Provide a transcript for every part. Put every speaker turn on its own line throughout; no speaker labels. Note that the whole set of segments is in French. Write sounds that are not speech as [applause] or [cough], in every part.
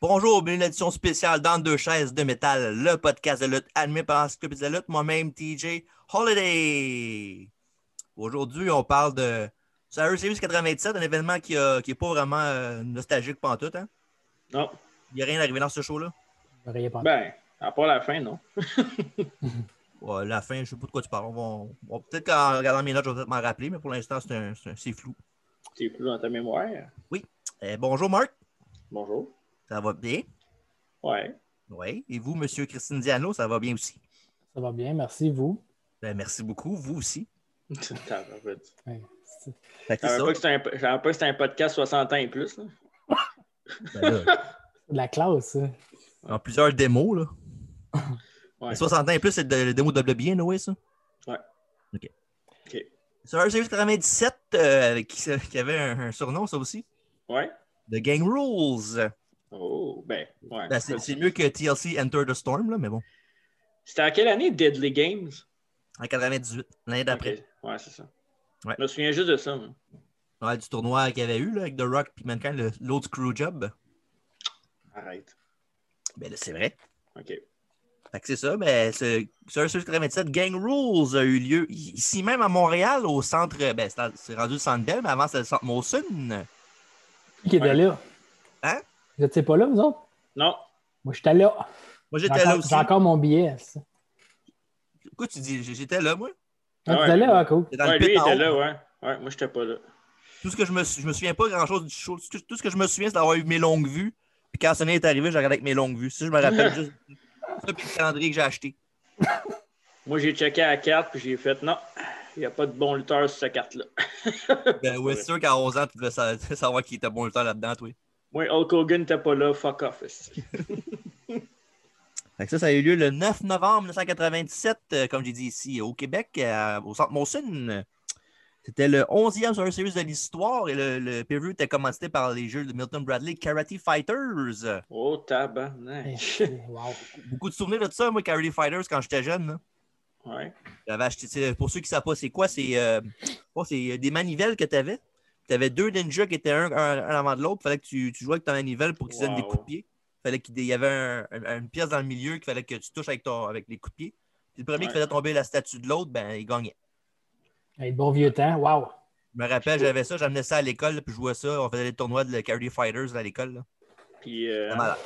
Bonjour, bienvenue à l'édition spéciale dans deux chaises de métal, le podcast de lutte animé par l'Encyclopédie de la lutte, moi-même TJ Holiday. Aujourd'hui, on parle de Survivor Series 97, un événement qui n'est pas vraiment euh, nostalgique pendant tout. Hein?
Non.
Il n'y a rien arrivé dans ce show-là.
Riez pas.
Ben, à part la fin, non.
Ouais, la fin, je ne sais pas de quoi tu parles. On va- on- on- peut-être qu'en regardant mes notes, je vais peut-être m'en rappeler, mais pour l'instant, c'est un- c'est un- c'est flou.
C'est plus dans ta mémoire.
Euh, bonjour, Marc.
Bonjour.
Ça va bien?
[laughs] Ouais.
Oui. Et vous, Monsieur Christine Diano, ça va bien aussi?
Ben-
Ça va bien, merci, vous.
Ben, merci beaucoup. Vous aussi.
Tabarouette.
Ouais, c'est-
Fait que
Je
c'est
savais pas que c'était un- je savais pas que c'était un podcast 60 ans et plus. là.
ça. Ben là,
c'est de la classe, ça.
en plusieurs démos, là.
Ouais.
Les 60 ans et plus, c'est de- le démo de bien, Noé, ça?
Ouais.
OK.
OK.
Sur un Series 97, euh, avec qui, ça- qui avait un, un surnom, ça aussi,
Ouais.
The Gang Rules.
Oh, ben, ouais.
Ben, c'est c'est mieux que TLC Enter the Storm, là, mais bon,
C'était à quelle année Deadly Games?
en 98, l'année d'après.
Ok. Ouais, c'est ça.
Ouais.
Je me souviens juste de ça. moi.
Ouais, du tournoi qu'il y avait eu là, avec The Rock puis Mankind, le- l'autre Screwjob.
Arrête.
Ben là, c'est vrai.
OK.
Fait que c'est ça, ben, ce Survivor Series 97 Gang Rules a eu lieu i- ici même à Montréal, au centre, ben, c'est c'est rendu le centre Bell, mais avant c'était le centre Molson.
Qui qui était
Ouais.
là?
Hein?
Vous étiez pas là, vous autres?
Non.
Moi, j'étais là.
Moi
J'ai
j'étais là
encore,
aussi.
j'ai encore mon billet. ça.
Pourquoi tu dis j- j'étais là, moi?
Ah
Ah,
ouais.
t'étais là,
[laughs]
ah, cool.
J'étais dans
Ouais,
le pit
lui, il
en
était
haut.
là, ouais. Ouais, moi, j'étais pas là.
Tout ce que je me, sou- je me souviens pas grand chose du show. Tout ce que, tout ce que je me souviens, c'est d'avoir eu mes longues vues. Puis quand Sony est arrivé, j'ai regardé avec mes longues vues. Ça, je me
[laughs]
rappelle juste. Ça, puis le calendrier que j'ai acheté.
Moi, j'ai checké à la carte, puis j'ai fait non, il n'y a pas de bon lutteur sur cette carte-là.
Ben oui, c'est sûr qu'à 11 ans, tu devais sa- [laughs] savoir qui était bon le temps là-dedans, toi.
Moi, Hulk Hogan n'était pas là, fuck off. esti.
Fait que ça, ça a eu lieu le 9 novembre 1997, euh, comme j'ai dit ici, au Québec, à- au centre Monson. C'était le 11e sur un Series de l'histoire et le, le pay-per-view était commandité par les jeux de Milton Bradley, Karate Fighters.
Oh,
Hey,
tabarnak.
c'est- wow.
Beaucoup de souvenirs de ça, moi, Karate Fighters, quand j'étais jeune. hein. là.
Ouais.
J'avais acheté, c'est- pour ceux qui ne savent pas, c'est quoi? C'est euh, oh, c'est, euh, des manivelles que tu avais. Tu avais deux ninjas qui étaient un, un- un avant de l'autre. fallait que tu, tu jouais avec ta manivelle pour qu'ils donnent des
Wow.
coups de pied. fallait qu'il y avait un- un- une pièce dans le milieu qu'il fallait que tu touches avec, ton, avec les coups de pied. Puis le premier qui
Ouais.
faisait tomber la statue de l'autre, ben, il gagnait.
Hey, bon vieux temps, wow.
Je me rappelle, j'avais ça, j'amenais ça à l'école, puis je jouais ça. On faisait les tournois de le Carry Fighters à l'école. là.
Puis euh,
C'était malade.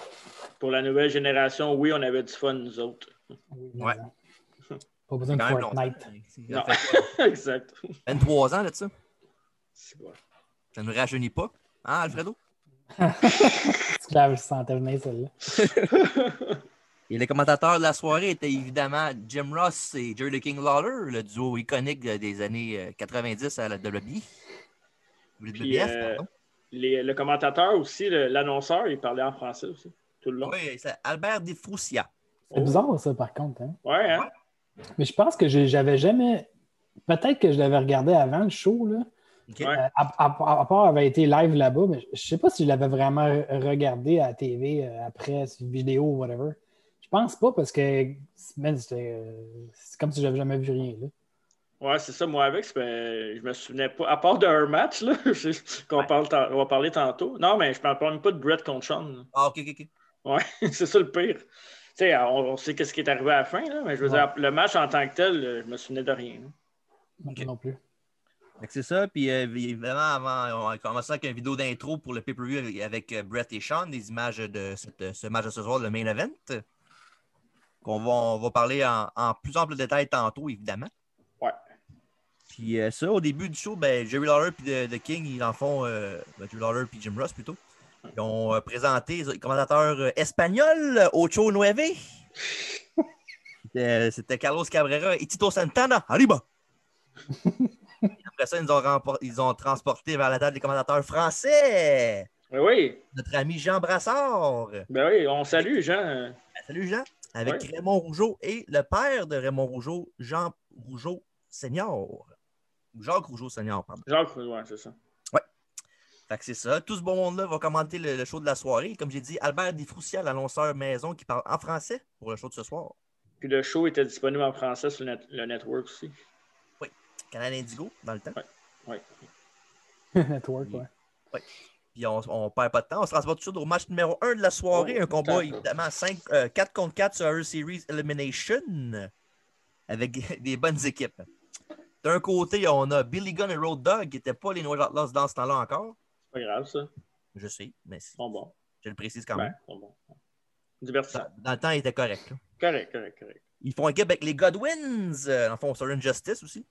pour la nouvelle génération, oui, on avait du fun, nous autres.
Oui, mais
Ouais.
non. Pas besoin de
Quand même longtemps.
Fortnite.
Ça
Non.
fait quoi,
[laughs] exact.
23 ans, là, de ça.
C'est bon.
Ça ne nous rajeunit pas. Hein, Alfredo?
[laughs] Tu l'avais senti venir, celle-là.
Et les commentateurs de la soirée étaient évidemment Jim Ross et Jerry the King Lawler, le duo iconique de- des années euh, 90 à la WWE.
Puis,
WWF,
euh,
pardon.
Les- le commentateur aussi, le- l'annonceur, il parlait en français aussi, tout le long.
Oui, c'est Albert Desfroussia.
Oh.
C'est bizarre, ça, par contre. Hein?
Ouais, hein?
Mais je pense que j'ai- j'avais jamais. Peut-être que je l'avais regardé avant le show, là.
OK?
Ouais.
Euh, À, à- à part avoir été live là-bas, mais je sais pas si je l'avais vraiment re- regardé à la TV euh, après, sur une vidéo ou whatever. Je pense pas parce que man, c'était, euh, c'est comme si j'avais jamais vu rien. Là.
Ouais, c'est ça, moi avec, c'est- ben, je me souvenais pas. À part d'un match, là, [laughs] je- qu'on parle tan- on va parler tantôt. Non, mais je parle même pas de Brett contre Sean. là. [laughs]
Ah, OK, OK, OK.
Ouais, c'est ça le pire. Tu sais, on, on sait qu'est-ce qui est arrivé à la fin, là, mais je veux
Ouais.
dire, le match en tant que tel, euh, je me souvenais de rien. là.
Moi
Ok.
[laughs]
non plus.
Fait que C'est ça. Puis euh, évidemment, avant, on a commencé avec une vidéo d'intro pour le pay-per-view avec- avec euh, Brett et Sean, des images de cette- euh, ce match de ce soir, le main event. Qu'on va, on va parler en, en plus ample détail tantôt, évidemment.
Ouais.
Puis euh, ça, au début du show, ben, Jerry Lawler puis euh, The King, ils en font, euh, ben, Jerry Lawler puis Jim Ross plutôt, ils ont euh, présenté les commentateurs euh, espagnols, euh, Ocho Nueve. C'était c'était Carlos Cabrera et Tito Santana. Arriba! Après ça, ils nous ont, rempor- ils ont transporté vers la table des commentateurs français.
Mais oui,
Notre ami Jean Brassard.
ben oui, on salue, Jean. euh,
Ah, Salut Jean. Avec
Ouais.
Raymond Rougeau et le père de Raymond Rougeau, Jean Rougeau Senior. Ou Jacques Rougeau Senior, pardon.
Jacques, ouais, c'est ça.
Fait que c'est ça. Tout ce bon monde-là va commenter le, le show de la soirée. Comme j'ai dit, Albert Desfroussières, l'annonceur maison qui parle en français pour le show de ce soir.
Puis le show était disponible en français sur le, net- le network aussi.
Canal Indigo, dans le temps.
Ouais.
Network, ouais.
Puis on, on perd pas de temps. On se transporte tout de suite au match numéro 1 de la soirée.
Oh,
un combat,
putain.
évidemment, 5, euh, 4 contre 4 sur Survivor Series Elimination avec [laughs] des bonnes équipes. D'un côté, on a Billy Gunn et Road Dog qui n'étaient pas les Noirs Atlas dans ce temps-là encore.
C'est pas grave, ça. Ils
Je sais, mais c'est-
sont bons.
je le précise quand
Ouais,
même.
ils sont bons. Divertissant.
Dans, dans le temps, il était correct. là.
Correct, correct, correct. [laughs]
Ils font un équipe avec les Godwins. Euh, en fond, sur Justice aussi.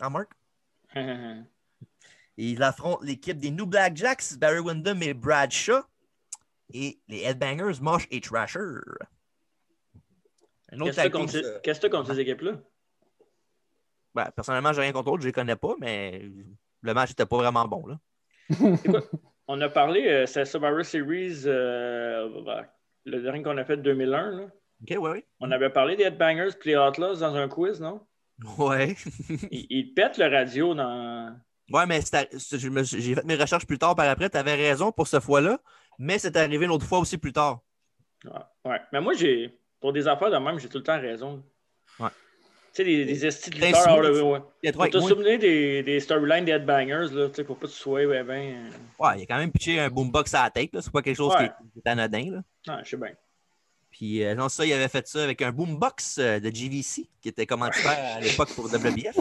En marque. Et ils affrontent l'équipe des New Blackjacks, Barry Windham et Bradshaw. Et les Headbangers, Mosh et Trasher. Un autre
Qu'est-ce que t'as
tag team,
contre
ça.
ces- qu'est-ce que t'as contre ces équipes-là?
Ben, personnellement, j'ai rien contre eux, je les connais pas, mais le match n'était pas vraiment bon. Là.
On a parlé, euh, c'est la Subaru Series, euh, bah, le dernier qu'on a fait de 2001. là.
OK, oui,
On avait parlé des Headbangers puis les Outlaws dans un
[laughs]
quiz, non?
oui. [laughs] Ouais.
Ils, ils pètent le radio dans.
Ouais, mais c'est arri- c'est- je me suis- j'ai fait mes recherches plus tard par après. Tu avais raison pour ce fois-là, mais c'est arrivé une autre fois aussi plus tard.
Ouais. ouais. Mais moi, j'ai. Pour des affaires de même, j'ai tout le temps raison.
Ouais.
Tu sais, des, des estis de
T'es
lutteurs.
soumis,
hors de-
tu-
ouais.
Il y a trois
Faut
avec
te
moi.
souvenir des, des storylines des Headbangers, là, tu sais, pour pas que tu sois, ouais, ben. euh,
Ouais, il a quand même pitché un boombox à la tête. là. C'est pas quelque chose
Ouais.
qui est- qui est anodin. Là.
Non, je sais bien.
Puis, euh, non, ça, il avait fait ça avec un boombox euh, de GVC qui était commanditaire à l'époque pour WBF.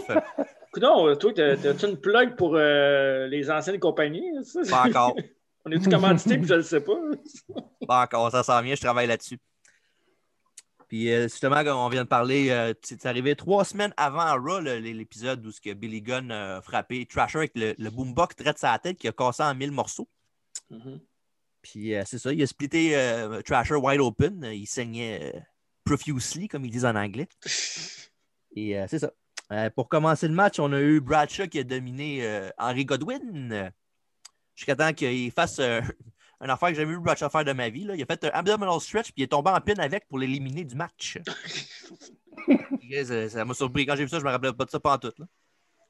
Coudon, euh, toi, t'as- t'as-tu une plug pour euh, les anciennes compagnies? [laughs] ça?
Pas encore.
On est-tu
[laughs]
commandité, puis je le sais pas.
Pas encore, ça s'en vient, je travaille là-dessus. Puis euh, justement, comme on vient de parler, euh, c'est arrivé trois semaines avant à Raw, le- l- l'épisode où ce que Billy Gunn a frappé Trasher avec le, le boombox traite sa tête qui a cassé en mille morceaux.
Mhm.
Puis euh, c'est ça, il a splitté euh, Trasher wide open. Il saignait euh, profusely, comme ils disent en anglais. Et euh, c'est ça. Euh, pour commencer le match, on a eu Bradshaw qui a dominé euh, Henry Godwin euh, jusqu'à temps qu'il fasse euh, [laughs] une affaire que j'ai jamais vu Bradshaw faire de ma vie. là. Il a fait un abdominal stretch puis il est tombé en pin avec pour l'éliminer du match. Et euh, ça ça m'a surpris. Quand j'ai vu ça, je me rappelais pas de ça pantoute. Là.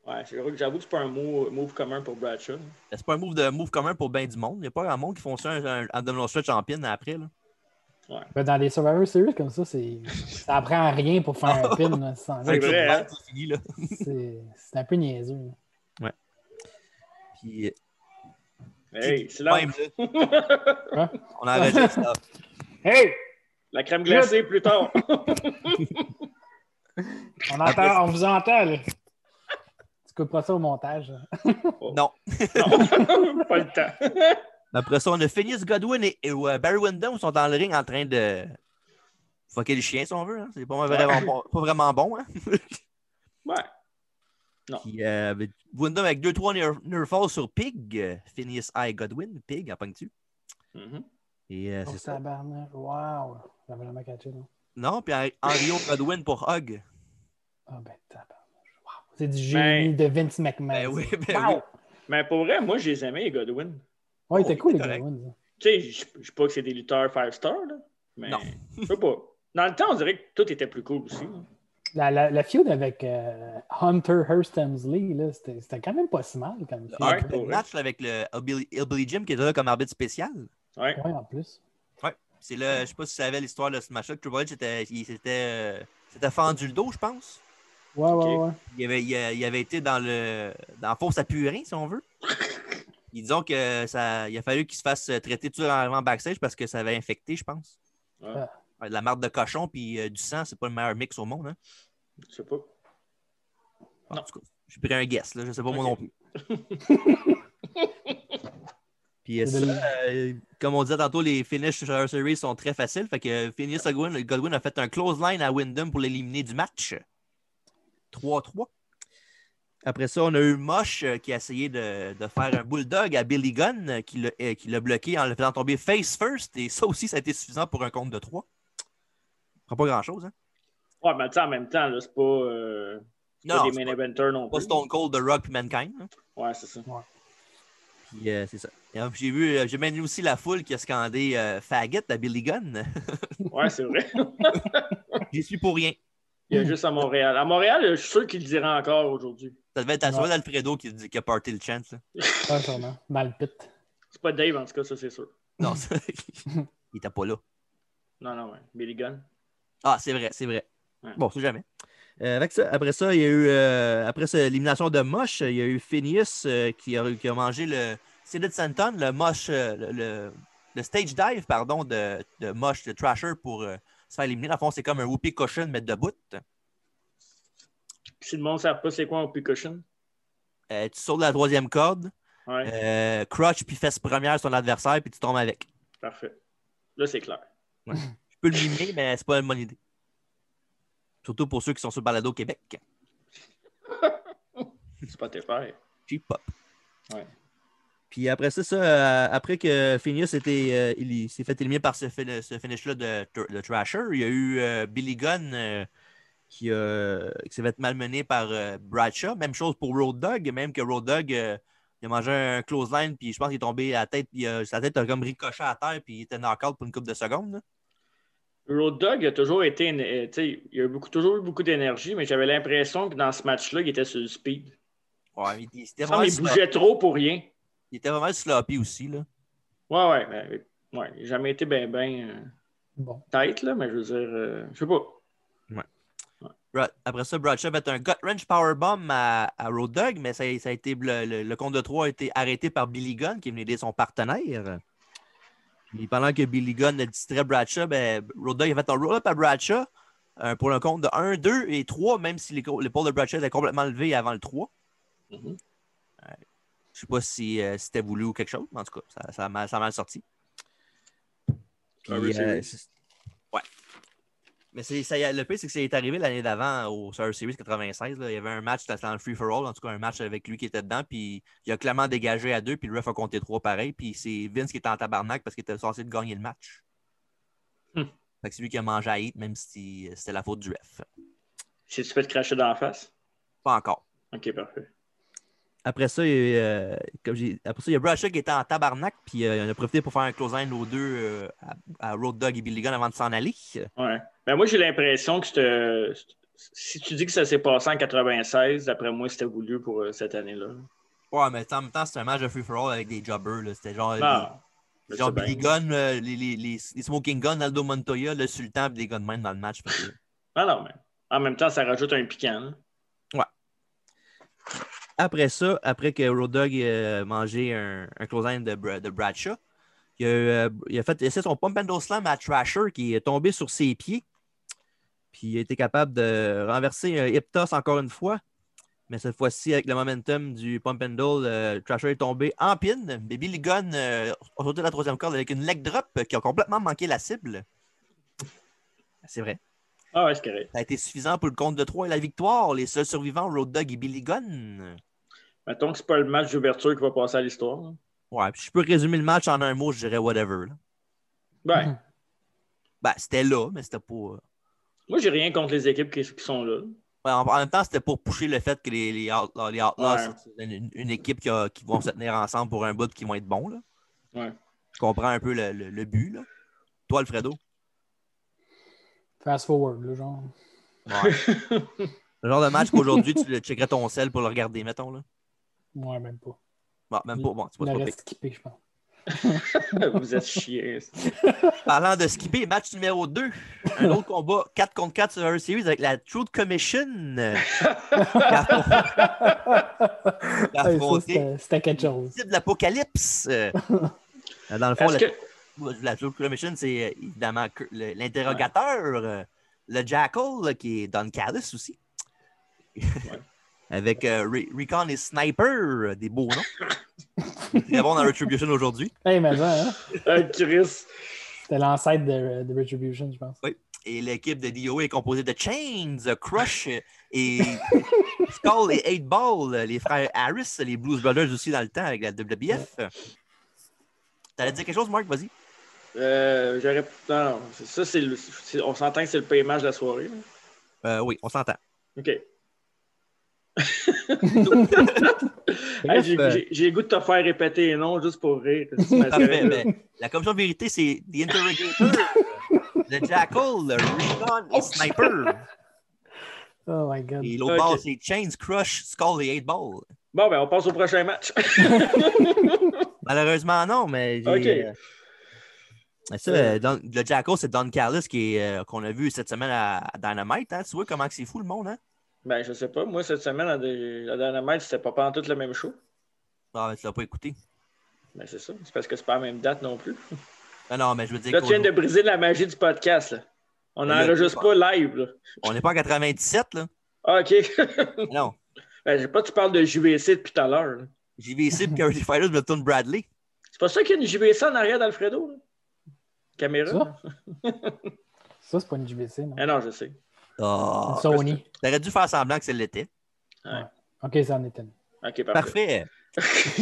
Ouais, c'est vrai que j'avoue que c'est pas un mot, move commun pour Bradshaw.
C'est pas un move de move commun pour bien du monde. Il n'y a pas grand monde qui font ça, un, un abdominal stretch en pin après. Là.
Ben, dans les Survivor Series comme ça, c'est... ça apprend rien pour faire
[laughs]
un pin. là, sans-
C'est vrai, hein?
C'est fini, là.
C'est... c'est un peu niaiseux. là.
Puis, euh,
Hey,
tout-
silence.
même,
[laughs] Hein?
là, on enregistre ça.
Hey!
La crème glacée
[laughs]
plus tard.
On, entend, on vous entend, là. Tu couperas ça au montage. hein. là.
Non.
non, [laughs] pas le temps.
Après ça, on a Phineas Godwin et, et, euh, Barry Windham sont dans le ring en train de fucker le chien, si on veut. hein. C'est pas vraiment, pas, pas vraiment bon. Hein?
Ouais. Non.
Puis, euh, Windham avec 2-3 near, near falls sur Pig. euh, Phineas I. Godwin, Pig, en pointe-tu?
Mhm.
Et euh,
Oh,
c'est ça.
tabarnak. Wow! J'avais jamais catché, non?
Non, puis en- en Rio Godwin pour Hug.
Ah, ben, tabarnak. Wow. C'est du génie
Ben-
de Vince McMahon.
Ben oui, ben
wow!
oui.
Mais pour vrai, moi, je les aimais, les Godwin.
Ouais, il
Oh,
était cool, les
correct.
Godwin. ça.
Tu sais, je je sais pas que c'est des lutteurs five-star, là. Mais
Non.
je sais pas. Dans le temps, on dirait que tout était plus cool aussi. là.
La, la, la feud avec euh, Hunter Hearst Hemsley, là, c'était, c'était quand même pas si mal comme feud.
En
Ouais,
plus,
pour
le
vrai.
match là, avec le Hillbilly Hillbilly Jim qui était là comme arbitre spécial.
Ouais.
Ouais, en plus.
C'est là, je sais pas si tu savais l'histoire de ce match-là, que Triple H était, il s'était euh, s'était fendu le dos, je pense.
Ouais, ouais,
Ok.
ouais.
Il avait, il, a- il avait été dans le dans la fosse à purin, si on veut. Ils disons que ça, il a fallu qu'il se fasse traiter tout en backstage parce que ça avait infecté, je pense.
Ouais.
Ouais, de la marque de cochon puis euh, du sang, c'est pas le meilleur mix au monde. Hein.
Je sais pas.
En
Non.
tout cas, j'ai pris un guess, là, je sais pas moi
Ok.
non
[laughs]
plus. puis euh,
C'est de
ça, euh, comme on disait tantôt, les finishes sur la Series sont très faciles. Fait que Phineas Godwin, Godwin a fait un close line à Wyndham pour l'éliminer du match. 3-3. Après ça, on a eu Mosh euh, qui a essayé de, de faire un bulldog à Billy Gunn euh, qui l'a euh, qui l'a bloqué en le faisant tomber face first. Et ça aussi, ça a été suffisant pour un compte de 3. Prend pas grand-chose. Hein?
Ouais, mais tu sais, en même temps, là, c'est pas, euh, c'est
Non,
pas des
c'est
main
pas,
eventers non
pas
plus.
Stone Cold, The Rock puis Mankind. hein.
Ouais, c'est ça.
Puis euh, c'est ça. Et, euh, j'ai vu, euh, j'ai même vu aussi la foule qui a scandé euh, Faggot à Billy Gunn. [laughs]
Ouais, c'est vrai.
J'y suis pour rien.
Il y a juste à Montréal. À Montréal, je suis sûr qu'il le diraient encore aujourd'hui.
Ça devait être la
Ouais.
soirée d'Alfredo qui, dit- qui a parté le chant. là.
Ouais, sûrement. Dans le pit.
C'est pas Dave, en tout cas, ça, c'est sûr.
Non, ça- il était pas là.
Non, non, ouais. Billy Gunn.
Ah, c'est vrai, c'est vrai.
Ouais.
Bon, c'est jamais. Euh, avec ça, après ça, il y a eu, euh, après ça, l'élimination de Moche, il y a eu Phineas euh, qui, a, qui a mangé le Sid Santon, le moche, euh, le, le- le stage dive, pardon, de, de moche, de Trasher pour euh, se faire éliminer. Dans le fond, c'est comme un whoopee cushion, mais debout.
Si le monde ne sait pas c'est quoi un picochon.
Euh, tu sautes de la troisième corde,
Ouais,
euh, crotch puis fesse première sur ton adversaire, puis tu tombes avec.
parfait. Là, c'est clair.
Je peux le mimer, mais c'est pas une bonne idée. Surtout pour ceux qui sont sur Balado Québec.
C'est pas tes frères.
Cheap pop.
Ouais.
Puis après ça, ça, euh, après que Phineas était, euh, il, il s'est fait éliminer par ce, fin- ce finish-là de, Tr- de Thrasher, il y a eu euh, Billy Gunn euh, qui, euh, qui s'est fait malmener par euh, Bradshaw. Même chose pour Road Dog, même que Road Dog, euh, il a mangé un close line, puis je pense qu'il est tombé à la tête, puis euh, sa tête a comme ricoché à terre, puis il était knock-out pour une couple de secondes. là.
Road Dog a toujours été. une- euh, tu sais, il a beaucoup, toujours eu beaucoup d'énergie, mais j'avais l'impression que dans ce match-là, il était sur le speed.
Ouais, il, il était
Il,
vraiment
semble qu'il
slo-
bougeait trop pour rien.
il était vraiment sloppy aussi. Là.
Ouais, ouais, mais ouais, il n'a jamais été ben, ben euh,
Bon.
tête, là, mais je veux dire, euh, je sais pas.
Bra- Après ça, Bradshaw fait un gut wrench powerbomb à, à Road Dog, mais ça, a- ça a été, le, le- le compte de 3 a été arrêté par Billy Gunn qui est venu aider son partenaire. Puis pendant que Billy Gunn distrait Bradshaw, ben, Road Dog a fait un roll-up à Bradshaw euh, pour un compte de 1, 2 et 3, même si l'éco- l'épaule de Bradshaw était complètement levée avant le 3.
Mhm.
Euh, je sais pas si euh, c'était voulu ou quelque chose, mais en tout cas, ça, ça a, mal, ça a mal sorti. Puis,
Ah oui, c'est
euh,
vrai.
c'est- ouais. Mais c'est, ça y est, le pire, c'est que ça est arrivé l'année d'avant au Survivor Series 96. là. il y avait un match c'était dans le Free for All, en tout cas un match avec lui qui était dedans. Puis il a clairement dégagé à deux, puis le ref a compté trois pareil. Puis c'est Vince qui était en tabarnak parce qu'il était censé de gagner le match.
Hmm.
Fait que c'est lui qui a mangé à hit, même si euh, c'était la faute du ref.
Si tu fais te cracher dans la face.
Pas encore.
Ok, parfait.
Après ça, il y a, euh, comme j'ai- après ça, il y a Bradshaw qui était en tabarnak, puis euh, il en a profité pour faire un close-in aux deux euh, à, à Road Dog et Billy Gunn avant de s'en aller.
Ouais. Ben, moi, j'ai l'impression que c'était- si tu dis que ça s'est passé en 96, d'après moi, c'était voulu pour euh, cette année-là.
Ouais, mais en même temps, c'est un match de free-for-all avec des jobbers. là. C'était genre,
Ah,
les-
je
genre
sais bien.
Billy Gunn, euh, les, les- les- les Smoking Gun, Aldo Montoya, le Sultan, puis des gars de même dans le match. Fait que-
Ah non, mais en même temps, ça rajoute un piquant. là.
après ça, après que Road Dogg ait mangé un, un close-in de, Bra- de Bradshaw, il a, euh, il a fait il a essayé son pump and go slam à Trasher qui est tombé sur ses pieds. Puis il a été capable de renverser un Iptos encore une fois. Mais cette fois-ci, avec le momentum du pump and go, euh, Trasher est tombé en pin. Mais Billy Gunn euh, a sauté la troisième corde avec une leg drop qui a complètement manqué la cible. C'est vrai.
Ah ouais, c'est correct.
Ça a été suffisant pour le compte de 3 et la victoire. Les seuls survivants, Road Dogg et Billy Gunn.
Mettons que c'est pas le match d'ouverture qui va passer à l'histoire. là.
Ouais, puis je peux résumer le match en un mot, je dirais whatever. là.
Ben,
Mhm.
Ben, c'était là, mais c'était pour. euh,
moi, j'ai rien contre les équipes qui, qui sont là.
ouais, ben, en, en même temps, c'était pour pousser le fait que les, les Outlaws, les Outlaws,
Ouais.
c'est une, une équipe qui, a- qui vont se tenir ensemble pour un bout qui vont être bons. Là.
Ouais.
Je comprends un peu le, le- le but. Là. Toi, Alfredo.
Fast forward, là, genre.
Ouais. [laughs] le genre de match qu'aujourd'hui, tu le checkerais ton sel pour le regarder, mettons. Là.
Ouais, même pas.
Bon, même pas. Bon, c'est pas
Il
trop
reste skippé, je pense.
[laughs] Vous êtes chiés.
pire. Parlant de skipper, match numéro 2. Un autre combat 4 contre 4 sur un series avec la Truth
[laughs]
Commission.
Ah, et ça,
affronté.
c'était- C'était quelque chose.
type de l'apocalypse.
[laughs]
Euh, dans le fond,
Est-ce
la,
que...
la True Crime Mission, c'est euh, évidemment que- le- l'interrogateur, euh, le Jackal, là, qui est Don Callis aussi. [laughs] Avec euh, Re- Recon et Sniper, euh, des beaux noms. Très bon dans Retribution aujourd'hui.
Hey, mais ça, hein?
Ah, Chris.
C'était l'ancêtre de, de Retribution, je pense.
Et l'équipe de DOA est composée de Chains, euh, Crush euh,
[laughs]
et Skull et 8 Ball, euh, les frères Harris, les Blues Brothers aussi dans le temps avec la WWF. T'allais dire quelque chose, Marc? Vas-y.
Euh, j'aurais... Non, non, ça, c'est le- c'est- on s'entend que c'est le paiement de la soirée. là.
Euh, oui, on s'entend.
OK. Ah, j'ai,
euh,
j'ai- j'ai le goût de te faire répéter les noms juste pour [laughs] rire. Parce
Parfait,
que-
mais la commission de vérité, c'est The Interrogator, le Jackal, le Recon et Sniper.
Oh my god.
Et l'autre
Ok.
bord, c'est Chains, Crush, Skull et 8 Ball.
Bon, ben, on passe au prochain match. [laughs]
Malheureusement, non, mais. j'ai,
OK.
euh, mais ça, euh, Don- le Jackal, c'est Don Carlos qui est, euh, qu'on a vu cette semaine à, à Dynamite. hein. Tu vois comment que c'est fou le monde, hein?
ben, je sais pas. Moi, cette semaine, à Dynamite, c'était pas pendant tout le même show.
Ah, mais tu l'as pas écouté.
Mais c'est ça. C'est parce que c'est pas la même date non plus.
Ah, Non, non, mais je veux dire
Là, tu
qu'au-
viens de briser la magie du podcast. là. On
Mais là,
n'enregistre pas live. là.
on n'est pas en 97,
[laughs]
là.
Ah, OK. [laughs]
Non.
ben, je sais pas, tu parles de JVC depuis tout à l'heure. là.
JVC, puis Curry Fighters, Milton Bradley.
C'est pas ça qu'il y a une JVC en arrière d'Alfredo? là? Caméra?
Ça?
là?
Ça, c'est pas une JVC, non?
Ah non, je sais.
Oh,
Une Sony.
T'aurais dû faire semblant que c'est l'été.
Ok, ça en est une.
OK, parfait.
Parfait.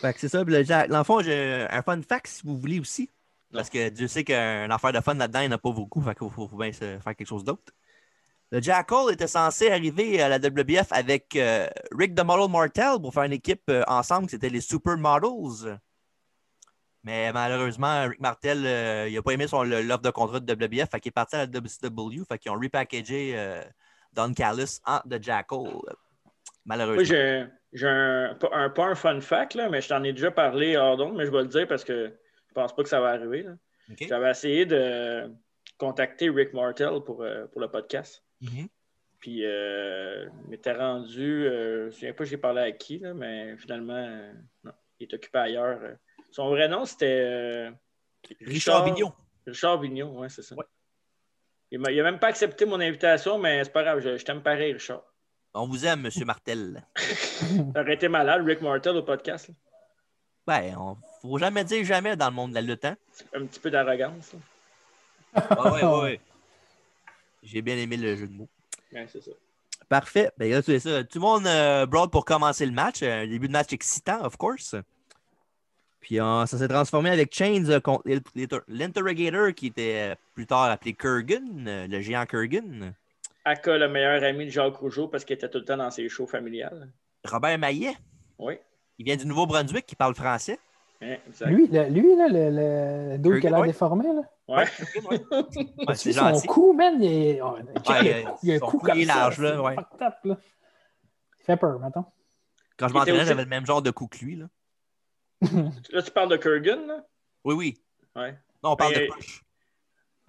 Fait que c'est ça. puis le- j'ai- Dans le fond, j'ai un fun fact si vous voulez aussi. Parce que Dieu sait qu'un affaire de fun là-dedans, il n'y en a pas beaucoup. Fait qu'il faut, faut bien se faire quelque chose d'autre. Le Jackal était censé arriver à la WBF avec euh, Rick the Model Martel pour faire une équipe euh, ensemble. C'était les Supermodels. Mais malheureusement, Rick Martel, euh, il n'a pas aimé son- le- l'offre de contrat de WBF. Fait qu'il est parti à la WCW. Fait qu'ils ont repackagé euh, Don Callis en The Jackal. Malheureusement.
Moi, j'ai j'ai un, pas un, pas un fun fact, là, mais je t'en ai déjà parlé hors d'onde, mais je vais le dire parce que je pense pas que ça va arriver. là.
OK?
J'avais essayé de contacter Rick Martel pour, euh, pour le podcast.
Mhm.
Puis, euh, il m'était rendu, euh, je ne souviens pas, j'ai parlé à qui, là, mais finalement, euh, non, il est occupé ailleurs. euh. Son vrai nom, c'était euh,
Richard Bignon.
Richard Vignon, oui, c'est ça. Il n'a même pas accepté mon invitation, mais c'est pas grave, je, je t'aime pareil, Richard.
On vous aime, Monsieur Martel.
T'aurais été malade, Rick Martel, au podcast. là.
Ben, on... faut jamais dire jamais dans le monde de la lutte. Hein?
Un petit peu d'arrogance. là.
Ah ouais, ouais, ouais. J'ai bien aimé le jeu de mots.
Ouais, c'est ça.
Parfait. Ben là, c'est ça. Tout le monde euh, broad pour commencer le match. Euh, Un début de match excitant, of course. Puis euh, ça s'est transformé avec Chains euh, contre l'Inter- l'Inter- l'Interrogator, qui était euh, plus tard appelé Kurgan, euh, le géant Kurgan.
Aka, le meilleur ami de Jacques Rougeau, parce qu'il était tout le temps dans ses shows familiales.
Robert Maillet,
Oui,
il vient du Nouveau-Brunswick, qui parle français.
hein, exact.
Lui, le- lui, là, le, le dos qui a l'air
Ouais.
déformé, là.
Ouais.
Kurgan, ouais. Ouais,
As-tu
c'est
vu son
gentil.
cou, man, il est... oh, check,
il a-
il a un
son
cou
cou,
comme
il est
ça,
large, là,
c'est
ouais.
fucked up, là. Il fait peur, mettons.
Quand je
Il était
m'entraînais,
aussi-
j'avais le même genre de coup que lui. Là.
Là, tu parles de Kurgan, là?
Oui, oui.
Ouais.
Non, on parle
Mais-
de push.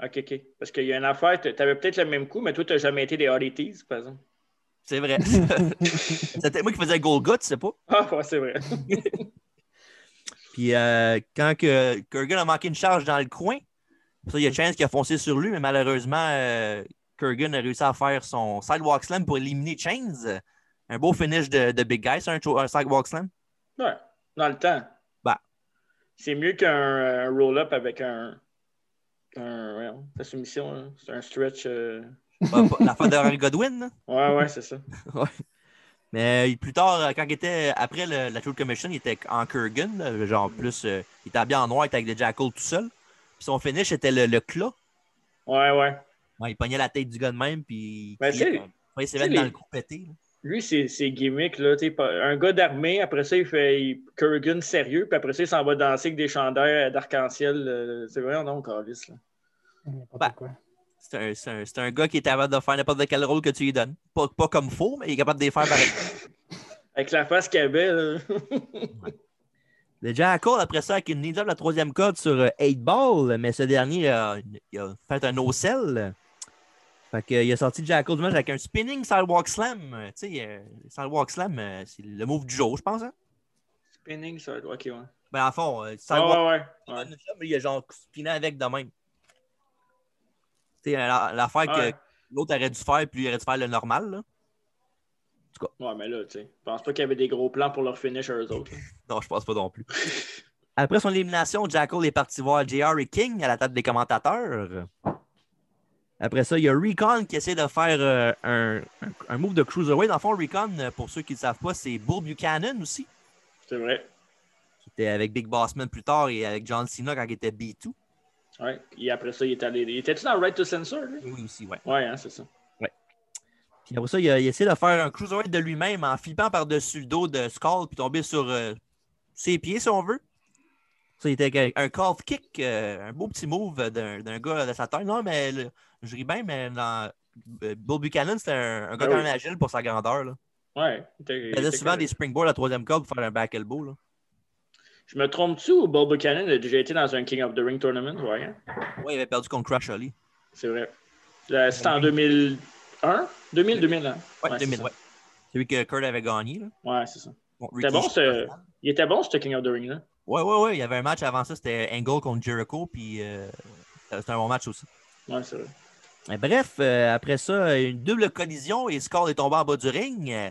OK, OK. Parce qu'il y a une affaire, tu avais peut-être le même coup, mais toi, tu n'as jamais été des oddities, par exemple. [laughs]
C'est vrai. [laughs] C'était moi qui faisais Golgut, tu sais pas.
Ah, ouais, c'est vrai. [laughs]
Puis euh, quand que Kurgan a manqué une charge dans le coin, ça, il y a Chance qui a foncé sur lui, mais malheureusement, euh, Kurgan a réussi à faire son sidewalk slam pour éliminer Chains. Un beau finish de, de Big Guy, ça, un, cho- un sidewalk slam.
Ouais, dans le temps.
Bah.
C'est mieux qu'un euh, roll-up avec un. un voyons, la soumission, là. c'est un stretch. euh.
Pas- pas- La fin d'Henry Godwin. là.
Ouais, ouais, c'est ça.
Mais il- plus tard, euh, quand il était après le- la True Commission, il était en Kurgan, là, genre plus, euh, il était habillé en noir, il était avec des Jackal tout seul. Puis son finish était le, le clat.
Ouais, ouais.
Ouais, il pognait la tête du gars de même, puis il
Mais tu sais,
criait, euh, ouais, il s'est
tu sais,
mis dans
Ben, les-
le coup pété. là.
Lui, c'est c'est gimmick, là. t'sais, pas- Un gars d'armée, après ça, il fait il- Kurgan sérieux, puis après ça, il s'en va danser avec des chandelles d'arc-en-ciel. euh, C'est vrai, non, Carlis, là.
N'importe
Bah.
quoi. [laughs]
C'est un, c'est un- c'est un gars qui est capable de faire n'importe quel rôle que tu lui donnes. Pas, pas comme faux, mais il est capable de les faire
[laughs]
pareil.
Avec la face qu'il avait, là. [laughs]
Le Jackal, après ça, avec une knee drop, la troisième corde sur 8 Ball, mais ce dernier, euh, il a fait un no-sell. Fait que, euh, il a sorti le Jackal du match avec un spinning sidewalk slam. Euh, Tu sais, euh, le sidewalk slam, euh, c'est le move du jour, je pense. Hein?
Spinning, ça. Ok, ouais.
Ben, en fond, euh,
Ah,
sidewalk
ouais, ouais. ouais.
slam, il a genre spiné avec de même. Tu sais, la- l'affaire
Ouais.
que l'autre aurait dû faire, puis lui, il aurait dû faire le normal, là.
Ouais, mais là, tu sais, je pense pas qu'il y avait des gros plans pour leur finish à eux autres. là.
Non, je pense pas non plus. Après son élimination, Jackal est parti voir J.R. et King à la table des commentateurs. Après ça, il y a Recon qui essaie de faire euh, un, un- un move de Cruiserweight. Dans le fond, Recon, euh, pour ceux qui ne le savent pas, c'est Bull Buchanan aussi,
C'est vrai.
qui était avec Big Bossman plus tard et avec John Cena quand il était B2.
Ouais. Et après ça, il est allé. Il était-tu dans Right to Censor, lui?
Oui, aussi, ouais.
Ouais, hein, c'est ça.
Puis après ça, il, a, il essaie de faire un Cruiserweight de lui-même en flippant par-dessus le dos de Skull puis tomber sur euh, ses pieds, si on veut. Ça, il était avec un calf kick, euh, un beau petit move d'un d'un gars de sa taille. Non, mais le- je ris bien, mais dans euh, Bull Buchanan, c'était un, un gars
Ah
quand
oui.
même agile pour sa grandeur. Là.
Ouais. il était-
Il
il
faisait
était
souvent
correct.
des springboards à la troisième corde pour faire un back elbow. Là.
Je me trompe-tu ou Bob Buchanan a déjà été dans un King of the Ring tournament? Ouais, hein?
Ouais, il avait perdu contre Crash Holly.
c'est vrai. Là, C'était en 2001? 2000, 2000, hein?
Ouais,
Ouais, c'est
2000,
ça.
ouais. Celui que Kurt avait gagné. Là.
Ouais, c'est ça. C'était bon, ce... Il était bon, ce King of the Ring, là.
Ouais, ouais, ouais. Il y avait un match avant ça, c'était Angle contre Jericho, puis euh, c'était un bon match aussi.
Ouais, c'est vrai.
Mais bref, euh, après ça, une double collision et Score est tombé en bas du ring. Euh,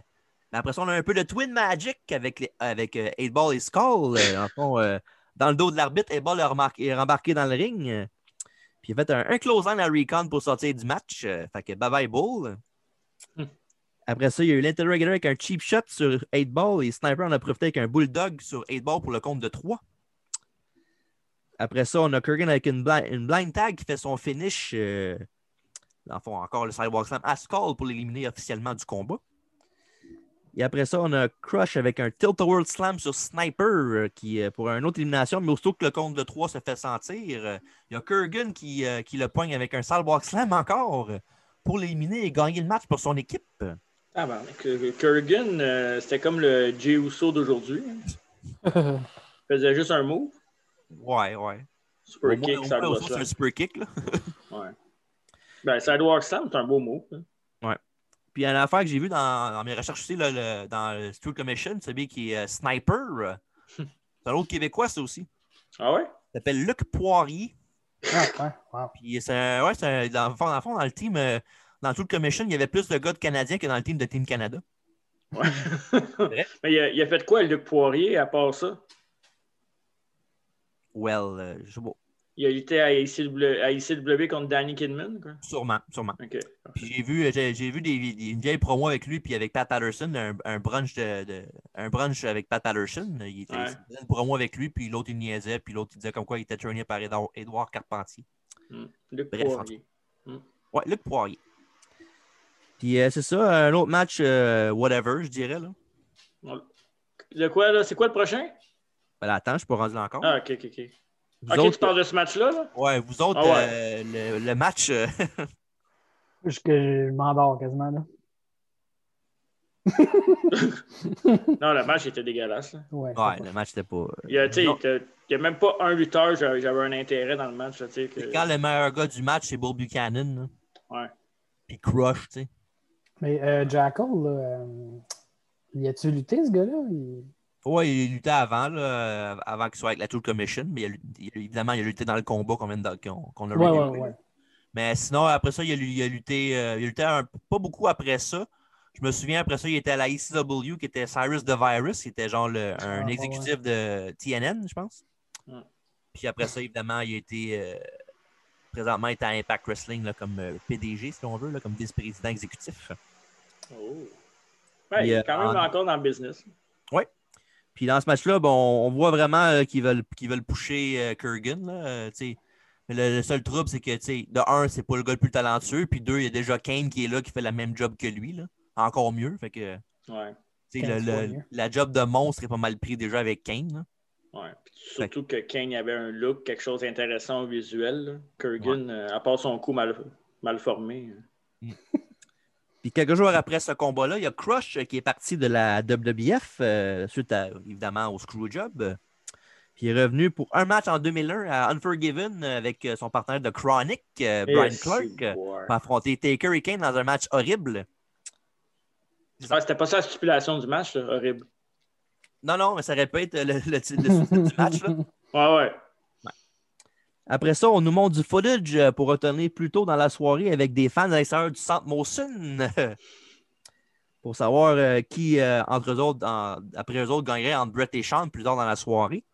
Mais après ça, on a un peu de Twin Magic avec, les, avec euh, 8-Ball et Skull. euh, dans le fond, euh, dans le dos de l'arbitre, 8-Ball est remar- est rembarqué dans le ring. euh, Puis il a fait un, un close-in à Recon pour sortir du match. euh, fait que bye-bye Ball.
Hmm.
Après ça, il y a eu l'interrogator avec un cheap shot sur 8-Ball et Sniper en a profité avec un bulldog sur 8-Ball pour le compte de 3. Après ça, on a Kurgan avec une, bli- une blind tag qui fait son finish. euh, dans le fond, encore le Sidewalk Slam à Skull pour l'éliminer officiellement du combat. Et après ça, on a Crush avec un Tilt World Slam sur Sniper euh, qui euh, pour une autre élimination, mais aussitôt que le compte de 3 se fait sentir, euh, il y a Kurgan qui, euh, qui le poigne avec un Sidewalk Slam encore euh, pour l'éliminer et gagner le match pour son équipe.
Ah, ben, que- Kurgan, euh, c'était comme le Jey Uso d'aujourd'hui. Il faisait juste un move.
Ouais, ouais.
Super
Au moins-
kick,
au moins,
sidewalk
aussitôt, c'est
slam.
un super kick. Là.
Ouais. Ben, sidewalk slam, c'est un beau move. hein.
Puis une affaire que j'ai vue dans, dans mes recherches aussi, là, le- dans le Street Commission, celui qui est euh, Sniper,
[laughs]
euh, c'est un autre Québécois, ça aussi.
Ah ouais?
Il s'appelle Luc Poirier.
Ah, ouais, wow.
Puis c'est un- ouais, c'est un- dans, le fond- dans le fond, dans le team, euh, dans tout le commission, il y avait plus de gars de Canadiens que dans le team de Team Canada.
Ouais. [laughs] Mais il a, il a fait quoi, Luc Poirier, à part ça?
Well, euh, je sais pas.
Il a lutté à ICW, à ICW contre Danny Kidman, quoi.
sûrement, sûrement.
OK.
Puis j'ai vu, euh, j'ai, j'ai vu des, des- une vieille promo avec lui puis avec Pat Patterson, un, un brunch de, de- un brunch avec Pat Patterson. Il était
Ouais.
il faisait une promo avec lui, puis l'autre il niaisait, puis l'autre il disait comme quoi il était trainé par Édouard, Édouard Carpentier.
Luc
Bref,
Poirier.
Ouais, Luc Poirier. Puis euh, c'est ça, un autre match, euh, whatever, je dirais. Là.
De quoi, là? C'est quoi le prochain?
Ben, attends, je suis pas rendu là encore.
Ah, OK, OK, OK.
Vous
OK,
autres,
tu parles de ce match-là, là?
ouais, vous autres,
Ah ouais.
euh, le, le match. euh,
Je, que je m'endors quasiment, là.
Non, le match était dégueulasse. là.
Ouais.
ouais, le match, c'était pas.
Il y a, tu sais,
Non.
t'as- il y a même pas un lutteur, j'avais j'avais un intérêt dans le match. là, tu sais, que-
Puis Quand le meilleur gars du match, c'est Bull Buchanan. là.
Euh, Ouais.
Puis Crush, tu sais.
Mais euh, Jackal, là, euh, il a-tu lutté, ce gars-là? Il-
Ouais, il luttait avant, là, euh, avant qu'il soit avec la Tool Commission, mais il a lut- il a- évidemment, il a lutté dans le combat qu'on vient de- qu'on qu'on a
Ouais,
reviewé,
ouais,
là. [laughs]
ouais.
Mais sinon, après ça, il a, lu- il a lutté, euh, il a lutté un- pas beaucoup après ça. Je me souviens, après ça, il était à la ECW, qui était Cyrus the Virus, qui était genre le-
Ah,
un
ouais.
exécutif de TNN, je pense.
Ouais.
Puis après ça, évidemment, il a été. euh, présentement, il est à Impact Wrestling là, comme euh, PDG, si on veut, là, comme vice-président exécutif.
Oh. Ouais,
Il
il
y a-
est quand même
en-
encore dans le business.
Puis dans ce match-là, bon, on voit vraiment euh, qu'ils veulent, qu'ils veulent pusher euh, Kurgan. là, euh, tu sais. Mais le, le seul trouble, c'est que tu sais, de un, c'est pas le gars le plus talentueux. Puis deux, il y a déjà Kane qui est là qui fait la même job que lui. Là. Encore mieux. Fait que
Ouais,
tu sais, le-
Kane, c'est
le-
mieux.
la job de monstre est pas mal pris déjà avec Kane. là.
ouais. Puis surtout que Kane avait un look, quelque chose d'intéressant au visuel. là. Kurgan, euh, à part son coup mal, mal formé. euh.
Puis quelques jours après ce combat-là, il y a Crush euh, qui est parti de la WWF euh, suite à, évidemment au Screwjob. Puis il est revenu pour un match en 2001 à Unforgiven euh, avec euh, son partenaire de Chronic, euh,
Eh,
Brian
Et c'est
Clark. euh,
boire.
pour affronter Taker et Kane dans un match horrible.
Ah, c'était pas ça la stipulation du match, là, horrible.
Non, non, mais ça aurait pu être le, le titre le sous-titre du match. là.
[laughs]
Ouais, ouais.
[laughs] Après ça, on nous montre du footage euh, pour retourner plus tôt dans la soirée avec des fans à l'extérieur du centre Mawson [laughs] pour savoir euh, qui, euh, entre eux autres, en- après eux autres, gagnerait entre Brett et Sean plus tard dans la soirée.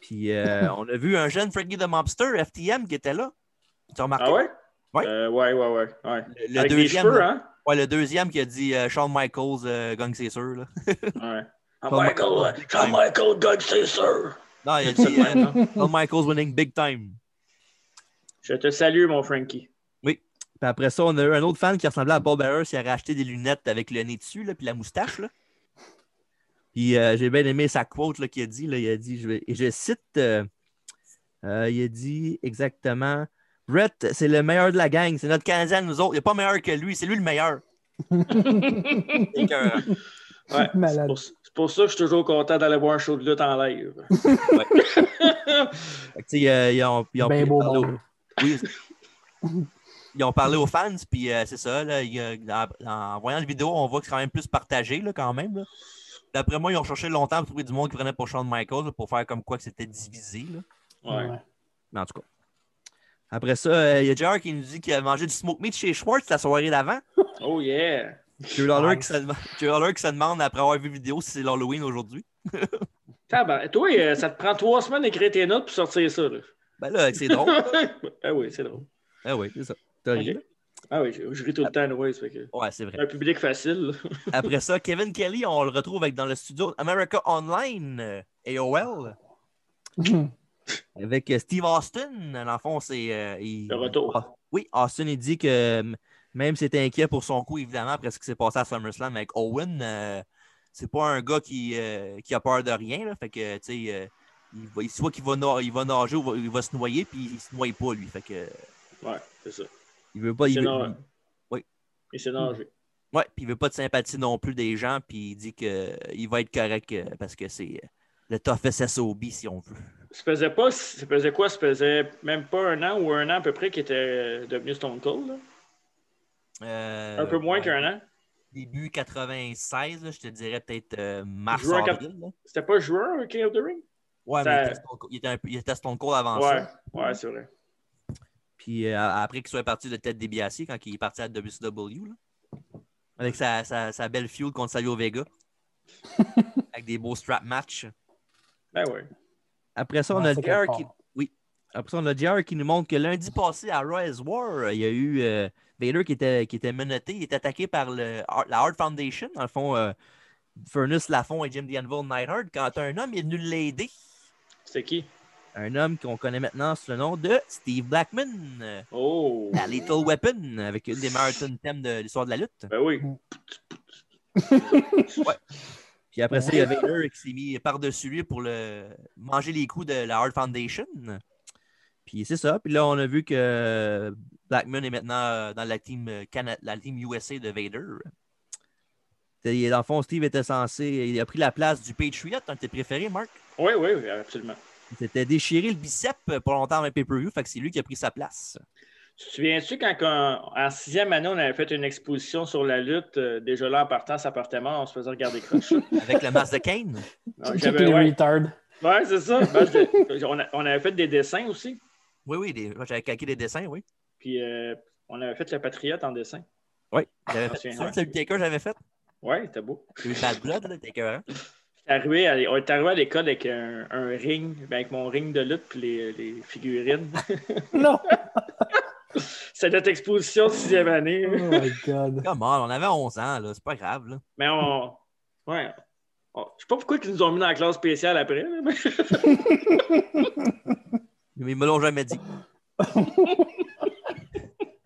Puis [laughs] euh, on a vu un jeune Frankie the Mobster, FTM, qui était là. Tu as remarqué?
Ah ouais?
Ouais.
Euh, ouais, ouais, ouais. ouais.
Le- le,
Avec
deuxième,
des cheveux, hein?
ouais, le deuxième qui a dit euh, Shawn Michaels euh, gagne, c'est sûr. là. [laughs]
Ouais. Ah,
Shawn
Michael,
Michaels.
euh, Shawn Michael Doug, c'est sûr.
Non, [laughs] il a
C'est
dit
le
euh,
même, hein?
Shawn Michaels winning big time.
Je te salue, mon Frankie.
Puis après ça, on a eu un autre fan qui ressemblait à Bob Harris. Il a racheté des lunettes avec le nez dessus, là, puis la moustache. Là. Puis euh, j'ai bien aimé sa quote là, qu'il a dit. là. il a dit, je, vais- et je cite, euh, euh, il a dit exactement Brett, c'est le meilleur de la gang. C'est notre Canadien, nous autres. Il n'est pas meilleur que lui. C'est lui le meilleur. euh, C'est écœurant.
Ouais.
Malade.
C'est pour, c'est pour ça que je suis toujours content d'aller voir un show de lutte en live.
Fait que, tu sais, euh, ils ont, ils ont-
Ben beau
ils ont parlé
monde.
aux- Oui, c'est- ils ont parlé aux fans, puis euh, c'est ça. là, il y a- en, en voyant la vidéo, on voit que c'est quand même plus partagé là, quand même. là. D'après moi, ils ont cherché longtemps pour trouver du monde qui venait pour Shawn Michaels là, pour faire comme quoi que c'était divisé. là.
Ouais.
Ouais.
Mais en tout cas. Après ça, euh, il y a JR qui nous dit qu'il a mangé du smoke meat chez Schwartz la soirée d'avant.
Oh yeah!
Joe Lawler qui
Nice.
se demande- Joe Lawler qui se demande après avoir vu vidéo si c'est l'Halloween aujourd'hui.
Tabar- Toi, euh, ça te prend trois semaines d'écrire tes notes pour sortir ça. Là.
Ben là, c'est drôle.
[laughs] ah oui, c'est drôle.
ah oui, c'est ça. T'as ri, là?
Ah oui, je, je ris tout le temps, ouais, ça fait que
Ouais, c'est vrai.
un public facile. là. [laughs]
Après ça, Kevin Kelly, on le retrouve avec dans le studio America Online, euh, AOL, [laughs] avec euh, Steve Austin. Dans le fond, c'est. euh, il-
Le retour.
Ah, oui, Austin, il dit que euh, même s'il était inquiet pour son coup, évidemment, après ce qui s'est passé à SummerSlam avec Owen, euh, c'est pas un gars qui, euh, qui a peur de rien. Là, fait que, tu sais, euh, il va- il- soit qu'il va, na- il va nager ou va- il va se noyer, puis il se noie pas, lui. Fait que, euh,
Ouais, c'est ça.
il veut pas. Ah, Il
C'est
veut-
normal.
Oui.
Et c'est nager.
Ouais, puis il veut pas de sympathie non plus des gens, puis il dit qu'il va être correct euh, parce que c'est euh, le toughest SOB si on veut.
Ça faisait pas, ça faisait quoi? Ça faisait même pas un an ou un an à peu près qu'il était euh, devenu Stone Cold. là?
Euh,
Un peu moins
ouais,
qu'un an.
Début 96, là, je te dirais peut-être euh, mars,
Juin quatre-
avril. là.
C'était pas joueur au King of the Ring?
Ouais,
Ça-
mais il était Stone Cold- il était, un peu- il était Stone Cold avant
Ouais,
ça.
ouais, c'est vrai.
Puis euh, après qu'il soit parti de tête débiassée quand il est parti à WCW, là, avec sa, sa- sa belle feud contre Savio
[laughs]
Vega, avec des beaux strap matchs.
Ben ouais.
Après ça, on a JR qui, Après ça, on a JR qui nous montre que lundi passé à Rise War, il y a eu euh, Vader qui était, qui était menotté, il est attaqué par le, la Hard Foundation, dans le fond, euh, Furnace Lafont et Jim The Anvil Nightheart, quand un homme est venu l'aider.
C'était qui?
Un homme qu'on connaît maintenant sous le nom de Steve Blackman, euh,
Oh!
la Little Weapon, avec une des meilleurs thèmes de l'histoire de la lutte.
Ben oui.
Puis après ça, il y a Vader qui s'est mis par-dessus lui pour le... manger les coups de la Hard Foundation. Puis c'est ça. Puis là, on a vu que Blackman est maintenant euh, dans la team, euh, Cana- la team USA de Vader. C'est- il est- Dans le fond, Steve était censé. Il a pris la place du Patriot, un de tes préférés, Marc.
Oui, oui, oui, absolument.
Il s'était déchiré le bicep euh, pas longtemps avant le pay-per-view. Fait que c'est lui qui a pris sa place.
Tu te souviens-tu quand, qu'en- en sixième année, on avait fait une exposition sur la lutte, euh, déjà là en partant, ça partait mort, on se faisait regarder croche. là.
Avec le masque de Kane.
Ah,
Check
j'avais-
les
ouais, [laughs]
retards.
ouais, c'est ça. Ben, je- on, a- on avait fait des dessins aussi,
Oui, oui, des- moi, j'avais calqué des dessins, oui.
puis euh, on avait fait le Patriote en dessin.
Oui. J'avais
Ah,
fait
tiens,
ça,
ouais.
c'est le Taker, j'avais fait.
Ouais, c'était beau.
J'ai eu Bad Blood, là, Taker. hein.
J'étais Arrivé à, on est arrivé à l'école avec un, un ring, ben, avec mon ring de lutte puis les, les figurines. [laughs]
Non! [laughs]
C'était notre exposition de sixième année.
Oh my
[laughs]
god.
Come on, on avait 11 ans, là. C'est pas grave, là.
Mais on. Ouais. On- je sais pas pourquoi ils nous ont mis dans la classe spéciale après. là, mais- [laughs]
Mais ils me l'ont jamais dit.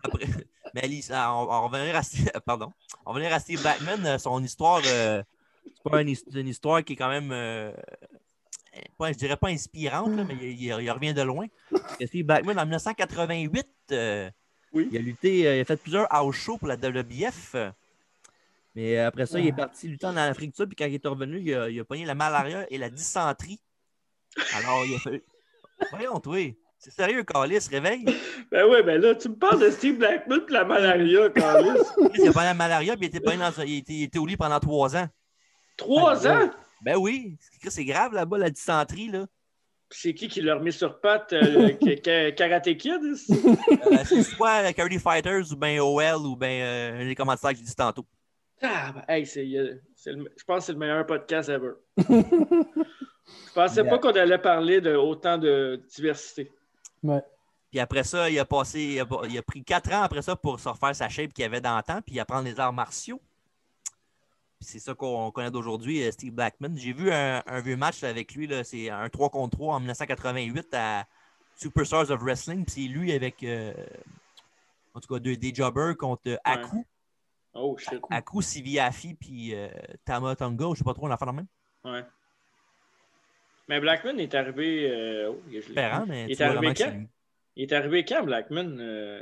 Après, mais Alice, ah, on, on va revenir à Steve, [laughs] pardon. On va revenir à Steve Blackman, euh, son histoire, euh, c'est pas une, his- une histoire qui est quand même, euh, pas- je dirais pas inspirante, là, mais il, il- il revient de loin. Parce que Steve Blackman, en 1988, euh,
Oui.
il a lutté, euh, il a fait plusieurs house shows pour la WBF. euh, Mais après ça, il est parti lutter en Afrique du Sud, puis quand il est revenu, il a, il a pogné la malaria et la dysenterie. Alors, il a fallu. Voyons, toi. C'est sérieux, Calis, réveille.
Ben ouais, ben là, tu me parles de Steve Blackman pis la malaria, Carlis.
Il a pas la malaria, puis il était, pas dans- il était- il était au lit pendant trois ans.
Trois ans?
Ben oui, c'est c'est grave là-bas, la dysenterie. [laughs] Là.
Pis c'est qui qui l'a remis sur patte? euh, le ca- ca- Karate Kid? hein, ici?
Euh, c'est soit la Curly Fighters, ou bien OL, ou bien euh, les commentaires que j'ai dit tantôt.
Ah, ben, hey, c'est, euh, c'est le- je pense que c'est le meilleur podcast ever. Je pensais pas qu'on allait parler de autant de diversité.
Ouais.
Puis après ça, il a passé, il a, il a pris quatre ans après ça pour se refaire sa shape qu'il avait dans le temps, puis apprendre les arts martiaux. Puis c'est ça qu'on connaît d'aujourd'hui, euh, Steve Blackman. J'ai vu un, un vieux match avec lui, là, c'est un 3 contre 3 en 1988 à Superstars of Wrestling. Puis c'est lui avec, euh, en tout cas, deux, des jobbers contre euh, Aku.
Oh shit.
Aku, Siviafi, puis euh, Tama Tonga, je sais pas trop, on a fait la même.
Ouais. Mais Blackman est arrivé. euh, oh, il, a gelé.
Différent, mais
Il
tu
est
vois vraiment
arrivé
que c'est
quand?
lui.
Il est arrivé quand, Blackman? Euh,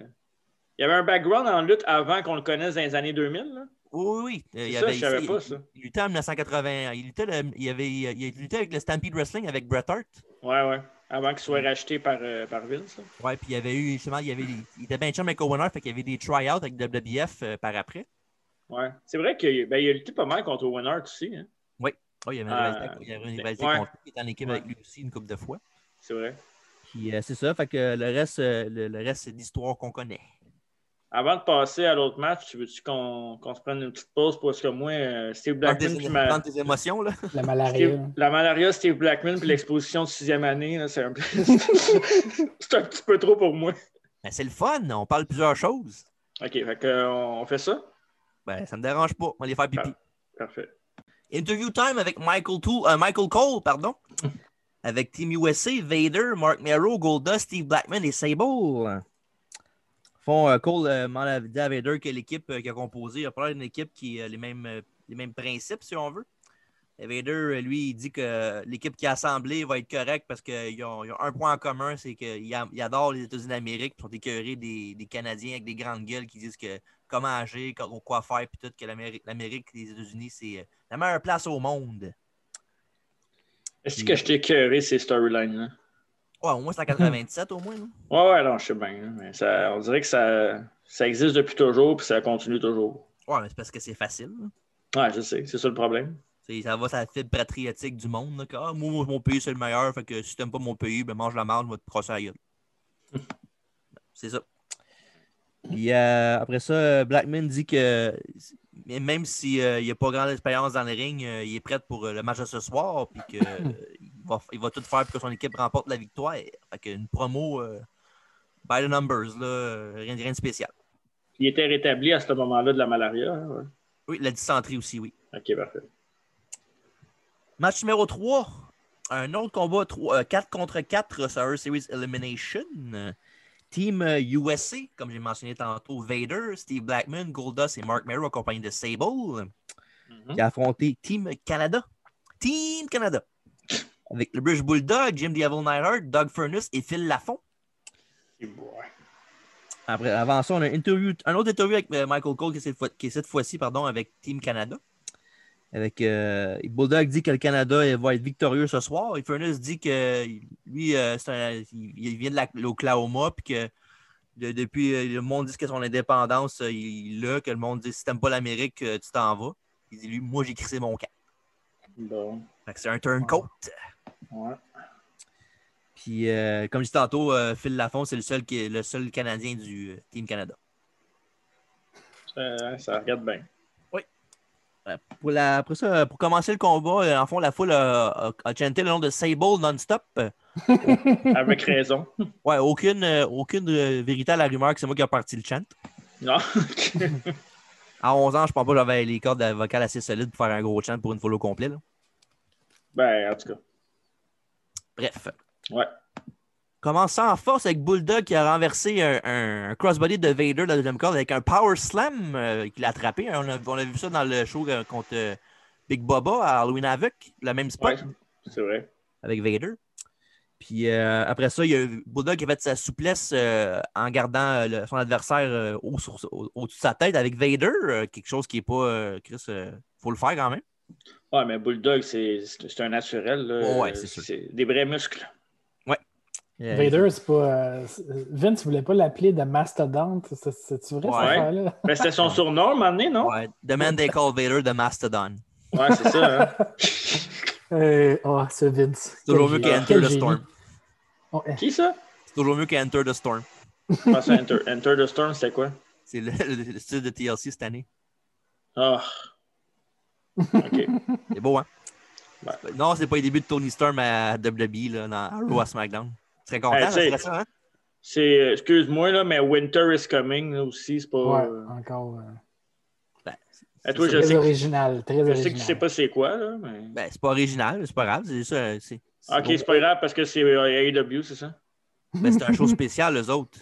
Il y avait un background en lutte avant qu'on le connaisse dans les années 2000. Là.
Oui, oui, oui. Euh,
C'est
il
ça,
avait-
je savais
il-
pas ça.
Il luttait en 1981. Il luttait, le- il avait, il luttait avec le Stampede Wrestling avec Bret Hart.
Ouais, ouais. Avant qu'il soit racheté par, euh, par Vince. là.
Ouais, puis il y avait eu, justement, il, y avait, il était bien chum avec Owen Hart, fait qu'il y avait des try-outs avec WBF euh, par après.
Ouais. C'est vrai qu'il ben, il a lutté pas mal contre Owen Hart aussi. Hein?
Oh, il y avait une
Ah,
rivalité, il y avait une rivalité
ouais.
contre lui. Il était en équipe avec lui aussi une couple de fois.
C'est vrai.
Puis euh, c'est ça, fait que le reste, euh, le, le reste c'est l'histoire qu'on connaît.
Avant de passer à l'autre match, tu veux-tu qu'on qu'on se prenne une petite pause parce que moi, euh, Steve
Prends
Blackman,
tes,
puis ma-
prends tes émotions, là.
La malaria.
Steve-
là.
la malaria, Steve Blackman, puis l'exposition de sixième année, là, c'est un... [laughs] c'est un petit peu trop pour moi.
Ben, c'est le fun, on parle plusieurs choses.
OK, fait que, euh, on fait ça?
Ben, ça me dérange pas, on va les faire
Ah.
pipi.
Parfait.
Interview time avec Michael, Tool- euh, Michael Cole, pardon. Avec Team USA, Vader, Mark Merrow, Golda, Steve Blackman et Sable. Font, euh, Cole euh, demande à- dit à Vader que l'équipe euh, qu'il a composée a probablement une équipe qui a les mêmes, euh, les mêmes principes, si on veut. Et Vader, euh, lui, il dit que l'équipe qui a assemblée va être correcte parce qu'ils ont, ils ont un point en commun, c'est qu'ils adorent les États-Unis d'Amérique, puis ils sont écœurés des, des Canadiens avec des grandes gueules qui disent que comment agir, co- quoi faire, puis tout, que l'Amérique, l'Amérique, les États-Unis, c'est euh, la meilleure place au monde.
Est-ce que je t'ai écœuré ces storylines-là?
Ouais, au moins c'est en 97 au moins. non?
Ouais, ouais, non, je sais bien. là, Mais ça, on dirait que ça, ça existe depuis toujours, puis ça continue toujours.
Ouais, mais c'est parce que c'est facile. là.
Ouais, je sais, c'est ça le problème.
C'est- Ça va, ça la fibre patriotique du monde. là, que, ah, moi, moi, mon pays, c'est le meilleur. Fait que si t'aimes pas mon pays, ben mange la marde, je vais te crosser la gueule. c'est ça. Puis euh, après ça, euh, Blackman dit que mais même s'il n'y a pas grande expérience dans le ring, euh, il est prêt pour euh, le match de ce soir. Puis qu'il va, il va tout faire pour que son équipe remporte la victoire. Fait qu'une promo euh, by the numbers, là, euh, rien, rien de spécial.
Il était rétabli à ce moment-là de la malaria. hein, ouais.
Oui, la dysenterie aussi, oui.
OK, parfait.
Match numéro 3. Un autre combat 4 contre 4 sur Earth Series Elimination. Euh, Team euh, USA, comme j'ai mentionné tantôt, Vader, Steve Blackman, Goldust et Mark Merrow accompagnés de Sable,
Mhm.
qui a affronté Team Canada. Team Canada. Avec le British Bulldog, Jim Devil Nightheart, Doug Furness et Phil Lafont.
C'est bon.
Après, avant ça, on a une interview, un autre interview avec euh, Michael Cole qui est cette fois- qui est cette fois-ci pardon, avec Team Canada. Avec, euh, Bulldog dit que le Canada euh, va être victorieux ce soir. Et Furness dit que lui, euh, c'est un- il, il vient de la- l'Oklahoma puis que de- depuis euh, le monde dit que son indépendance, euh, il il l'a, que le monde dit si t'aimes pas l'Amérique, euh, tu t'en vas. Il dit lui, moi j'ai crissé mon camp.
Bon.
Fait que c'est un turncoat.
Ouais.
Puis euh, comme je dis tantôt, euh, Phil Lafont, c'est le seul qui est le seul Canadien du euh, Team Canada.
Ça, hein, ça regarde bien.
Pour la- après ça, pour commencer le combat, euh, en fond, la foule a, a- a chanté le nom de Sable non-stop. Euh,
Avec raison. [laughs]
Ouais, aucune, euh, aucune euh, vérité à la rumeur que c'est moi qui ai parti le chant.
Non.
À 11 ans, je pense pas que j'avais les cordes vocales assez solides pour faire un gros chant pour une foule au complet. là.
ben, en tout cas.
Bref.
Ouais.
Commençant en force avec Bulldog qui a renversé un, un- un crossbody de Vader de la deuxième corde avec un power slam euh, qui l'a attrapé. On a, on a vu ça dans le show euh, contre euh, Big Baba à Halloween Havoc, le même spot.
Ouais. C'est vrai.
avec Vader. Puis euh, après ça, il y a eu Bulldog qui a fait sa souplesse euh, en gardant euh, le- son adversaire euh, haut sur- au- au-dessus de sa tête avec Vader, euh, quelque chose qui n'est pas. euh, Chris, euh, faut le faire quand même.
Ouais, mais Bulldog, c'est c'est un naturel. là.
Ouais, ouais, c'est sûr.
des vrais muscles.
Euh,
Vader, c'est pas. euh, c'est- Vince, tu voulais pas l'appeler de mastodonte? C'est- C'est-tu vrai,
Ouais.
cette affaire-là?
Ben, c'était son surnom, à un moment donné, non?
Ouais, the man they call Vader the Mastodon.
Ouais, c'est ça. hein.
Euh, oh, c'est Vince.
C'est toujours mieux
Quel
qu'Enter the
génie.
Storm.
Oh, eh,
Qui ça?
C'est toujours mieux qu'Enter the Storm.
Je pense à Enter, Enter the Storm, c'était quoi?
C'est le, [laughs] le- le style de TLC cette année.
Ah. OK.
C'est beau, hein?
Ouais.
C'est pas- Non, c'est pas les débuts de Tony Storm à WWE, là, dans à Raw à SmackDown. Tu serais content,
Hey,
ça
tu sais,
serait ça, hein?
C'est, euh, excuse-moi, là, mais Winter is Coming, là, aussi, c'est pas...
Ouais,
euh,
encore. euh,
Ben,
à toi, je
très
sais, que-
original, très
je
original.
sais que tu sais pas c'est quoi, là, mais...
Ben, c'est pas original, c'est pas grave. C'est ça. c'est- c'est-
ok, c'est pas grave, parce que c'est euh, AEW, c'est ça?
Ben, c'est un show spécial, eux autres.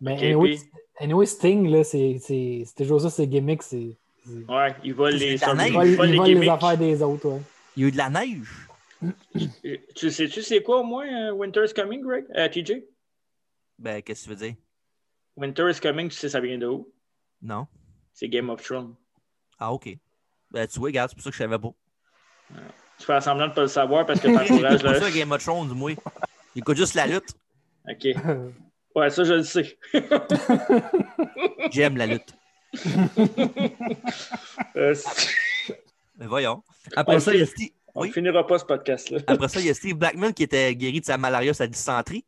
Mais
Ok,
anyway,
puis-
anyway, Sting, là, c'est c'est- c'est toujours ça, ses gimmicks. c'est- c'est-
Ouais, ils volent les...
C'est de la
ils
Il
neige.
vole,
volent
il
les
vole les
gimmicks.
affaires des autres, ouais. [laughs]
Il y a eu de la neige.
Euh, Tu sais-tu c'est quoi, au moins, euh, Winter is Coming, Greg? Euh, TJ?
Ben, qu'est-ce que tu veux dire?
Winter is Coming, tu sais ça vient de où?
Non.
C'est Game of Thrones.
Ah, OK. Ben, tu vois, regarde, c'est pour ça que je savais pas.
Tu fais semblant de pas le savoir, parce que
[laughs] C'est
t'encourages
pour
le...
ça Game of Thrones, moi. J'écoute juste la lutte.
Ok. Ouais, ça, je le sais.
J'aime la lutte.
Euh, c'est- Euh,
Ah, Mais voyons. Ben, Après ça, il y a Steve,
On
Oui.
finira pas ce podcast-là.
Après ça, il y a Steve Blackman qui était guéri de sa malaria, sa dysenterie,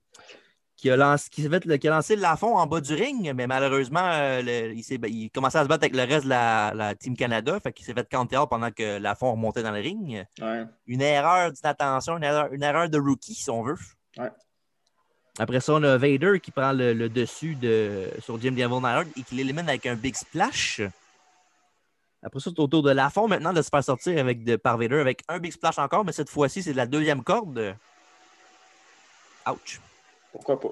qui a lancé, qui s'est fait le, qui a lancé le Lafond en bas du ring, mais malheureusement, euh, le- il, s'est- il commençait à se battre avec le reste de la, la Team Canada, fait qu'il s'est fait counter out pendant que Lafond remontait dans le ring.
Ouais.
Une erreur d'inattention, une erreur, une erreur de rookie, si on veut.
Ouais.
Après ça, on a Vader qui prend le, le dessus de, sur Jim Devil Nightheart et qui l'élimine avec un big splash. Après ça, c'est au tour de Lafond maintenant de se faire sortir avec, de, par Vader avec un big splash encore, mais cette fois-ci, c'est de la deuxième corde. Ouch.
Pourquoi pas?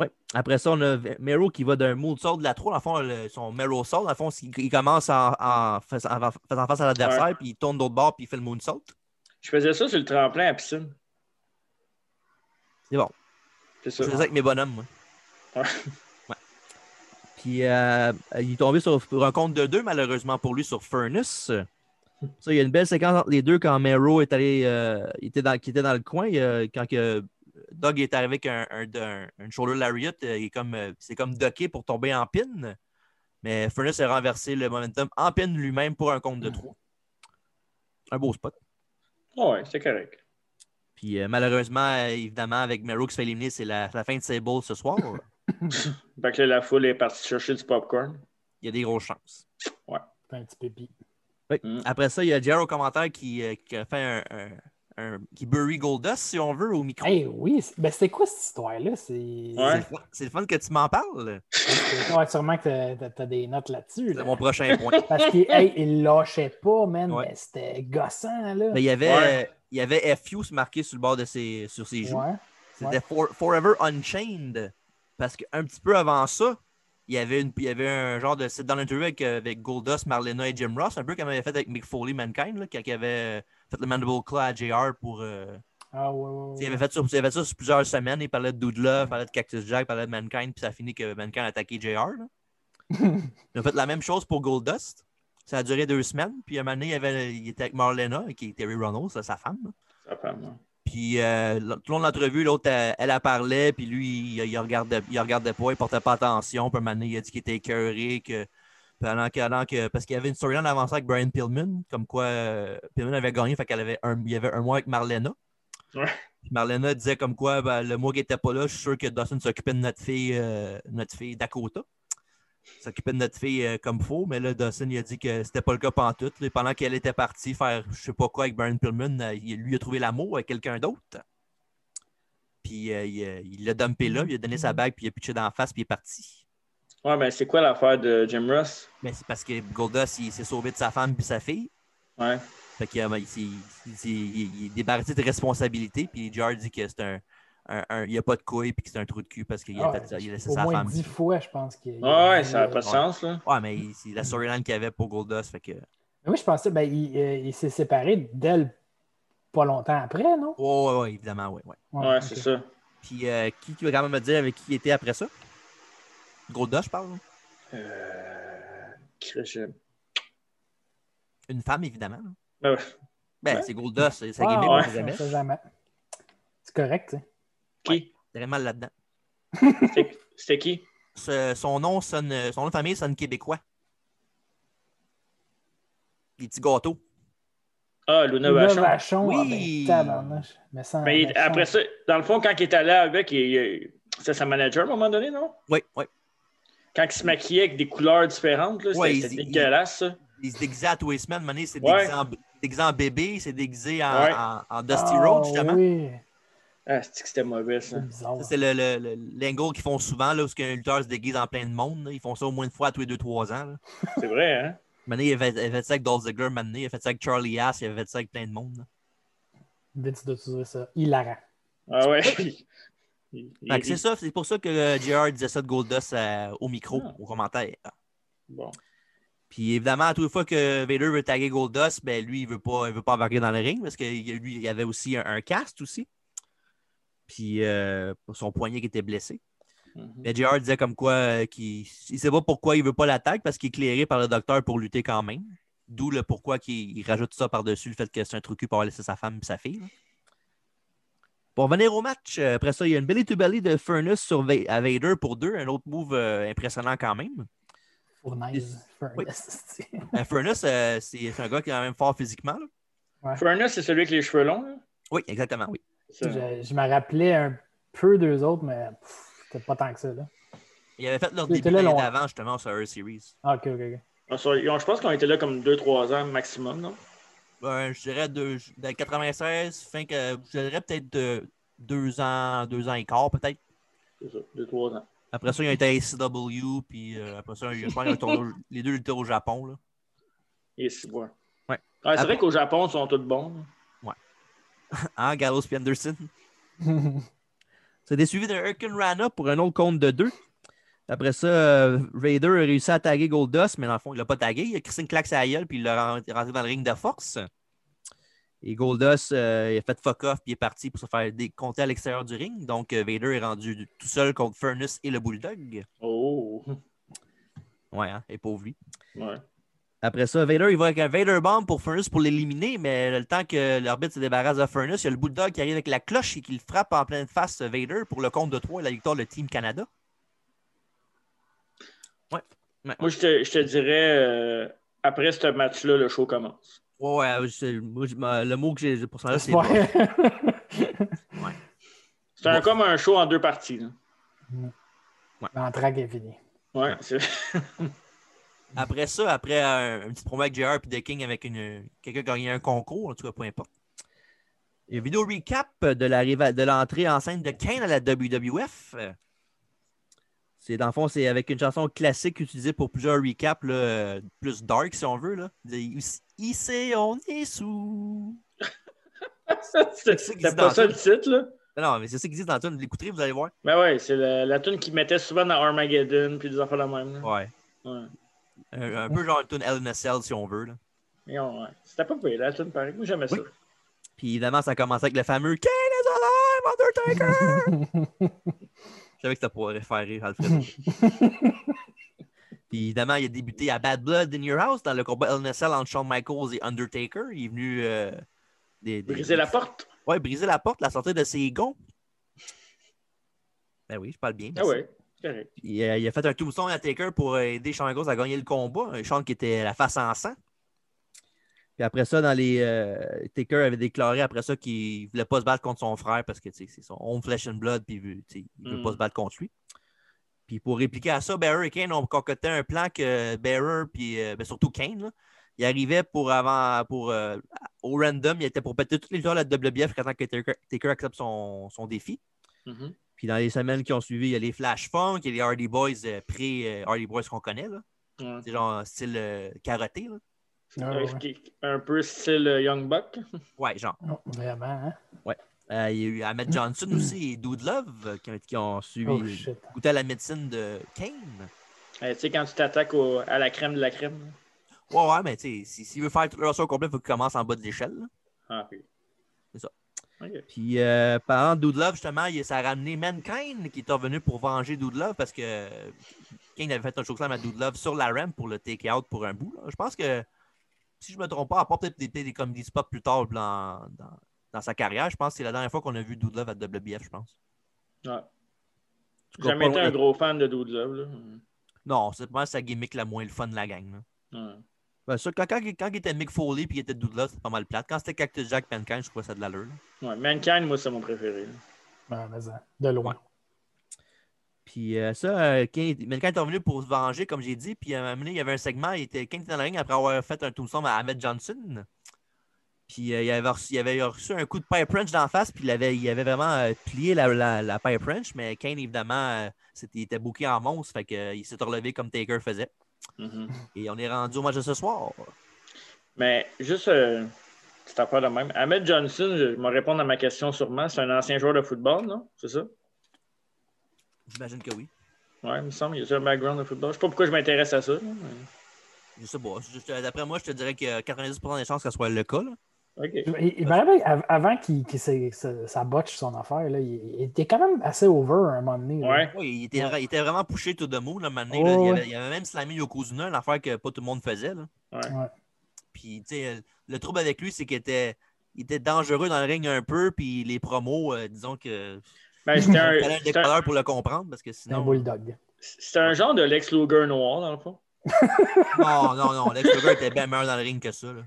Ouais. Après ça, on a V- Mero qui va d'un moonsault de la 3. Dans le fond, le- son Mero Soul, dans le fond, c'est- il commence en, en faisant en faisant face à l'adversaire,
Ouais.
puis il tourne d'autre bord, puis il fait le moonsault.
Je faisais ça sur le tremplin à piscine.
C'est bon.
C'est ça.
Je faisais ça avec mes bonhommes, moi.
Ouais.
Ouais. Puis euh, il est tombé sur pour un compte de deux, malheureusement pour lui, sur Furnace. Ça, il y a une belle séquence entre les deux quand Mero est allé, euh, il était dans, qui était dans le coin. il, euh, quand que Doug est arrivé avec un, un, un- un shoulder lariat, euh, il est comme, euh, c'est comme docké pour tomber en pin. Mais Furnace a renversé le momentum en pin lui-même pour un compte de trois. Un beau spot.
Ah ouais, c'était correct.
Puis euh, malheureusement, euh, évidemment, avec Mero qui se fait éliminer, c'est la, la fin de ses balls ce soir.
Fait que là, la foule est partie chercher du popcorn.
il y a des grosses chances.
C'est un petit pépi.
Mm.
Après ça, il y a Jared au commentaire qui, euh, qui a fait un, un- un- qui bury Goldust, si on veut, au micro.
Hey, oui, c'est- ben, c'est quoi cette histoire-là? C'est.
C'est
Ouais.
le fun- C'est le fun que tu m'en parles.
c'est- ouais, sûrement que t'as- t'as- t'as des notes là-dessus. là.
C'est mon prochain
[laughs]
point.
Parce qu'il hey, il lâchait pas, man.
Ouais.
Ben, C'était gossant, là.
Mais il y avait,
Ouais.
euh, il y avait FU marqué sur le bord de ses, sur ses joues.
Ouais.
C'était For- Forever Unchained. Parce qu'un petit peu avant ça, il y avait, une, il y avait un genre de. C'est dans l'interview avec, euh, avec Goldust, Marlena et Jim Ross, un peu comme il avait fait avec Mick Foley, Mankind, là, quand il avait euh, fait le Mandible Claw à JR pour. euh,
Ah, ouais, ouais, ouais.
Il avait, fait ça, il avait fait ça sur plusieurs semaines. Il parlait de Doudla, il parlait de Cactus Jack, il parlait de Mankind, puis ça a fini que Mankind a attaqué JR. là. Ils ont fait la même chose pour Goldust. Ça a duré deux semaines. Puis un moment donné, il, y avait- il était avec Marlena, qui est Terry Reynolds, là, sa femme. là.
Ça fait mal.
Puis euh, l- tout le long de l'entrevue, l'autre, elle, elle, elle parlait, puis lui, il, il regardait, il regardait pas, il portait pas attention. Puis un moment donné, il a dit qu'il était écœuré, que, pendant que- pendant que- parce qu'il y avait une storyline avancée avec Brian Pillman, comme quoi euh, Pillman avait gagné, fait qu'elle avait un, il y avait un mois avec Marlena.
Ouais.
Puis Marlena disait comme quoi, ben, le mois qu'elle était pas là, je suis sûr que Dawson s'occupait de notre fille, euh, notre fille Dakota. S'occupait de notre fille euh, comme faux, mais là, Dawson, il a dit que c'était pas le cas pantoute. tout. pendant qu'elle était partie faire je sais pas quoi avec Brian Pillman, euh, il- lui a trouvé l'amour avec quelqu'un d'autre. Puis euh, il, euh, il l'a dumpé là, il a donné sa bague, puis il a pitché dans la face, puis il est parti.
Ouais, mais c'est quoi l'affaire de Jim Ross?
Mais c'est parce que Goldust, il s'est sauvé de sa femme puis sa fille.
Ouais.
Fait qu'il a- il, s'est- il s'est- il- il est débarrassé de responsabilité, puis Jar dit que c'est un, un- un- Il n'y a pas de couille, puis que c'est un trou de cul parce qu'il a,
Ah,
fait ça- il a laissé
Au
sa
moins
femme.
dix fois, je pense qu'il. il-
Ah Ouais, ouais, ça n'a
il-
pas de
Ouais.
sens, là.
Ouais, mais il- c'est la storyline qu'il y avait pour Goldust, fait que.
Mais Moi, je pensais, ben, il, euh, il s'est séparé d'elle pas longtemps après, non?
Ouais, ouais, ouais, évidemment, ouais, ouais.
Ouais, c'est
ok.
ça.
Puis euh, qui, qui va quand même me dire avec qui il était après ça? Goldust, je parle. là.
Euh... Chris, je-
Une femme, évidemment. là.
Ben ouais.
Ben,
Ouais.
c'est Goldust, c'est sa
Ah,
gimmick,
ouais,
on
ouais.
sait jamais.
ça, jamais. C'est correct, tu sais.
Qui?
Très mal là-dedans.
C'était- C'était qui?
Ce- son, nom sonne, son nom de famille sonne québécois. Les petits gâteaux.
Ah, Luna
Le
Vachon.
vachon. ah,
Oui.
ben, tabarnouche. Mais, sans
Mais il-
vachon.
après ça, dans le fond, quand il est allé avec, il- il- c'était sa manager à un moment donné, non?
Oui, oui.
Quand il se maquillait avec des couleurs différentes, là, c'était-
Ouais,
c'était
il-
dégueulasse, ça.
Il se déguisait à tous les semaines. Mané, c'est
Ouais.
déguisé, en- déguisé en bébé, c'est déguisé en,
Ouais.
en- en Dusty
Ah,
Road, justement.
Oui,
Ah, c'est que c'était mauvais, ça.
c'est bizarre.
Ça, C'est le, le, le- l'angle qu'ils font souvent, là, où ce qu'un lutteur se déguise en plein de monde. là. Ils font ça au moins une fois à tous les deux, trois ans. là.
C'est vrai, hein?
Mané, il avait, il avait fait ça avec Dolph Ziggler, Mané, il a fait ça avec Charlie Haas, il avait fait ça avec plein de monde. là.
Vince doit trouver ça hilarant.
Ah ouais. [laughs] Il- il-
Fait que c'est ça, c'est pour ça que euh, JR disait ça de Goldust euh, au micro,
Ah.
au commentaire.
Bon.
Puis évidemment, à toutes les fois que Vader veut taguer Goldust, ben lui, il veut pas, il veut pas embarquer dans le ring parce que lui, il avait aussi un, un cast aussi. Puis euh, pour son poignet qui était blessé.
Mhm.
Mais JR disait comme quoi euh, qu'il il sait pas pourquoi il veut pas l'attaque parce qu'il est éclairé par le docteur pour lutter quand même. D'où le pourquoi qu'il il rajoute ça par-dessus le fait que c'est un truc pour avoir laissé sa femme et sa fille. là. Pour venir au match, euh, après ça, il y a une belly to belly de Furnace sur Va- à Vader pour deux, un autre move euh, impressionnant quand même.
Fournaise.
Oui.
Furnace, [laughs]
Euh, Furnace, euh, c'est c'est un gars qui est quand même fort physiquement. là.
Ouais.
Furnace, c'est celui avec les cheveux longs. là.
Oui, exactement, oui.
Ça.
Je, je me rappelais un peu d'eux autres, mais pff, c'était pas tant que ça. Là.
Ils avaient fait leur
C'était
début
là
l'année
longtemps.
d'avant, justement, sur Earth Series.
Ah, ok, ok, ok.
Ah, ça, ils ont- Je pense qu'on était là comme 2-3 ans maximum, non?
Ben, je dirais de, de 96, fin que, je dirais peut-être de deux ans, deux ans et quart, peut-être.
C'est ça, 2-3 ans.
Après ça, ils ont été à ACW, puis euh, après ça, je pense qu'ils ont tourné au- les deux étaient au Japon. Là. [laughs]
Et six mois.
Ouais.
Ah, c'est
Après-
vrai qu'au Japon, ils sont tous bons. là.
Hein, Gallows puis Anderson. Ça a été suivi de Hurricane Rana pour un autre compte de deux. Après ça, euh, Raider a réussi à taguer Goldust, mais dans le fond, il l'a pas tagué. Il a crissé une claque à la gueule, puis il l'a ren- rentré dans le ring de force. Et Goldust, euh, il a fait fuck off, puis il est parti pour se faire des compter à l'extérieur du ring. Donc, euh, Vader est rendu du- tout seul contre Furnace et le Bulldog.
Oh!
Ouais, hein, et pauvre lui.
Ouais.
Après ça, Vader, il va avec un Vader Bomb pour Furnace pour l'éliminer, mais le temps que l'arbitre se débarrasse de Furnace, il y a le Bulldog qui arrive avec la cloche et qui le frappe en pleine face euh, Vader pour le compte de 3 et la victoire de Team Canada.
Moi, je te, je te dirais, euh, après ce match-là, le show commence.
Ouais, ouais, euh, c'est- moi, je- ma- le mot que j'ai pour ça, Ah, c'est
Ouais.
C'est un-
Ouais.
comme un show en deux parties. là.
[laughs] L'entraque est fini.
Ouais, c'est- [laughs]
Après ça, après un, une petite promo avec JR puis The King avec une quelqu'un qui a gagné un concours, en tout cas, peu importe. Il y a une vidéo recap de l'arrivée à- de l'entrée en scène de Kane à la WWF. C'est dans le fond, c'est avec une chanson classique utilisée pour plusieurs recaps, là, euh, plus dark si on veut. Là. Il Ici, on est sous.
c'est
c'est
c'est pas ça le titre, là.
Mais Non, mais c'est ça qui existe dans le tune. L'écouterez, vous allez voir.
Ben ouais, c'est la, la tune qu'ils mettaient souvent dans Armageddon, puis des affaires la même. là.
Ouais.
Ouais.
Un, un peu genre une tune LNSL si on veut. Là.
Et on- euh, ouais. C'était pas pire, la tune pareil. Moi, j'aimais ça.
Oui. Puis évidemment, ça a commencé avec le fameux Kane is alive, Undertaker! Je savais que ça pourrait faire rire, Alfred. Puis évidemment, il a débuté à Bad Blood in Your House dans le combat LNSL entre Shawn Michaels et Undertaker. Il est venu. euh, des- des-
Briser la porte.
Ouais, briser la porte, la sortir de ses gonds. Ben oui, je parle bien.
Ah
merci.
ouais, correct.
Puis, euh, il a fait un tombstone à Taker pour aider Shawn Michaels à gagner le combat. Un Shawn qui était la face en sang. Puis après ça, dans les, euh, Taker avait déclaré après ça qu'il ne voulait pas se battre contre son frère parce que tu sais, c'est son own flesh and blood, puis il veut- tu sais, il veut
Mm.
pas se battre contre lui. Puis pour répliquer à ça, Bearer et Kane ont concocté un plan que Bearer, puis euh, ben, surtout Kane, là, il arrivait pour avant, pour, euh, au random, il était pour péter toutes les victoires de la WBF quand que Taker, Taker accepte son- son défi.
Mhm.
Puis dans les semaines qui ont suivi, il y a les Flash Funk, il y a les Hardy Boys euh, pré-Hardy Boys qu'on connaît. là.
Ouais.
C'est genre euh, style euh, carotté. Là.
Ouais,
Ah,
Ouais,
ouais.
Euh, ce qui est Un peu style euh, Young Buck.
Ouais, genre.
Oh, vraiment, hein?
Euh, il y a eu Ahmed Johnson aussi et Dude Love euh, qui, ont- qui ont suivi,
Mm. Oh shit.
goûté à la médecine de Kane.
Eh, tu sais, quand tu t'attaques au- à la crème de la crème. là.
Ouais, ouais, mais tu sais, si- s'il veut faire tout le roster au complet, il faut qu'il commence en bas de l'échelle. là.
Ah, puis.
C'est ça.
Ok.
Puis euh, parlant de Dude Love, justement, il, ça a ramené Mankind qui est revenu pour venger Dude Love parce que Kane avait fait un chokeslam à Dude Love sur la rampe pour le take-out pour un bout. là. Je pense que, si je me trompe pas, à part peut-être des, des comedy spots plus tard dans, dans- dans sa carrière, je pense que c'est la dernière fois qu'on a vu Dude Love à WBF, je pense.
Ouais.
En tout cas,
Jamais
pas
été
loin
un
de-
gros fan de Dude Love. Là. Mhm.
Non, c'est pas sa gimmick la moins le fun de la gang. là.
Ouais.
Ben, ça, quand, quand, quand il était Mick Foley et il était Dude Love, c'était pas mal plate. Quand c'était Cactus Jack Mankind, je trouvais ça de l'allure. là.
Ouais, Mankind, moi, c'est mon préféré. là.
Ouais, Ben, mais ça, de loin.
Puis euh, ça, euh, Kane, mais quand il est revenu pour se venger, comme j'ai dit, puis à un moment donné, il y avait un segment, il était, Kane était dans le ring après avoir fait un tombstone à Ahmed Johnson. Puis euh, il, avait reçu, il avait reçu un coup de pipe wrench d'en face, puis il avait, il avait vraiment euh, plié la, la, la pipe wrench, mais Kane, évidemment, euh, c'était- il était bouqué en monstre, fait qu'il s'est relevé comme Taker faisait.
Mhm.
Et on est rendu au match de ce soir.
Mais juste, euh, petite affaire de même. Ahmed Johnson, je je vais répondre à ma question sûrement. C'est un ancien joueur de football, non? C'est ça?
J'imagine que oui.
Ouais, il me semble. Il a ça un background de football. Je sais pas pourquoi je m'intéresse à ça. là, mais-
Je sais pas. Je- je- D'après moi, je te dirais que 90% des chances que ce soit le cas. là.
OK.
Il, il me rappelle, ben, av- avant qu'il qu'il s'est- se- ça botche son affaire, là, il, il était quand même assez over à un moment donné. là.
Ouais.
Ouais, il, était, vra- il était vraiment pushé tout de mou. Là, un moment donné,
Ouais,
là, il,
ouais.
avait, il avait même slamé Yokozuna, une affaire que pas tout le monde faisait. Là.
Ouais.
Ouais.
Puis, tu sais, euh, le trouble avec lui, c'est qu'il était, il était dangereux dans le ring un peu, puis les promos, euh, disons que. [laughs]
Ben, c'était
Il
un,
fallait un
c'était un-
décodeur pour le comprendre, parce que
C'est un
sinon. [laughs]
bulldog.
c'était un genre de Lex Luger noir, dans le fond.
Non, non, non. Lex Luger était bien meilleur dans le ring que ça. là.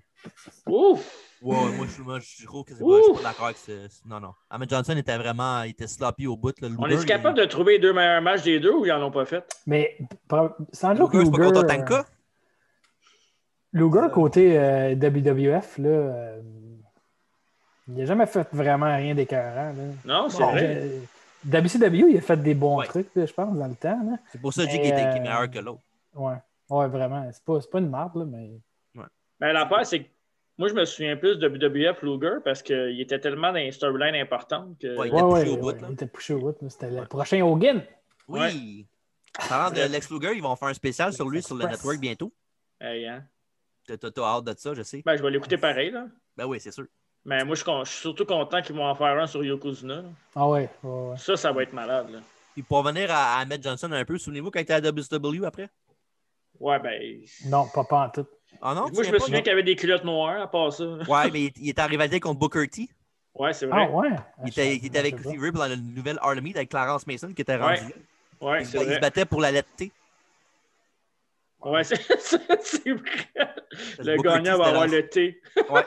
Ouf!
Ouais, moi, je, moi, je trouve que c'est pas, je suis pas d'accord avec ce. ce- Non, non. Ahmed Johnson était vraiment il était sloppy au bout. Là,
On est capable de trouver les deux meilleurs matchs des deux ou ils n'en ont pas fait?
Mais pro- sans doute que
Luger, c'est pas contre
Luger, euh,
Otanka?
Luger, côté euh, WWF, là, euh, il n'a jamais fait vraiment rien d'écœurant. là.
Non, c'est
Bon,
vrai.
Euh, WCW, il a fait des bons
Ouais.
trucs, là, je pense, dans le temps. là.
C'est pour ça que Jake
Mais,
était qui est
euh,
meilleur que l'autre.
Ouais. ouais, vraiment. C'est pas, c'est pas une marque, là, mais.
Mais Ben, l'affaire, c'est que moi, je me souviens plus de WWF Luger parce qu'il était tellement dans les storylines importantes que.
Ouais,
Ouais, ouais,
poussé au
ouais,
bout, là.
il était poussé au bout. là. C'était le
Ouais.
prochain Hogan.
Oui. Parlant de Lex Luger, ils vont faire un spécial sur lui sur le
Express.
network bientôt.
Hey, hein.
T'as t'as- t'as hâte de ça, je sais.
Ben, je vais l'écouter pareil, là.
Ben oui, c'est sûr.
Mais moi, je suis, con- je suis surtout content qu'ils vont en faire un sur Yokozuna. là.
Ah ouais, ouais, ouais.
Ça, ça va être malade, là.
Puis pour revenir à Ahmed Johnson un peu, souvenez-vous quand il était à WCW après?
Ouais, ben.
Non, pas, pas en tout.
Ah non? tu
moi, je
viens
me
pas, Ah,
souviens
non?
qu'il y avait des culottes noires à part ça.
Ouais, mais il, il était en rivalité contre Booker T.
Ouais, c'est
Ah
vrai.
ouais.
Il était, il était avec Steve Rip dans la nouvelle Army avec Clarence Mason qui était rendu
Ouais,
là.
ouais,
Il,
c'est
se- il se
vrai.
battait pour la lettre T.
Ouais, [laughs] c'est c'est vrai.
Booker
Le
T,
gagnant va
c'était
avoir
l'ancien-
le thé.
Ouais.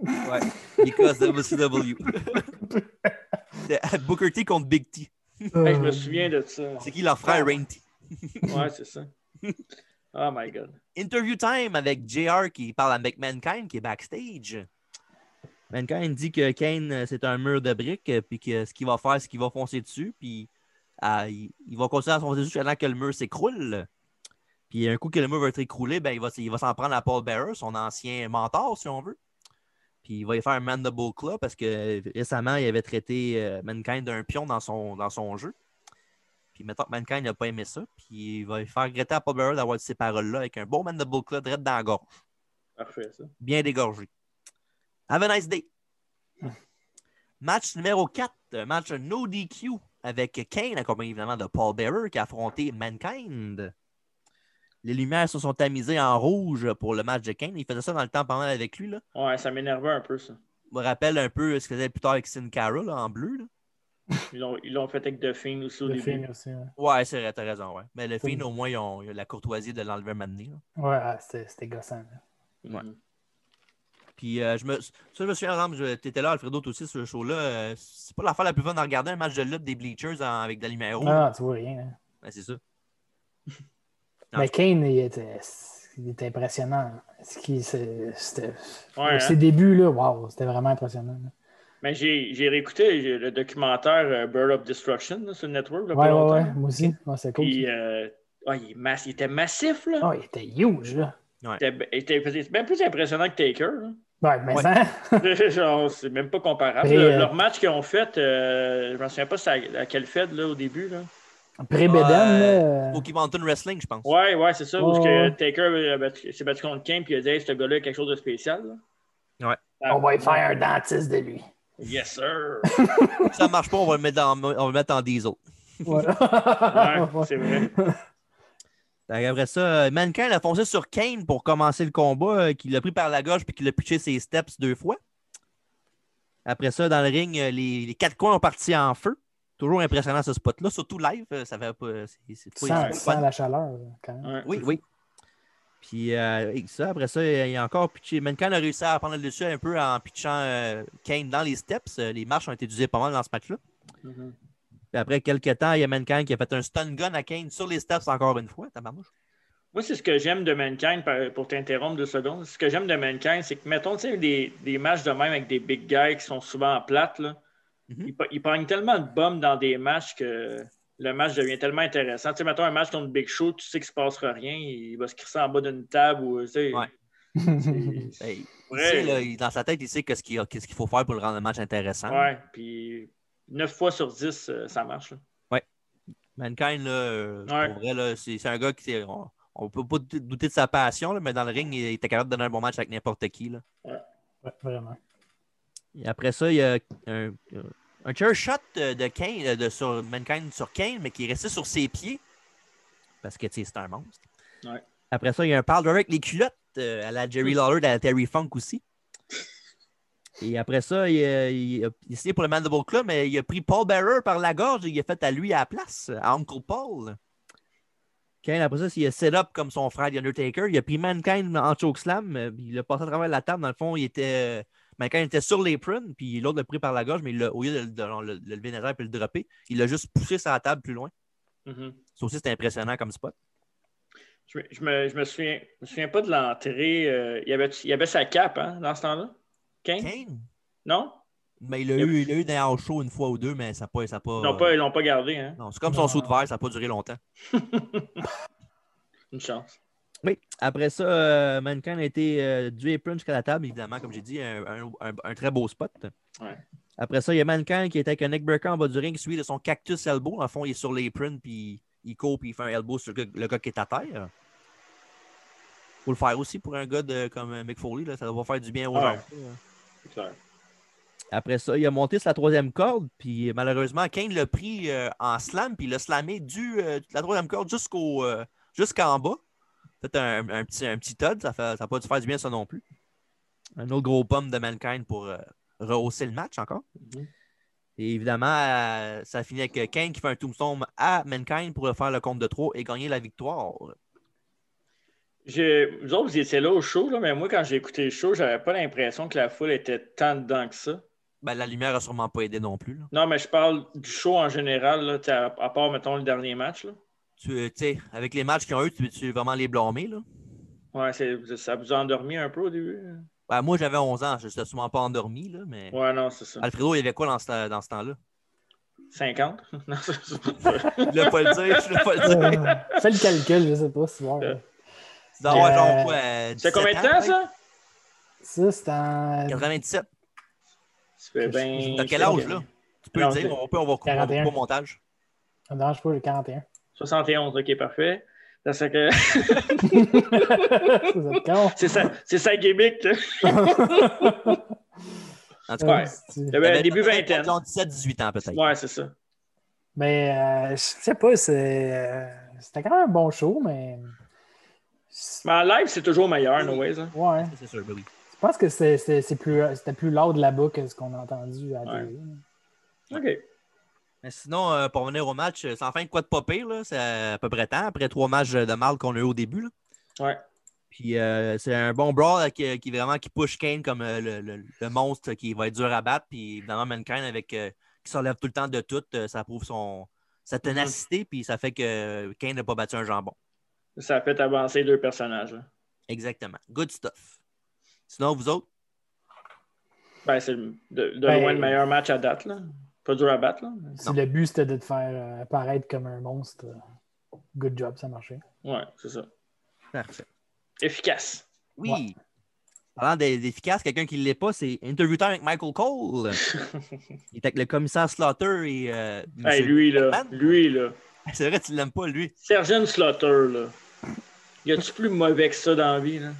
ouais. Because WCW. C'était Booker T contre Big T.
Hey, je
Euh.
me souviens de ça.
C'est qui leur frère Rain T?
Ouais, c'est ça. Oh my God.
Interview time avec JR qui parle avec Mankind qui est backstage. Mankind dit que Kane, euh, c'est un mur de briques, euh, puis que ce qu'il va faire, c'est qu'il va foncer dessus, puis euh, il, il va continuer à se foncer dessus jusqu'à temps que le mur s'écroule. Puis un coup que le mur va être écroulé, ben, il va, s- il va s'en prendre à Paul Bearer, son ancien mentor, si on veut. Puis il va y faire un mandible claw parce que euh, récemment, il avait traité euh, Mankind d'un pion dans son, dans son jeu. Puis mettons que Mankind n'a pas aimé ça. Puis il va lui faire regretter à Paul Bearer d'avoir dit ces paroles-là avec un bon mandible claw direct dans la gorge.
Parfait, ça.
Bien dégorgé. Have a nice day. Match numéro 4, un match no DQ avec Kane, accompagné évidemment de Paul Bearer qui a affronté Mankind. Les lumières se sont tamisées en rouge pour le match de Kane. Il faisait ça dans le temps pas mal avec lui. Là
Ouais, ça m'énervait un peu, ça.
me rappelle un peu ce qu'il faisait plus tard avec Sin Cara là, en bleu. là.
Ils l'ont- ils l'ont fait avec The Fiend aussi au
Euh, Le
début.
film aussi, ouais.
Ouais, c'est vrai, t'as raison. Ouais. Mais le
Oui.
film, au moins, ils ont, ils ont la courtoisie de l'enlever maintenant. là.
Ouais, ah, c'était c'était gossant. là.
Mhm.
Puis euh, je me, ça, je me souviens, exemple, je- t'étais là, Alfredo, toi aussi, sur le show-là. euh, c'est pas l'affaire la plus fun de regarder un match de lutte des Bleachers en- avec de la lumière rouge.
Non, tu vois rien. hein.
Ben, c'est ça. Non,
Mais Kane, il était, il était impressionnant. Ce qui, c'est- c'était,
Ouais,
ses
hein.
débuts, là, wow, c'était vraiment impressionnant. là.
Mais j'ai j'ai réécouté j'ai- le documentaire euh, Bird of Destruction là, sur le network. Là, pas
Ouais, ouais,
longtemps. hein.
ouais, moi aussi. Ouais, c'est cool.
Puis,
ça.
euh, ouais, il, est mass- il était massif, là.
Ah, il était huge, là.
Il était- il était- C'est même plus impressionnant que Taker. là. [laughs]
Ouais, mais
Ouais.
ça. hein?
Genre, c'est même pas comparable.
Mais,
là.
euh,
Leur match qu'ils ont fait, euh, je me souviens pas c'est à, à quelle fête là, au début. Là.
Pré-Beden, là, euh,
Pour qu'ils montent une wrestling, je pense.
Ouais, ouais, c'est ça.
Ouais,
Où ce
ouais.
que Taker euh, battu- s'est battu contre Kane puis il a dit hey, ce gars-là a quelque chose de spécial. là.
Ouais.
Ah,
on va y faire un dentiste de lui.
Yes,
[laughs]
sir.
Si ça marche pas, on va le mettre, dans, on va le mettre en diesel.
Voilà.
Ouais, c'est
[laughs]
vrai.
Donc, Après ça, euh, Mankind a foncé sur Kane pour commencer le combat, euh, qui l'a pris par la gauche puis qu'il a pitché ses steps deux fois. Après ça, dans le ring, euh, les, les quatre coins ont parti en feu. Toujours impressionnant ce spot-là, surtout live. euh, Ça fait pas. c'est- c'est-
Tu
c'est
sens,
pas-
tu sens la chaleur, là, quand même.
Ouais.
Oui, oui. Puis euh, et ça, après ça, il a encore pitché. Mankind a réussi à prendre le dessus un peu en pitchant euh, Kane dans les steps. Euh, Les marches ont été usées pas mal dans ce match-là.
Mhm.
Puis après quelques temps, il y a Mankind qui a fait un stun gun à Kane sur les steps encore une fois. tabarnouche.
Moi, c'est ce que j'aime de Mankind, par- pour t'interrompre deux secondes. Ce que j'aime de Mankind, c'est que, mettons, tu sais, des, des matchs de même avec des big guys qui sont souvent en plate, là,
Mhm.
ils, pa- ils pognent tellement de bombes dans des matchs que le match devient tellement intéressant. Tu sais, mettons un match contre Big Show, tu sais qu'il ne se passera rien, il va se crisser en bas d'une table ou, tu sais,
Ouais.
c'est- c'est
[laughs] Hey, Ben, Il
vrai.
sait, là, il- dans sa tête, il sait que ce qu'il a- qu'est-ce qu'il faut faire pour le rendre le match intéressant.
Ouais, puis 9 fois sur 10, euh, ça marche. là.
Mankind, là, euh,
Ouais.
pour vrai, là, c'est c'est un gars qui. c'est- On, on peut pas d- douter de sa passion, là, mais dans le ring, il était capable de donner un bon match avec n'importe qui. là.
[laughs] Ouais, vraiment.
Et après ça, il y a un, un chair shot euh, de, Kane, euh, de sur, Mankind sur Kane, mais qui est resté sur ses pieds. Parce que tu sais, c'est un monstre.
Ouais.
Après ça, il y a un pile driver avec les culottes euh, à la Jerry Lawler, à la Terry Funk aussi. Et après ça, il, a- il a il a signé pour le Mandible Club, mais il a pris Paul Bearer par la gorge et il a fait à lui à la place, à Uncle Paul. Kane, après ça, il a set up comme son frère The Undertaker. Il a pris Mankind en chokeslam. euh, puis Il a passé à travers la table. Dans le fond, il était. euh, Mankind était sur l'apron, puis l'autre l'a pris par la gauche, mais il l'a- au lieu de, le- de le- le lever dans et le dropper, il l'a juste poussé sur la table plus loin.
Mhm.
Ça aussi, c'était impressionnant comme spot.
Je, me- je me, je me souviens, je me souviens pas de l'entrée. euh, il, y avait, il y avait sa cape, hein, dans ce temps-là? Kane?
Kane,
Non?
mais il l'a
Hein? Yep.
eu, il l'a eu dans un house show une fois ou deux, mais ça n'a pas, ça a pas. euh,
Ils l'ont pas, ils l'ont pas gardé, hein?
Non, c'est comme son
Non.
saut de verre, ça n'a pas duré longtemps.
Une chance.
Oui, après ça, euh, Mankind a été euh, du apron jusqu'à la table, évidemment, comme j'ai dit, un, un- un- un très beau spot.
Ouais.
Après ça, il y a Mankind qui est avec un neckbreaker en bas du ring, suivi de son cactus elbow. En fond, il est sur l'apron, puis il court, puis il fait un elbow sur le, gars- le gars qui est à terre. Faut le faire aussi pour un gars de, comme euh, Mick Foley, là, ça va faire du bien aux
Ah Ouais.
gens.
C'est clair.
Après ça, il a monté sur la troisième corde, puis euh, malheureusement, Kane l'a pris euh, en slam, puis il l'a slammé du, euh, de la troisième corde jusqu'au, euh, jusqu'en bas. Fait un, un petit, un petit Todd, ça n'a pas dû faire du bien ça non plus. Un autre gros pomme de Mankind pour euh, rehausser le match encore.
Mhm.
Et évidemment, euh, ça finit avec euh, Kane qui fait un tombstone à Mankind pour faire le compte de trop et gagner la victoire.
J'ai- Vous autres, vous étiez là au show, là, mais moi, quand j'ai écouté le show, j'avais pas l'impression que la foule était tant dedans que ça.
Ben, la lumière a sûrement pas aidé non plus. là.
Non, mais je parle du show en général, là, t'sais, à, à part, mettons, le dernier match. Là.
Tu euh, tu sais, avec les matchs qu'ils ont eu, tu tu veux vraiment les blâmer. Là.
Ouais, c'est- ça vous a endormi un peu au début? hein?
Ben, moi, j'avais 11 ans, je ne suis sûrement pas endormi, là, mais.
Ouais, non, c'est ça.
Alfredo, il y avait quoi dans ce, dans ce temps-là?
50? [laughs] Non, c'est ça.
Je voulais pas le dire, je voulais pas le dire.
Euh, Fais le calcul, je sais pas si voir.
Euh,
Tu dois avoir
Euh,
genre quoi? euh,
C'était
17
combien de
ans,
temps,
peut-être?
ça?
Ça, c'est en
97.
Ça fait bien-
T'as quel âge, là? Tu peux le
Non,
dire,
c'est-
on peut, on va recouper on va
41.
couper au montage.
Ça me dérange pas, j'ai 41.
71, ok, parfait. Ça, c'est que- [laughs]
[laughs] Vous êtes con.
C'est ça, c'est ça le gimmick. là.
En
Euh,
tout cas,
Ouais.
Ouais.
Il y avait
t'avais
début
peut-être
vingtaine.
17, 18 ans, peut-être.
Ouais, c'est ça.
Mais euh, je sais pas, c'est, euh, c'était quand même un bon show, mais.
Mais en live, c'est toujours meilleur, no ways. hein.
Ouais.
C'est sûr, ben oui.
Je pense que c'est- c'est- c'est plus, c'était plus lourd là-bas que ce qu'on a entendu à la
Ouais.
télé.
OK.
Mais sinon, euh, pour revenir au match, euh, c'est enfin quoi de pas pire, là, c'est à peu près temps, après trois matchs de mal qu'on a eu au début. là.
Ouais.
Puis euh, c'est un bon brawl là, qui, qui vraiment qui push Kane comme euh, le, le- le monstre qui va être dur à battre. Puis évidemment, Mankind avec, euh, qui s'enlève tout le temps de tout, euh, ça prouve son, sa ténacité, puis ça fait que euh, Kane n'a pas battu un jambon.
Ça a fait avancer deux personnages. hein. là.
Exactement. Good stuff. Sinon, vous autres,
Ben, c'est le- de, de
Ben-
loin
euh,
le meilleur match à date. Là. Pas dur à battre. Là.
Si le but c'était de te faire euh, apparaître comme un monstre, euh, good job, ça marchait.
Ouais, c'est ça.
parfait. [laughs]
Efficace.
Oui.
Ouais.
Parlant d'e- d'efficace, quelqu'un qui ne l'est pas, c'est Interviewteur avec Michael Cole. Il est avec le commissaire Slaughter et. euh,
Hey,
Monsieur-
lui, là.
Batman. hein?
Lui, là.
[laughs] C'est vrai, tu ne l'aimes pas, lui.
Sergent Slaughter, là. Y a-tu plus mauvais que ça dans
[laughs]
la vie, là?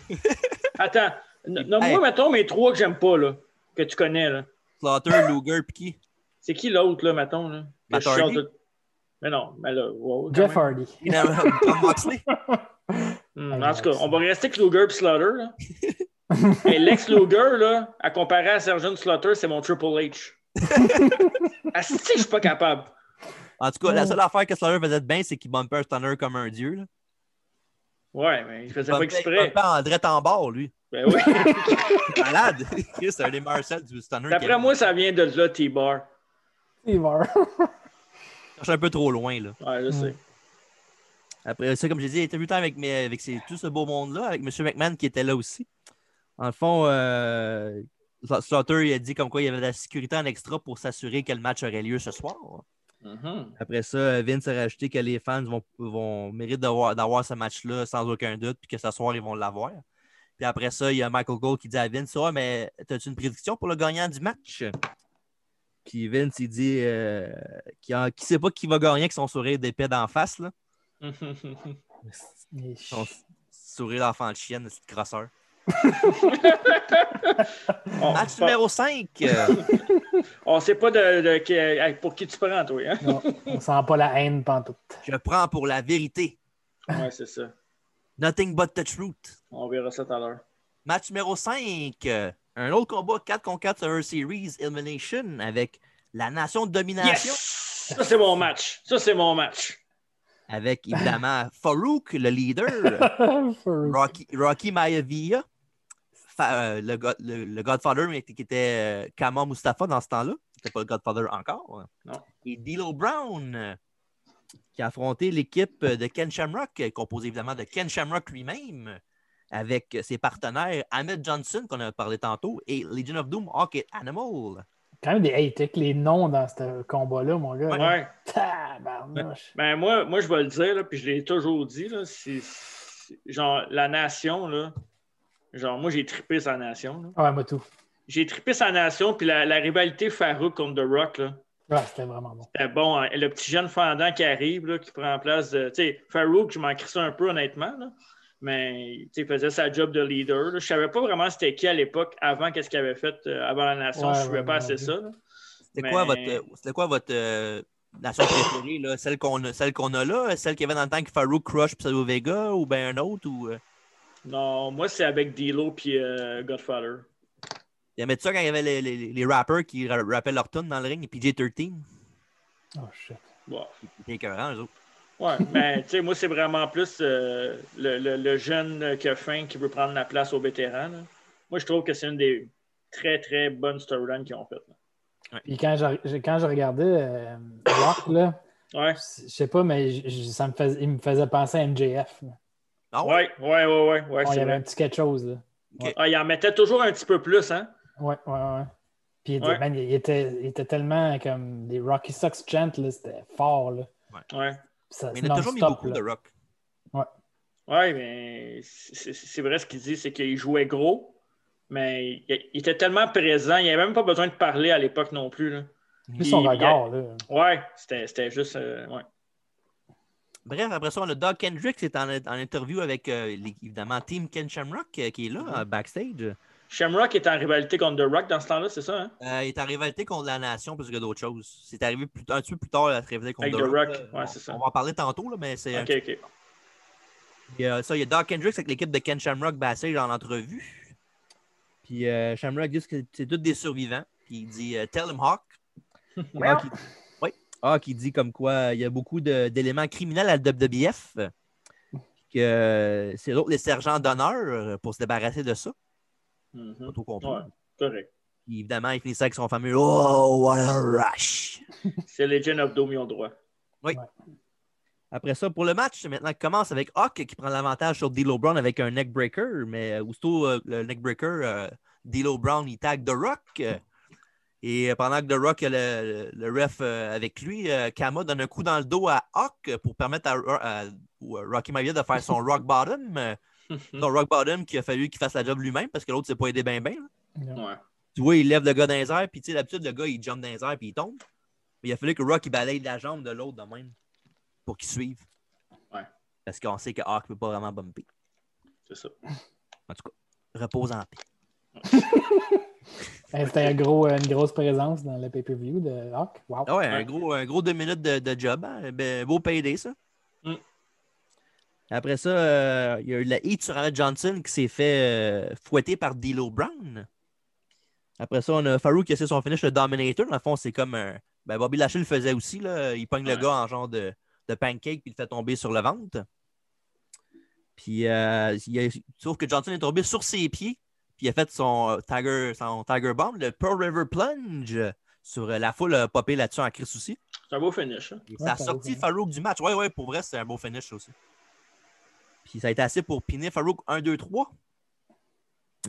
Attends. n- Nomme-moi,
Hey.
mettons, mes trois que j'aime pas, là. Que tu connais, là.
Slaughter, Luger, puis qui
C'est qui l'autre, là, mettons, là? Que
Matt
je sors
Hardy?
de- Mais non, mais là, wow, quand
Jeff
même.
Hardy.
Tom Moxley.
Hmm, en tout cas,
Ah,
on va rester avec Luger et Slaughter,
[laughs]
là. Et Lex Luger, là, à comparer à Sergeant Slaughter, c'est mon
[laughs]
Triple H. Asti, que je suis pas capable.
En tout cas, la seule affaire que Slaughter faisait de bien, c'est qu'il bumpait un stunner comme un dieu. Là.
Ouais, mais il faisait pas
Bumpait-
exprès.
bumpait en drette en bord, lui.
Ben oui.
Malade. [laughs] Chris, c'est un des meilleurs sets du stunner.
D'après
qui-
moi, ça vient de là, T-Bar.
Il va.
[laughs]
Il cherche un peu trop loin, là.
Ouais, je sais.
Après ça, comme je dit, il était vu le temps avec, mes- avec ces- tout ce beau monde-là, avec M. McMahon qui était là aussi. En le fond, euh, Slaughter il a dit comme quoi il y avait de la sécurité en extra pour s'assurer que le match aurait lieu ce soir.
Mhm.
Après ça, euh, Vince a rajouté que les fans vont, vont méritent d'avoir, d'avoir ce match-là sans aucun doute, puis que ce soir, ils vont l'avoir. Puis après ça, il y a Michael Gold qui dit à Vince Ouais, mais as-tu une prédiction pour le gagnant du match Puis Vince, il dit euh, qu'il ne sait pas qui va gagner avec son sourire d'épée d'en face. Là.
Mhm.
Il-
Son s- sourire d'enfant de chienne, cette crosseur.
On-
Match numéro euh, 5.
On sait pas de, de- qui- pour qui tu prends, toi. Hein?
Non, on sent pas la haine pantoute.
[laughs]
je prends pour la vérité.
Ouais, c'est ça.
Nothing but the truth.
On verra ça tout à l'heure.
Match numéro 5. Un autre combat 4 contre 4 Survivor Series Elimination avec la nation de domination.
Yes! Ça, c'est mon match. Ça, c'est mon match.
Avec évidemment Farouk, le leader,
For-
Rocky, Rocky Maivia, fa- euh, le, go- le- le Godfather mais qui qui était euh, Kama Mustafa dans ce temps-là. C'était pas le Godfather encore. hein.
Non.
Et D'Lo Brown, euh, qui a affronté l'équipe de Ken Shamrock, euh, composée évidemment de Ken Shamrock lui-même, avec euh, ses partenaires Ahmed Johnson, qu'on a parlé tantôt, et Legion of Doom, Hawk et Animal.
Quand même des hey, t'as que les noms dans ce combat-là, mon gars. là.
Ouais.
Tabarnouche.
Ben moi, moi, je vais le dire, là, puis je l'ai toujours dit, là, c'est- c'est- genre la nation, là. Genre, moi, j'ai trippé sa nation. là.
Ouais, moi tout.
J'ai trippé sa nation, puis la, la rivalité Farouk contre The Rock, là.
Ouais, c'était vraiment bon.
C'était bon, hein. le petit jeune fendant qui arrive, là, qui prend en place de. Tu sais, Farouk, je m'en crissais un peu, honnêtement, là. Mais tu sais, il faisait sa job de leader. là. Je savais pas vraiment c'était qui à l'époque, avant qu'est-ce qu'il avait fait euh, avant la nation.
Ouais,
je ne suivais
ouais,
pas
ouais,
assez
ouais.
ça. là.
C'était
Mais-
quoi votre, euh, c'était quoi votre euh, nation préférée, là? celle qu'on a, celle qu'on a là, celle qu'il y avait dans le temps que Farouk Crush Pseudo Vega ou ben un autre? Ou, euh,
Non, moi, c'est avec Dilo puis euh, Godfather.
Il aimait ça quand il y avait les, les, les rappers qui ra- rappaient leur tune dans le ring, PJ13.
Oh shit.
Bon.
C'était écœurant, eux autres.
Ouais, mais tu sais, moi, c'est vraiment plus euh, le, le- le jeune qui a faim qui veut prendre la place aux vétérans. là. Moi, je trouve que c'est une des très, très bonnes storylines qu'ils ont faites. là.
Puis quand je, quand je regardais euh, Rock, là,
Ouais.
je sais pas, mais je- je- ça me faisait, il me faisait penser à MJF. là.
Non?
Ouais, ouais, ouais, ouais. ouais
Ouais, Ah il y
c'est
avait
vrai.
un petit quelque chose. Là.
Ah, il en mettait toujours un petit peu plus, hein?
Ouais, ouais, ouais. Puis
Ouais.
man, il, était, il était tellement comme des Rocky Sox chants, là, c'était fort. Là.
Ouais.
Ça,
Mais
c'est
il a toujours mis
non-stop,
beaucoup
là.
de rock.
Ouais, mais c'est c'est vrai ce qu'il dit, c'est qu'il jouait gros, mais il, il était tellement présent, il n'y avait même pas besoin de parler à l'époque non plus. Là.
Juste son
Il-
regard, là.
Ouais, c'était c'était juste. euh, ouais.
Bref, après ça, on a Doug Kendrick qui est en, en interview avec euh, les- évidemment Team Ken Shamrock euh, qui est là,
Mm-hmm.
euh, backstage.
Shamrock était en rivalité contre The Rock dans ce temps-là, c'est ça, hein?
Euh, il est en rivalité contre la nation plus que d'autres choses. C'est arrivé plus- un petit peu plus tard, la rivalité contre
Avec
The
The
Rock.
Rock,
là.
ouais, c'est ça.
On va en parler tantôt, là, mais c'est un
Ok, ok.
Puis, euh, ça, il y a Doc Hendricks avec l'équipe de Ken Shamrock Bassage en entrevue. Puis euh, Shamrock dit que c'est tous des survivants. Puis il dit euh, Tell him Hawk.
Ouais.
Hawk, il... Oui. Hawk, il dit comme quoi euh, il y a beaucoup de- d'éléments criminels à la WWF. euh, Que euh, c'est l'autre, les sergents d'honneur euh, pour se débarrasser de ça.
Mhm.
Pas trop compris.
Ouais, correct.
Puis évidemment, il finit ça avec son fameux Oh, what a rush!
C'est Legend of Doom, ils
[laughs]
ont droit.
Après ça, pour le match, maintenant qui commence avec Hawk qui prend l'avantage sur D'Lo Brown avec un neckbreaker, mais euh, aussitôt euh, le neckbreaker, euh, D'Lo Brown, il tag The Rock. euh, et euh, pendant que The Rock a le, le ref euh, avec lui, euh, Kama donne un coup dans le dos à Hawk euh, pour permettre à, Ro- à- ou, euh, Rocky Maivia de faire son rock bottom. euh, son rock bottom qui a fallu qu'il fasse la job lui-même parce que l'autre s'est pas aidé bien bien.
Ouais.
Tu vois, il lève le gars dans les airs, puis tu sais, d'habitude, le gars, il jump dans les airs, puis il tombe. Mais il a fallu que Rock, il balaye la jambe de l'autre de même pour qu'il suive.
Ouais.
Parce qu'on sait que Hawk peut pas vraiment bumper.
C'est ça.
En tout cas, repose en paix.
Hey, C'était un gros, une grosse présence dans le pay-per-view de Hawk. Wow.
Ah ouais, Un,
Ouais.
gros, un gros deux minutes de, de job. hein. Ben, beau payday, ça.
Mm.
Après ça, euh, il y a eu la heat sur Ahmed Johnson qui s'est fait euh, fouetter par D'Lo Brown. Après ça, on a Farouk qui a essayé son finish, le Dominator. Dans le fond, c'est comme un... ben, Bobby Lashley le faisait aussi. Là. Il pogne le
Ouais.
gars en genre de, de pancake puis il le fait tomber sur le ventre. Puis, euh, il a- sauf que Johnson est tombé sur ses pieds. Puis il a fait son euh, Tiger, son Tiger Bomb, le Pearl River Plunge sur euh, la foule a popé là-dessus en Chris aussi.
C'est un beau finish. hein.
ça a
Farouk,
sorti
hein.
Farouk du match. Ouais, ouais, pour vrai, c'est un beau finish ça aussi. Puis ça a été assez pour piner Farouk 1, 2, 3.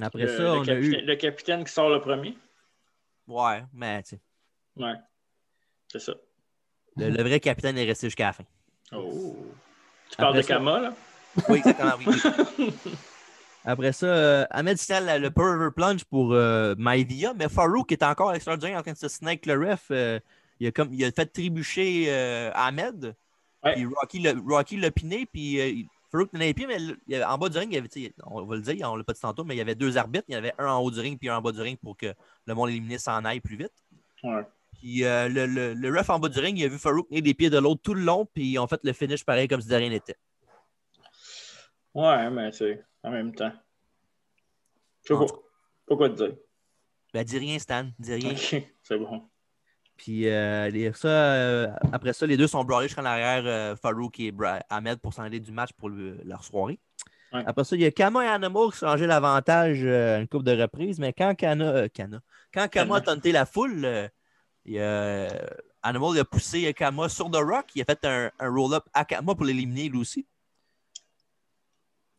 Après
Le,
ça,
le
on a
capitaine,
eu.
le capitaine qui sort le premier.
Ouais, mais tu sais,
Ouais. C'est ça.
le, le vrai capitaine est resté jusqu'à la fin.
Oh. Tu parles
Après
de
ça-
Kama, là?
Oui, exactement. oui, oui. [laughs] Après ça, euh, Ahmed signale la- le Perver Plunge pour euh, Maivia, mais Farouk est encore à l'extérieur du ring en train de se snake le ref. euh, il, a comme, il a fait trébucher euh, Ahmed.
Ouais.
Puis Rocky l'a Rocky l'a piné, puis euh, il- Farouk tenait les pieds, mais le- il y avait- en bas du ring, il y avait, tu sais, on va le dire, on l'a pas dit tantôt, mais il y avait deux arbitres. Il y en avait un en haut du ring, puis un en bas du ring pour que le monde éliminé s'en aille plus vite.
Ouais.
Puis euh, le, le- le ref en bas du ring, il a vu Farouk tenir les pieds de l'autre tout le long, puis ils ont fait le finish pareil comme si de rien n'était.
Ouais, mais c'est en même temps. Je
En
sais pas. Pas quoi te dire.
Ben, dis rien, Stan, dis rien.
Ok, [laughs] c'est bon.
Puis euh, les- ça, euh, après ça, les deux sont brawlés jusqu'en arrière, euh, Farouk et Bra- Ahmed pour s'en aller du match pour le- leur soirée.
Ouais.
Après ça, il y a Kama et Anamo qui ont changé l'avantage euh, à une coupe de reprises, mais quand Kana, euh, Kana- quand Kama a tenté la foule, euh, il, euh, Anamo il a poussé Kama sur The Rock. Il a fait un, un roll-up à Kama pour l'éliminer lui aussi.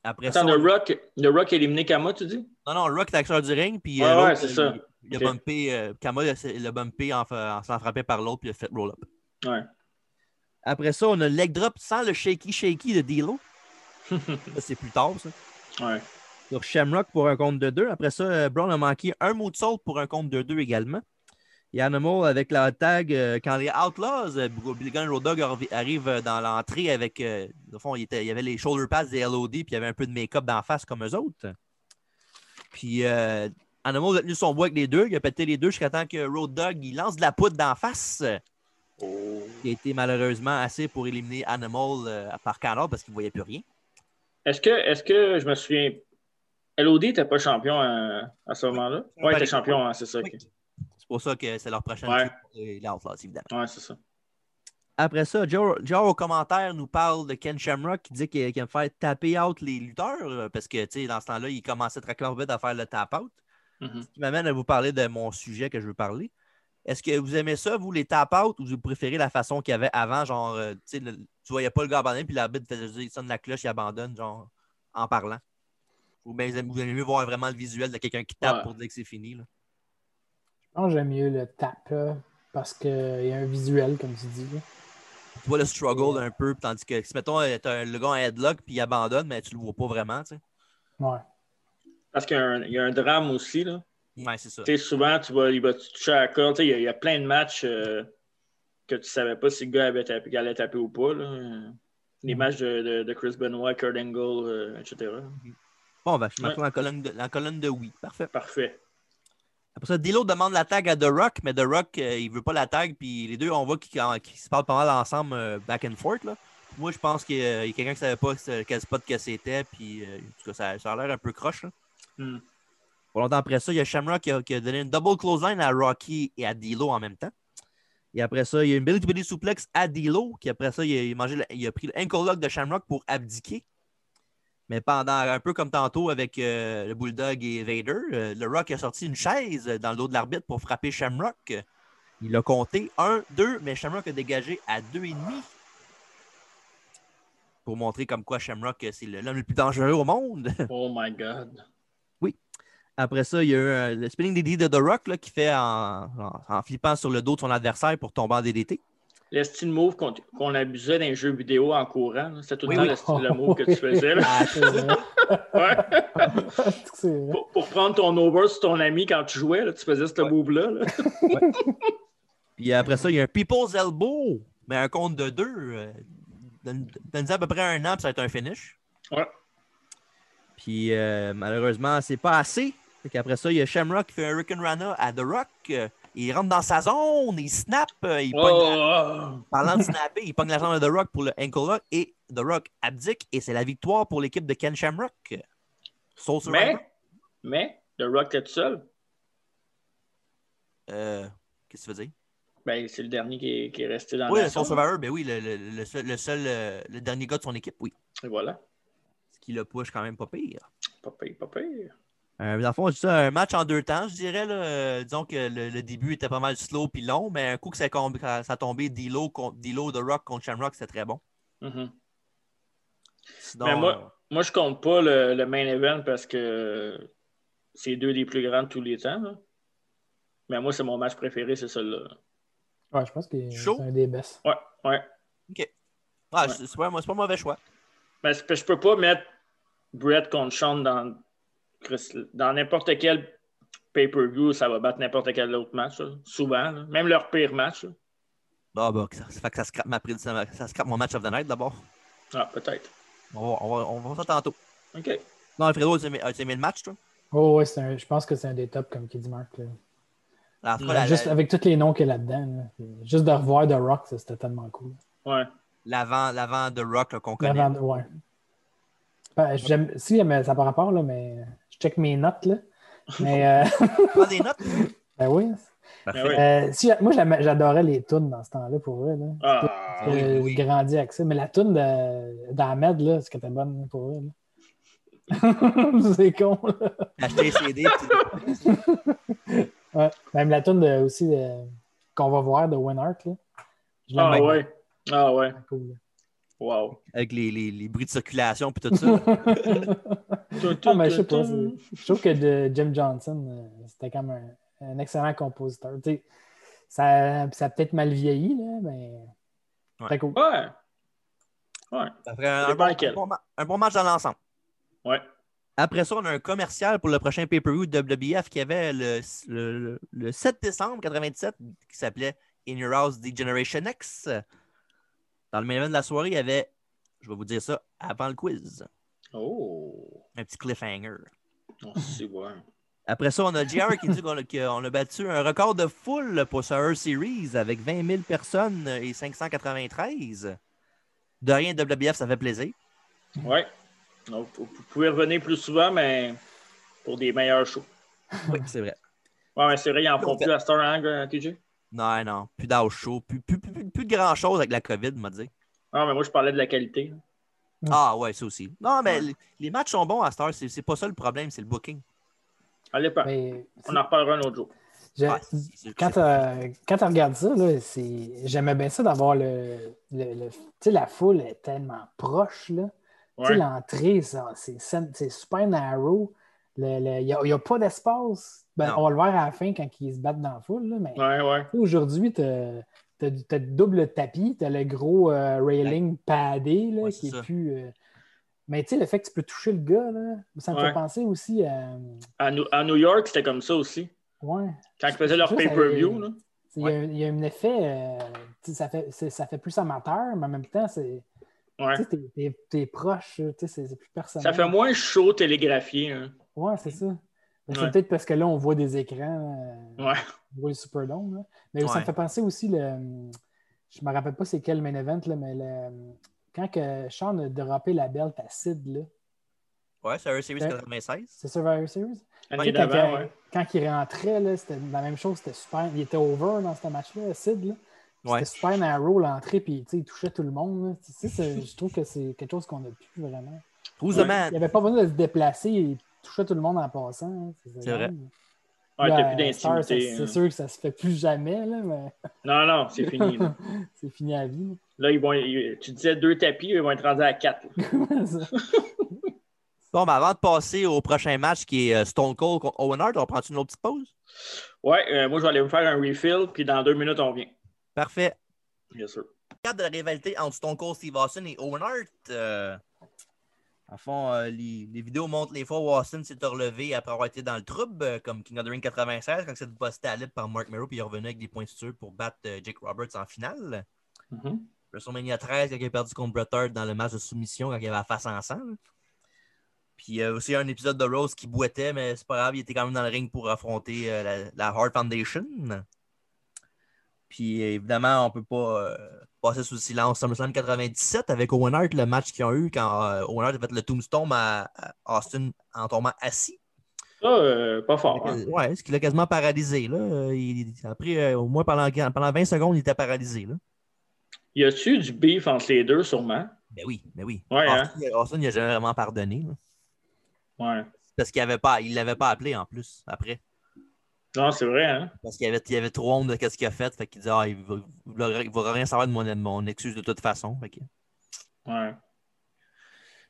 Après
Attends,
ça,
The Rock, The Rock a éliminé Kama, tu dis?
non, non, le Rock est acteur du ring, puis
Ouais,
euh,
ouais,
l'autre,
c'est
il-
ça.
il a
Ok.
bumpé, euh, Kama il a- il l'a bumpé en, fa- en s'en frappant par l'autre, puis il a fait roll-up.
Ouais.
Après ça, on a le leg drop sans le shaky shaky de Dilo. Ça, c'est plus tard, ça.
ouais.
Sur Shamrock pour un compte de deux. Après ça, euh, Brown a manqué un mot de saut pour un compte de deux également. Et Animal avec la tag, euh, quand les Outlaws, euh, Bro- Billy Gunn Road Dog arri- arrive euh, dans l'entrée avec. euh, au fond, il, était- il y avait les shoulder pads des LOD, puis il y avait un peu de make-up d'en face comme eux autres. Puis euh, Animal a tenu son bois avec les deux. Il a pété les deux jusqu'à temps que Road Dog il lance de la poudre d'en face
Oh.
qui a été malheureusement assez pour éliminer Animal euh, par canard parce qu'il ne voyait plus rien.
Est-ce que, est-ce que je me souviens, LOD n'était pas champion à, à ce moment-là? Ouais, il était champion, hein, c'est ça. ok.
C'est pour ça que c'est leur prochaine
Ouais.
équipe pour les les Outlaws, évidemment.
Ouais, c'est ça.
Après ça, Joe, Joe, au commentaire nous parle de Ken Shamrock qui dit qu'il qu'il aime faire taper out les lutteurs euh, parce que tu sais, dans ce temps-là, il commençait très clairement à faire le tap out.
Mhm.
Ce qui m'amène à vous parler de mon sujet que je veux parler. Est-ce que vous aimez ça, vous, les tap out, ou vous préférez la façon qu'il y avait avant, genre, euh, tu sais, le- tu voyais pas le gars abandonner, puis l'arbitre faisait il sonne la cloche, il abandonne, genre, en parlant. Ou bien vous aimez- vous aimez mieux voir vraiment le visuel de quelqu'un qui tape
Ouais.
pour dire que c'est fini. là.
Je pense que j'aime mieux le tap euh, parce qu'il y a un visuel, comme tu dis. là.
Tu vois le struggle un peu, tandis que si, mettons, euh, t'as un- le gars en headlock, puis il abandonne, mais tu le vois pas vraiment, tu sais. [laughs]
Ouais.
Parce qu'il y a un, il y a un drame aussi, là.
Ouais, c'est ça.
Tu sais, souvent, tu vas, il va te toucher à la corde. Tu sais, Il y, a- il y a plein de matchs euh, que tu savais pas si le gars avait tapé, qu'il allait taper ou pas. là. Les
Mm-hmm.
Mhm.
matchs de, de- de Chris Benoit, Kurt Angle, euh, etc.
Bon, ben, je me
Ouais.
retrouve en colonne de, en colonne de oui. Parfait.
Parfait.
Après ça, Dilo demande la tag à The Rock, mais The Rock, euh, il veut pas la tag, puis les deux, on voit qu'ils qu'ils se parlent pas mal ensemble, euh, back and forth, là. Moi, je pense qu'il y a il y a quelqu'un qui savait pas ce- quel spot que c'était, puis euh, en tout cas, ça, ça a l'air un peu croche, là.
Hmm.
Pas longtemps après ça, il y a Shamrock qui a, qui a donné une double clothesline à Rocky et à Dilo en même temps. Et après ça, il y a une belly to belly suplex à Dilo, qui après ça, il a, il a mangé le- il a pris le ankle lock de Shamrock pour abdiquer. Mais pendant un peu comme tantôt avec euh, le Bulldog et Vader, euh, le Rock a sorti une chaise dans le dos de l'arbitre pour frapper Shamrock. Il a compté 1, 2, mais Shamrock a dégagé à 2,5 pour montrer comme quoi Shamrock, euh, c'est le- l'homme le plus dangereux au monde. [laughs]
Oh my God.
Après ça, il y a eu euh, le spinning DD de The Rock là, qui fait en, en- en flippant sur le dos de son adversaire pour tomber en DDT.
L'estime move qu'on qu'on abusait d'un jeu vidéo en courant. là. C'était tout le
Oui,
temps
oui.
le style- le move que tu
[laughs]
faisais. là.
Ah, c'est vrai.
Ouais.
Est-ce que [laughs] c'est vrai?
pour, pour prendre ton over sur ton ami quand tu jouais, là, tu faisais ce move-là. là.
[laughs] Puis après ça, il y a un People's Elbow, mais un compte de deux. euh, donne- Donne-nous à peu près un an, puis ça va être un finish.
Ouais.
Puis euh, malheureusement, c'est pas assez. après ça, il y a Shamrock qui fait un Hurricane Rana à The Rock. euh, il rentre dans sa zone, il snap, euh, il pogne la-
Oh!
Parlant de snapper, il pogne la jambe de The Rock pour le ankle lock et The Rock abdique et c'est la victoire pour l'équipe de Ken Shamrock. Soul Survivor.
Mais, mais, The Rock, t'es tout seul.
Euh, Qu'est-ce que tu veux dire?
Ben, c'est le dernier qui est, qui est resté dans
oui,
Ah, la
le Soul
nation.
Survivor, ben oui, le, le- le seul, le, seul, euh, le dernier gars de son équipe, oui.
Et voilà.
Ce qui le push quand même pas pire.
Pas pire, pas pire.
Euh, dans le fond, je dis ça, un match en deux temps, je dirais. Là, Euh, disons que le, le début était pas mal slow puis long, mais un coup que ça, com- ça a tombé D'Lo, contre- D'Lo de Rock contre Shamrock, c'était très bon.
Mhm.
Sinon,
Mais moi-
euh,
Moi, je compte pas le, le main event parce que c'est deux des plus grands de tous les temps. là. Mais moi, c'est mon match préféré, c'est celui-là.
Ouais, je pense que
Chaud.
c'est un des best.
Ouais,
ah,
ouais. ouais.
c'est c'est pas, c'est pas un mauvais choix.
Ben, c'est- je peux pas mettre Brett contre Sean dans, dans n'importe quel pay-per-view, ça va battre n'importe quel autre match, là. souvent. là. Même leur pire match. là.
Bon, bah, ça, ça fait que ça scrape ma prédiction- ça scrape mon match of the night d'abord.
Ah, peut-être.
On va, on, va, on va voir ça tantôt.
OK.
Non, Alfredo, tu aimé, as-tu aimé le match, toi?
Oh, ouais, c'est un- je pense que c'est un des tops, comme qui dit Marc. là.
En tout cas, la-
Juste
Bah, la-
avec tous les noms qu'il y a là-dedans. là. Juste de revoir The Rock, ça, c'était tellement cool.
Ouais.
l'avant l'avant de Rock là, qu'on connaît.
L'avant- ouais.
Ah.
Ben, j'aime- si, mais ça par
[laughs]
rapport, là, mais je check mes notes. Là. Mais euh, [laughs]
Prends des notes.
ben oui,
Ben
Parfait.
oui.
Euh, si- moi, j'aimais- j'adorais les tunes dans ce temps-là pour vrai. Là.
Ah,
oui,
Euh,
oui.
J'ai grandi avec ça. Mais la tune de- d'Ahmed, là, ce qui était bonne pour vrai. là. [laughs] c'est con. là.
Acheter un CD. puis-
Ouais. Même la tune de- aussi de- qu'on va voir de Winart. là. Je l'aime
ah
bien.
ouais. Ah ouais.
Cool.
Wow.
avec les, les- les bruits de circulation puis tout
[laughs]
ça.
[laughs]
Ah, mais je sais pas. c'est- Je trouve que de Jim Johnson, euh, c'était comme un, un excellent compositeur. Tu sais, ça, ça a peut-être mal vieilli, là, mais.
Ouais.
c'était cool.
Ouais. Ouais.
Ça ferait un,
Ça dépend
bon-
lequel.
un bon, ma- un bon match dans l'ensemble.
Ouais.
Après ça, on a un commercial pour le prochain pay-per-view WWF qui avait le, le- le- le 7 décembre 97 qui s'appelait In Your House The Generation X. Dans le même event de la soirée, il y avait, je vais vous dire ça, avant le quiz,
Oh.
un petit cliffhanger.
Oh, c'est bon.
Après ça, on a JR qui dit qu'on a, qu'on a battu un record de foule pour ce Earth Series avec 20 000 personnes et 593. De rien, WWF, ça fait plaisir.
Ouais. Donc, vous vous pouvez revenir plus souvent, mais pour des meilleurs shows.
Oui, c'est vrai.
Ouais, mais c'est vrai, ils en font
En fait-
plus à Star Hang, euh, TJ.
Non, non, plus d'âge chaud, plus, plus, plus, plus- plus de grand-chose avec la COVID, m'a dit.
Non, Ah, mais moi, je parlais de la qualité.
Mm.
Ah ouais, ça aussi. Non, mais
Ouais.
les- les matchs sont bons à cette heure. C'est c'est pas ça le problème, c'est le booking.
Allez pas.
Mais,
On en reparlera un autre jour.
je-
Ah, c'est- c'est-
quand tu
c'est-
regardes ça, là, c'est- j'aimais bien ça d'avoir le. le- le- tu sais, la foule est tellement proche. Là. Tu sais,
Ouais.
l'entrée, ça, c'est sen- c'est super narrow. Le- le- Il n'y a, il y a pas d'espace. Ben,
Non.
on va le voir à la fin quand ils se battent dans la foule, là, mais
Ouais, ouais.
aujourd'hui, tu as, le double tapis, tu as le gros euh, railing padé là,
Ouais, c'est
qui
ça.
est plus. euh, Mais tu sais, le fait que tu peux toucher le gars, là, ça me
Ouais.
fait penser aussi à.
À, New- à New York, c'était comme ça aussi.
Ouais.
Quand ils faisaient leur
Juste,
pay-per-view, là.
euh, Il y, a, il y a un effet, euh, tu sais, ça, fait, c'est- ça fait plus amateur, mais en même temps, c'est,
Ouais.
tu sais, t'es, t'es- t'es proche, tu sais, c'est, c'est plus personnel.
Ça fait moins chaud télégraphié. hein.
Ouais, c'est ça. Mais
Ouais.
C'est peut-être parce que là, on voit des écrans, euh,
Ouais.
on voit le Superdome. là. Mais ça
Ouais.
me fait penser aussi, le, hum, je me rappelle pas c'est quel main event, là, mais le- hum, quand que Sean a dérapé la belle à Sid, là,
Ouais, c'est Earth Series
Ouais.
96.
c'est Survivor Series?
L'année
Tu sais,
d'avant,
quand,
Ben, ouais.
quand il rentrait, là, c'était la même chose, c'était super. Il était over dans ce match-là, Sid. Là. C'était
Ouais.
super narrow l'entrée, puis tu sais, il touchait tout le monde. là. Tu sais, c'est- je trouve que c'est quelque chose qu'on a plus vraiment.
Who's
Ouais.
the
Il
man?
n'avait pas besoin de se déplacer, il touchait tout le monde en passant. hein.
C'est vrai.
drôle.
Ouais,
Là,
t'as plus
à cette heure,
d'intimité.
ça- C'est
hein.
sûr que ça se fait plus jamais, là, mais
Non, non, c'est fini.
[laughs]
Là,
c'est fini à vie. là.
Là, ils vont, ils- tu disais deux tapis, ils vont être rendus à quatre. là.
Bon, ben, avant de passer au prochain match qui est euh, Stone Cold contre Owen Hart, on prend une autre petite pause?
Ouais, euh, moi, je vais aller me faire un refill, puis dans deux minutes, on vient.
Parfait.
Bien sûr.
cadre de la rivalité entre Stone Cold Steve Austin et Owen Hart. euh, en fond, euh, les, les vidéos montrent les fois où Austin s'est relevé après avoir été dans le trouble, euh, comme King of the Ring 96, quand c'est posté à l'aide par Mark Merrow, puis il est revenu avec des points sûrs pour battre euh, Jake Roberts en finale.
Mhm.
WrestleMania 13, quand il a perdu contre Bret Hart dans le match de soumission, quand il avait la face ensemble. Puis euh, aussi un épisode de Rose qui boitait, mais c'est pas grave, il était quand même dans le ring pour affronter euh, la, la Hart Foundation. Puis évidemment, on peut pas euh, passer sous le silence SummerSlam 97 avec Owen Hart, le match qu'ils ont eu quand euh, Owen Hart a fait le tombstone à, à Austin en tombant assis.
Ça, euh, pas fort. hein.
Ouais, ce qui l'a quasiment paralysé. Là. Euh, il- il- après, euh, au moins pendant, pendant 20 secondes, il était paralysé. Là.
Y a-tu du beef entre les deux, sûrement?
Ben oui, ben oui.
Ouais, hein.
Austin, il- Austin, il a jamais vraiment pardonné. là.
Ouais.
Parce qu'il avait pas, il l'avait pas appelé en plus après.
Non, c'est vrai, hein?
Parce qu'il avait, il avait trop honte de ce qu'il a fait. Fait qu'il dit ah, il va, il va- il va rien savoir de mon, de mon excuse de toute façon. Fait que-
Ouais.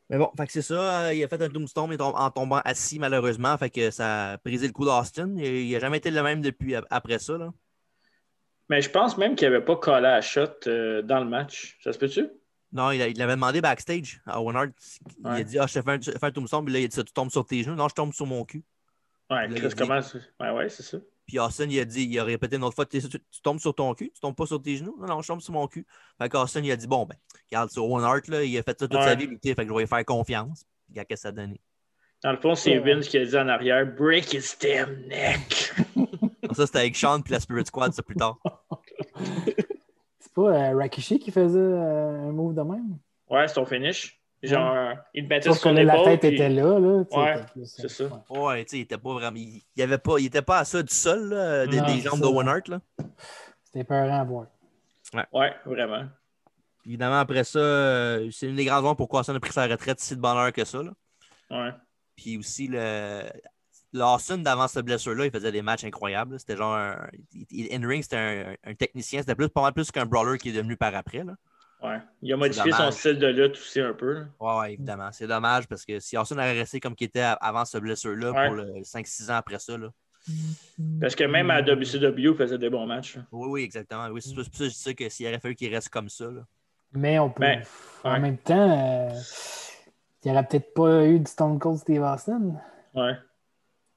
Mais bon, fait que c'est ça. euh, Il a fait un tombstone et tom- en tombant assis malheureusement. Fait que ça a brisé le cou d'Austin. Il n'a jamais été le même depuis ap- après ça. Là.
Mais je pense même qu'il avait pas collé à shot euh, dans le match. Ça se peut-tu?
Non, il, a- il l'avait demandé backstage à Owen Hart. Il a
Ouais.
dit Ah, je te fais un, je te fais un tombstone. Puis là, il a dit ça, tu tombes sur tes genoux. Non, je tombe sur mon cul.
Ouais,
Là,
Chris,
il-
comment. Ouais, ouais, c'est ça.
Puis Austin, il a dit, il a répété une autre fois, tu, tu- tu tombes sur ton cul, tu tombes pas sur tes genoux. Non, non, je tombe sur mon cul. Fait qu'Austin, il a dit, bon, ben, regarde, sur One Heart, là, il a fait ça toute
Ouais.
sa vie, lutter, fait que je vais lui faire confiance. Regarde ce que ça a donné.
Dans le fond, c'est
Ouais.
Vince qui a dit en arrière Break his damn neck.
Donc ça, c'était avec Sean puis la Spirit Squad, ça plus
[laughs]
tard.
C'est pas euh, Rikishi qui faisait euh, un move de même?
Ouais, c'est ton finish. Genre, il battait
Sauf
sur
que
son
là, la
épaule,
tête
puis-
était là. là tu sais,
Ouais,
était plus-
c'est ça.
ouais.
Ouais, tu sais, il était pas vraiment. Il, il avait pas, il était pas à ça du sol, là, des,
Non,
des
c'est
jambes
ça.
d'Owen Hart. Là.
C'était peurant à voir.
Ouais, vraiment.
Puis Évidemment, après ça, euh, c'est une des grandes raisons pourquoi Austin a pris sa retraite si de bonne heure que ça. là.
Ouais.
Puis aussi, le... Lawson, d'avant cette blessure-là, il faisait des matchs incroyables. là. C'était genre. un- il- il- In-ring, c'était un, un technicien. C'était plus, pas mal plus qu'un brawler qui est devenu par après. Là.
ouais. Il a modifié son
dommage.
style de lutte aussi un peu. là.
Ouais, ouais, évidemment. C'est dommage parce que si Austin avait resté comme qu'il était a- avant cette blessure-là
Ouais.
pour le 5-6 ans après ça, là,
Parce que même
Hmm.
à WCW, il faisait des bons matchs. là.
Oui, oui, exactement. Oui, c'est pour ça que je dis ça que s'il aurait fallu qu'il reste comme ça. Là.
Mais on peut.
Ben,
en
ouais.
même temps, euh, il n'y aurait peut-être pas eu du Stone Cold Steve Austin
Ouais.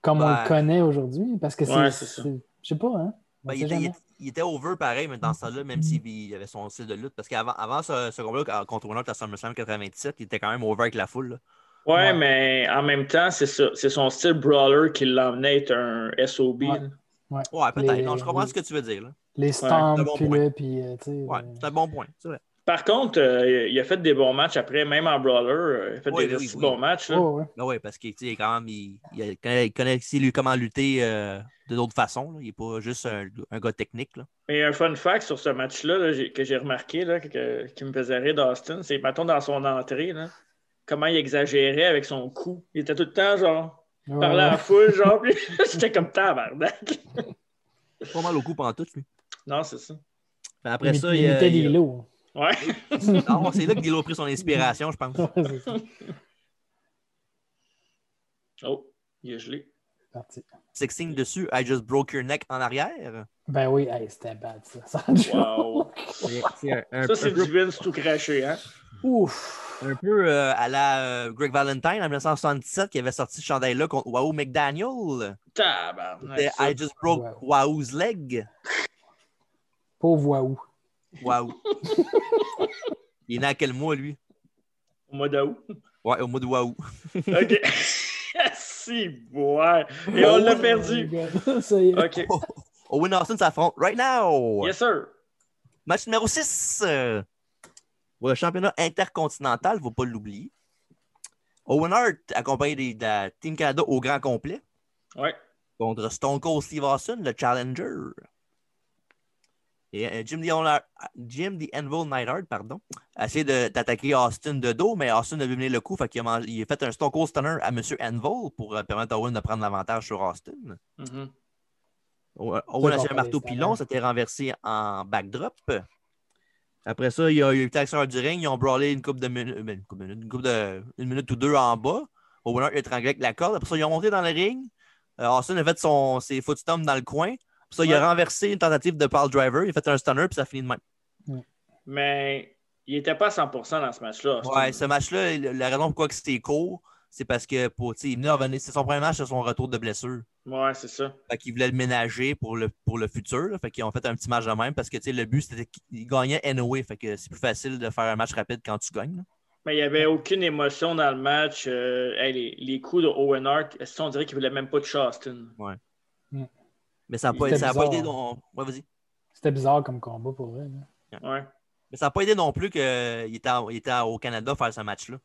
comme on
Ben.
le connaît aujourd'hui. Parce que c'est.
Ouais, c'est ça.
c'est- Je sais pas, hein? On
Ben,
sait
il, était, il
jamais.
était- il était over pareil, mais dans ce temps-là, même s'il il avait son style de lutte. Parce qu'avant avant ce, ce combat-là, contre Warnock à SummerSlam 97, il était quand même over avec la foule. là.
Ouais,
Ouais.
mais en même temps, c'est ça. C'est son style brawler qui l'emmenait être un SOB.
Ouais.
là.
Ouais, peut-être.
Les-
Non, je comprends
les-
ce que tu veux dire. Là.
Les stamps,
c'est un bon
puis
point.
là, puis. euh, tu sais,
Ouais,
euh,
c'est un bon point. C'est vrai.
Par contre, euh, il a fait des bons matchs après, même en brawler. euh, Il a fait
Oui,
des
oui,
aussi
oui.
bons matchs. là.
ouais, ouais.
Ben ouais, parce qu'il tu sais, quand même, il, il connaît, il connaît aussi, lui, comment lutter euh, de d'autres façons. là. Il n'est pas juste un, un gars technique. Là.
Mais un fun fact sur ce match-là là, j'ai- que j'ai remarqué, là, que- qui me faisait rire d'Austin, c'est, mettons, dans son entrée, là, comment il exagérait avec son coup. Il était tout le temps, genre,
Ouais,
parlant à la
ouais.
foule,
[laughs]
genre, puis [laughs] j'étais comme tabarnak.
Pas mal au coup pendant tout, lui.
Non, c'est ça.
Ben, après
Il-
ça,
il
il, a-
imitait
il a-
Lilo.
Ouais.
Non, c'est là que Dilo a pris son inspiration, je pense.
[laughs] Ouais, c'est ça.
Oh, il est
[laughs]
gelé.
Parti.
16 dessus, I just broke your neck en arrière.
Ben oui, hey, c'était bad ça. Ça
Wow.
C'est c'est un, un
Ça, c'est
peu,
du Vince tout craché, hein?
Ouf!
un peu, euh, à la euh, Greg Valentine en 1977 qui avait sorti ce chandail-là contre Wahoo McDaniel. C'était
Tabarnak. ça.
I just broke Wahoo's leg.
Pauvre Waouh.
[laughs]
Wahoo. Il est né à quel mois, lui?
Au mois d'août.
Ouais, au mois de Wahoo.
OK. [laughs] si, ouais. Et on l'a perdu.
[laughs] Ça y est.
OK.
Owen Austin s'affronte right now.
Yes, sir.
Match numéro 6. le championnat intercontinental, il ne faut pas l'oublier. Owen Hart, accompagné des- de la Team Canada au grand complet,
Ouais.
contre Stone Cold Steve Austin, le challenger. Et euh, Jim, the Honor- Jim the Anvil Neidhart, pardon, a essayé de- d'attaquer Austin de dos, mais Austin a dominé le coup, fait qu'il a, mangé- il a fait un Stone Cold Stunner à M. Anvil pour euh, permettre à Owen de prendre l'avantage sur Austin.
Mhm.
Owen Owen a
Ça,
essayé
j'en
un marteau
parlais,
pilon,
ça,
s'était renversé en backdrop. Après ça, il y a eu l'extérieur du ring, ils ont brawlé une coupe de minutes, une couple de minutes, une couple de- une minute ou deux en bas. Owen Hart a étranglé avec la corde. Après ça, ils ont monté dans le ring. Euh, Austin a fait son, ses footstomps dans le coin. Après ça, il
Ouais.
a renversé une tentative de pile driver. Il a fait un stunner, puis ça finit de même.
Mais il n'était pas à 100% dans ce match-là. Austin.
Ouais, ce match-là, le- la raison pourquoi que c'était court, c'est parce que pour, tu sais, il venait de revenir- c'est son premier match, c'est son retour de blessure.
Ouais, c'est ça.
Fait qu'ils voulaient le ménager pour le, pour le futur. là. Fait qu'ils ont fait un petit match de même parce que tu sais, le but, c'était qu'ils gagnaient NOA. Fait que c'est plus facile de faire un match rapide quand tu gagnes. là.
Mais il n'y avait aucune émotion dans le match. Euh, hey, les, les coups de Owen Hart, est-ce qu'on dirait qu'il ne voulait même pas de Austin?
Mais ça n'a pas,
C'était
ça a pas
bizarre.
aidé. Non... ouais, vas-y.
C'était bizarre comme combat pour vrai. là.
Ouais.
Mais ça n'a pas aidé non plus qu'il était, en- il était au Canada faire ce match-là.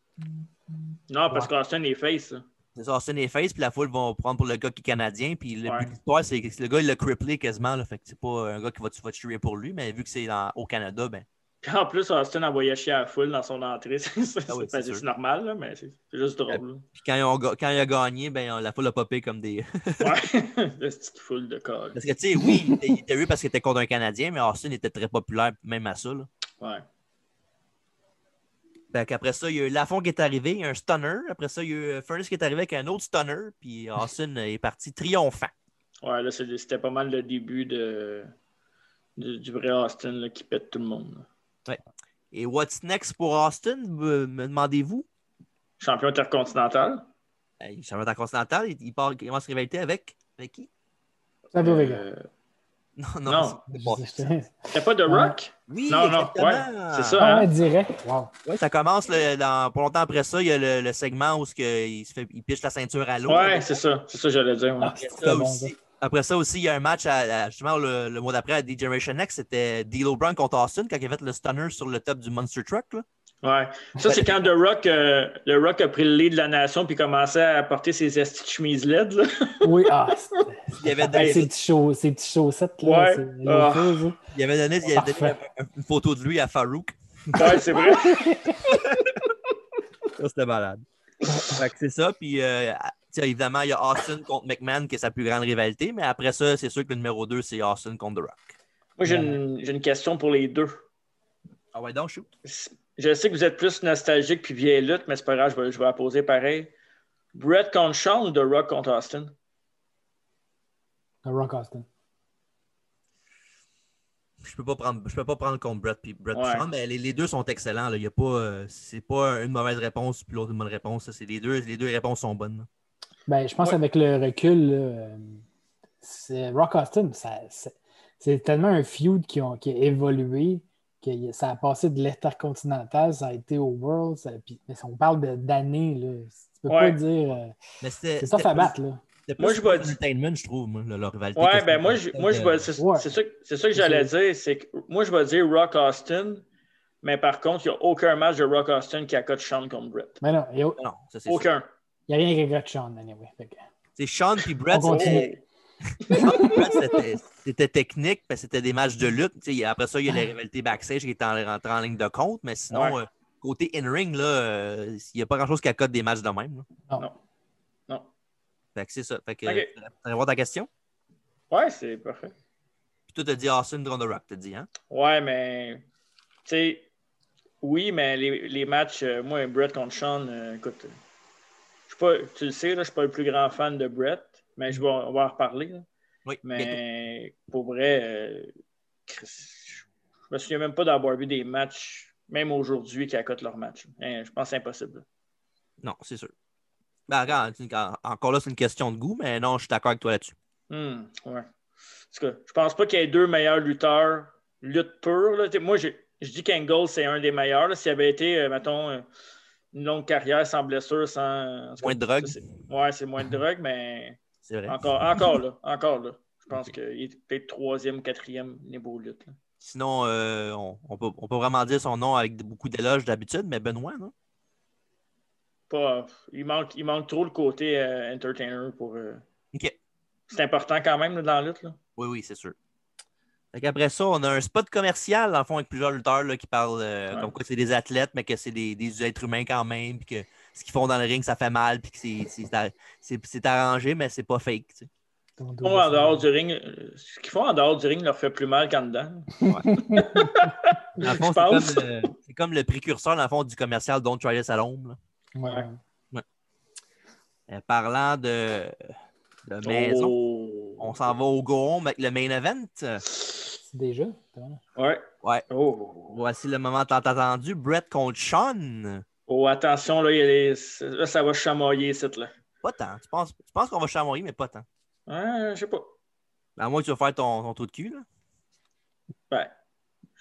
Non, parce qu'Austin est face. là.
C'est ça, Austin et Face, puis la foule vont prendre pour le gars qui est canadien. Puis le
Ouais.
but de l'histoire, c'est que le gars, il l'a cripplé quasiment. Là, fait que c'est pas un gars qui va, tu vas te tuer pour lui, mais vu que c'est dans- au Canada, ben.
Puis en plus, Austin envoyait chier à la foule dans son entrée. [laughs] C'est- c'est
Ah oui, c'est
parce que
sûr.
c'est normal, là, mais c'est c'est juste drôle.
Puis quand, ils ont ga- quand il a gagné, ben, la foule a popé comme des. [laughs]
là. [laughs] Ouais. La petite foule de corps.
Parce que, tu sais, oui, il était- il était eu parce qu'il était contre un Canadien, mais Austin était très populaire même à ça. Là.
Ouais.
Fait qu'après ça, il y a eu Lafont qui est arrivé, il y a un stunner. Après ça, il y a eu euh, Furnace qui est arrivé avec un autre stunner. Puis Austin est parti triomphant.
Ouais, là, c'est- c'était pas mal le début de, du- du vrai Austin là, qui pète tout le monde. là.
Et what's next pour Austin, me me demandez-vous?
Champion intercontinental.
Euh, Il est intercontinental, il, il part, il commence à rivalité avec, avec qui? [laughs]
Savio Vega.
Euh,
Non,
Non.
c'est- c'est
Je
bon.
sais, je sais.
C'était pas The Rock?
Oui,
Non, non,
exactement.
ouais, c'est ça.
Ah
hein?
ouais, direct. Wow.
Ouais, ça commence le- dans- pas longtemps après ça, il y a le, le segment où ce que il, se fait, il piche la ceinture à l'eau.
Ouais, c'est ça. C'est ça que j'allais dire. ouais.
Ah,
Après
c'était
ça,
bon,
aussi, après ça aussi, il y a un match à- à- justement le, le mois d'après à D-Generation X, c'était D'Lo Brown contre Austin quand il a fait le stunner sur le top du Monster Truck. là.
Ouais. Ça, c'est quand The Rock, euh, The Rock a pris le lead de la nation puis commençait à porter ses estis de chemises LED.
[laughs]
là.
Oui, ah,
Il avait [laughs]
Ben, c'est- [laughs]
donné,
ces petits chauss- ces petites chaussettes, là.
Ouais.
c'est- les
Ah.
choses, hein. là.
il avait donné- il avait donné une photo de lui à Farouk.
Ouais, c'est vrai.
Ça, c'était malade. Fait que c'est ça. Puis, euh, tu sais, évidemment, il y a Austin contre McMahon qui est sa plus grande rivalité. Mais après ça, c'est sûr que le numéro 2, c'est Austin contre The Rock.
Moi, j'ai une, j'ai une question pour les deux.
Ah ouais, donc, shoot.
Je sais que vous êtes plus nostalgique puis vieille lutte, mais c'est pas grave, je vais, je vais la poser pareil. Brett contre Sean ou The Rock contre Austin?
Le Ah, Rock Austin.
Je peux pas prendre, je peux pas prendre contre Brett puis Brett
Ouais.
Sean, mais les, les deux sont excellents. Là. Il y a pas, euh, c'est pas une mauvaise réponse puis l'autre une bonne réponse. ça. C'est les deux, les deux réponses sont bonnes.
Ben, je pense
Ouais.
avec le recul, là, euh, c'est Rock Austin, ça- c'est- c'est tellement un feud qui, ont- qui a évolué que y- ça a passé de l'intercontinental, ça a été au World, ça- puis- mais on parle de- d'années, là. Tu peux pas
Ouais.
dire. euh,
Mais c'était,
c'est ça à battre, là.
c'était
Moi,
plus
je vais dire-
entertainment, je trouve, moi, le- leur rivalité.
Ouais,
que
ben
c'est-
moi, je, moi, je vais- c'est
Ouais.
c'est ça, que- c'est ça que j'allais dire. C'est que moi, je vais dire Rock Austin, mais par contre, il n'y a aucun match de Rock Austin qui accote Sean contre Brett.
Mais non, il n'y a,
Non, ça c'est sûr.
Aucun.
y a rien qui regrette Sean, anyway. Fait que-
C'est Sean puis Brett,
On
c'était-
continue.
Oh.
Brett, Ben, c'était- c'était technique, parce que c'était des matchs de lutte. Tu sais, après ça, il y a les rivalités backstage qui est en, rentrée en ligne de compte, mais sinon,
Ouais.
euh, côté in-ring, là, euh, il n'y a pas grand-chose qui accote des matchs de même. là.
non.
Non. Non.
Fait que c'est ça. Fait que,
Ok.
euh, t'allais voir ta question?
Ouais, c'est parfait.
Puis toi, t'as dit Austin contre The Rock, t'as dit, hein?
Ouais, mais. Tu sais, oui, mais les, les matchs, euh, moi et Brett contre Sean, euh, écoute, euh, je suis pas, tu le sais, là, je ne suis pas le plus grand fan de Brett, mais je vais, on va en reparler. là.
Oui, bientôt.
Mais pour vrai, euh, Chris, je me souviens même pas d'avoir vu des matchs, même aujourd'hui, qui accotent leurs matchs. Hein, je pense que c'est impossible.
Non, c'est sûr. Ben, regarde, c'est une- en- encore là, c'est une question de goût, mais non, je suis d'accord avec toi là-dessus.
Hmm, ouais. En tout cas, je pense pas qu'il y ait deux meilleurs lutteurs, lutte pure. là. T'sais, Moi, je, je dis qu'Angle, c'est un des meilleurs. là. S'il avait été, euh, mettons, euh, une longue carrière sans blessure, sans. en tout cas,
Moins de drogue.
ça, c'est- ouais, c'est moins
[laughs]
de drogue, mais
C'est vrai.
encore, encore là. Encore là. Je pense qu'il est peut-être troisième, quatrième niveau lutte. là.
Sinon, euh, on, on peut, on peut vraiment dire son nom avec beaucoup d'éloges d'habitude, mais Benoît, non?
Pas, il, manque, il manque trop le côté euh, entertainer pour. euh,
Ok.
C'est important quand même là, dans la lutte. là.
Oui, oui, c'est sûr. Après ça, on a un spot commercial, en fond, avec plusieurs lutteurs là, qui parlent euh,
Ouais.
comme quoi c'est des athlètes, mais que c'est des, des êtres humains quand même, puis que ce qu'ils font dans le ring, ça fait mal, puis que c'est- c'est ar- c'est c'est arrangé, mais c'est pas fake. tu sais.
On
Ils font en dehors du ring, euh, ce qu'ils font en dehors du ring leur fait plus mal qu'en dedans.
Dans le fond,
Je
c'est
pense.
comme, le- c'est comme le précurseur, dans le fond, du commercial Don't Try This at Home. là.
Ouais, ouais.
Euh, parlant de, de maison,
Oh.
on s'en va au go avec le main event.
C'est déjà. t'as vraiment-
Ouais.
Ouais.
Oh.
Voici le moment tant attendu, Brett contre Sean.
Oh, attention, là, il y a les- là, ça va chamailler, cette là.
Pas tant. Tu penses, tu penses qu'on va chamoyer, mais pas tant.
Ah, je sais pas.
À moins que tu vas faire ton, ton trou de cul, là.
Ouais.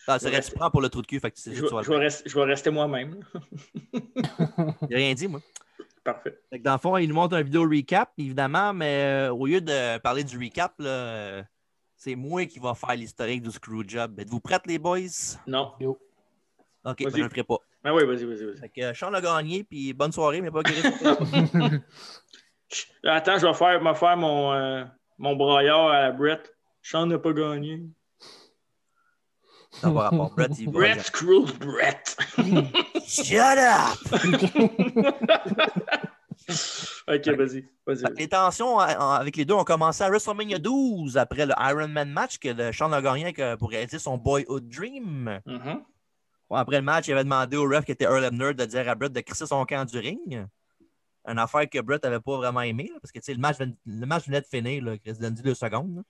Ah, c'est
Je vais rester-
réciproque pour le trou de cul, fait que c'est
Ben, Je,
ça que tu vas le
vais- je vais rester- je vais rester moi-même.
faire. J'ai rien dit, moi.
[laughs] Parfait.
Fait que dans le fond, il nous montre un vidéo recap, évidemment, mais euh, au lieu de parler du recap, là, euh, c'est moi qui va faire l'historique du screwjob. Êtes-vous prêts, les boys?
Non.
Yo.
OK,
Vas-y.
ben, je ne le ferai pas.
Mais oui, vas-y, vas-y, vas-y.
Fait que euh, Sean a gagné, puis bonne soirée, mais
[laughs]
pas guéri.
Chut. Attends, je vais faire, me faire mon, euh, mon broyard à la Brett. Sean n'a pas gagné.
Ça va rapport. Brett, il va-
Brett screw Brett. [laughs]
Shut up!
ok, vas-y. Vas-y.
Les tensions euh, en- avec les deux ont commencé à WrestleMania 12 après le Iron Man match que le Sean a gagné avec, euh, pour réaliser son Boyhood Dream.
Mhm.
Bon, après le match, il avait demandé au ref qui était Earl Hebner de dire à Brett de crisser son camp du ring. Une affaire que Brett n'avait pas vraiment aimé, là, parce que tu sais, le match, ven- le match venait de finir, là, Chris donne deux secondes. là.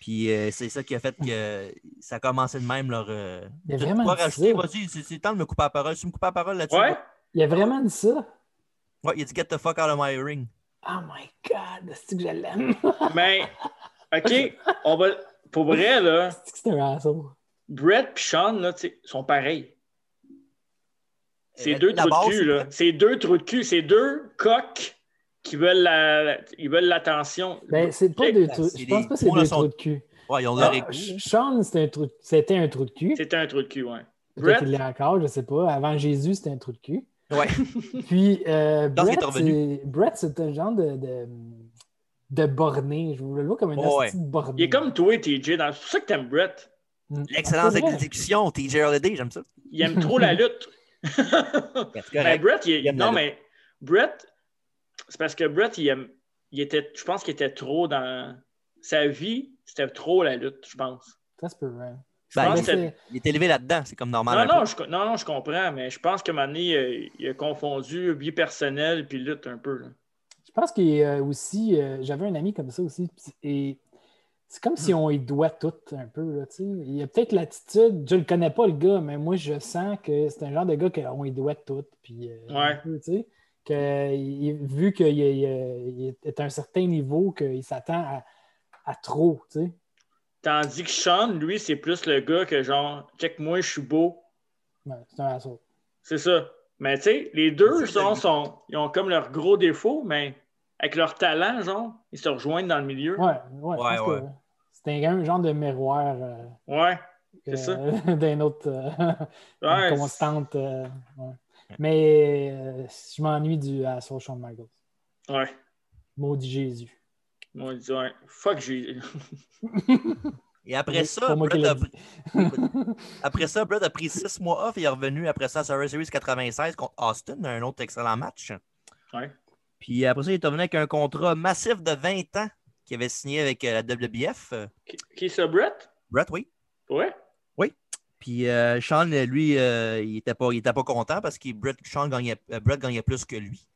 Puis euh, c'est ça qui a fait que ça a commencé de même. Leur, euh,
Il a
tu
vraiment
pourras
dit
rajouter,
ça.
vas-y, c'est c'est le temps de me couper la parole. Tu me coupes la parole là-dessus?
Ouais?
Il a vraiment dit ça.
Ouais, il a dit Get the fuck out of my ring.
Oh my god, c'est que je l'aime. [laughs]
Mais, OK, on va. Pour vrai, là,
C'est que c'est un asshole.
Brett et Sean, là, tu sais, sont pareils. C'est
Euh,
deux
la
trous
base,
de cul, là.
c'est-
C'est deux trous de cul. C'est deux coqs qui veulent la- ils veulent l'attention.
Ben, c'est pas
Hey,
deux
ben,
trous.
c'est
Je pense
des-
pas que c'est
moi,
deux
son-
trous de cul.
Ouais, ils ont
Ah,
leur égo.
Sean, c'était un trou- c'était un trou de cul.
C'était un trou de cul, ouais.
Peut-être
Brett?
qu'il l'est encore, je sais pas. Avant Jésus, c'était un trou de cul.
Ouais.
[laughs] Puis, euh,
Lorsqu'il
Brett,
est revenu.
c'est- Brett, c'est un genre de, de, de borné. Je vous le vois comme un
Oh,
asti de borné.
Il est comme toi, TJ. dans- C'est pour ça que t'aimes Brett.
Mm.
L'excellence
C'est vrai.
d'exécution, TJ Holiday, j'aime ça.
Il aime trop
[laughs]
la lutte. [laughs]
C'est
mais
correct.
Brett, il,
Il aime la
non, mais Brett, c'est parce que Brett, il aime, il était, je pense qu'il était trop dans sa vie, c'était trop la lutte, je pense.
Ça se peut, ouais. Ah,
Ben,
Mais
il,
pense que-
c'est-
il est élevé là-dedans, c'est comme normal.
Non
un peu.
non, je, co- non, non, je comprends, mais je pense que un moment donné, euh, il a confondu vie personnelle puis lutte un peu. là.
Je pense qu'il est euh, aussi. euh, J'avais un ami comme ça aussi. puis- Et c'est comme
Hmm.
si on y doit tout un peu. Là, tu sais. il y a peut-être l'attitude. Je le connais pas, le gars, mais moi, je sens que c'est un genre de gars qu'on y doit tout. Puis, euh,
Ouais.
un peu, tu sais, que, il- vu qu'il est- il est il est à un certain niveau, qu'il s'attend à, à trop. tu sais.
Tandis que Sean, lui, c'est plus le gars que genre, check moi, je suis beau.
Ouais, c'est un assaut.
C'est ça. Mais tu sais, les deux
C'est
sont,
le-
sont- ils ont comme leurs gros défauts, mais avec leur talent, genre, ils se rejoignent dans le milieu.
Ouais, ouais, je
Ouais,
pense que
ouais.
C'est un, un genre de miroir euh,
Ouais. C'est
que-
ça.
[laughs] d'un autre. euh,
Ouais,
Une constante. euh, ouais. Mais euh, je m'ennuie du à Soul Shawn Michaels.
c'est- Ouais.
Maudit Jésus.
Moi, je dis, ouais. Fuck, j'ai. [laughs]
Et après
Oui,
ça,
pas moi qui
Brett
l'ai
a,
dit.
après ça, Brett a pris six mois off et est revenu après ça à Survivor Series 96 contre Austin, un autre excellent match.
Ouais.
Puis après ça, il est revenu avec un contrat massif de 20 ans qu'il avait signé avec euh, la WBF. Euh,
Qui- Qui ça, Brett?
Brett, oui.
Ouais.
Puis euh, Sean, lui, euh, il n'était pas, il était pas content parce que Brett, Sean gagnait, euh, Brett gagnait plus que lui.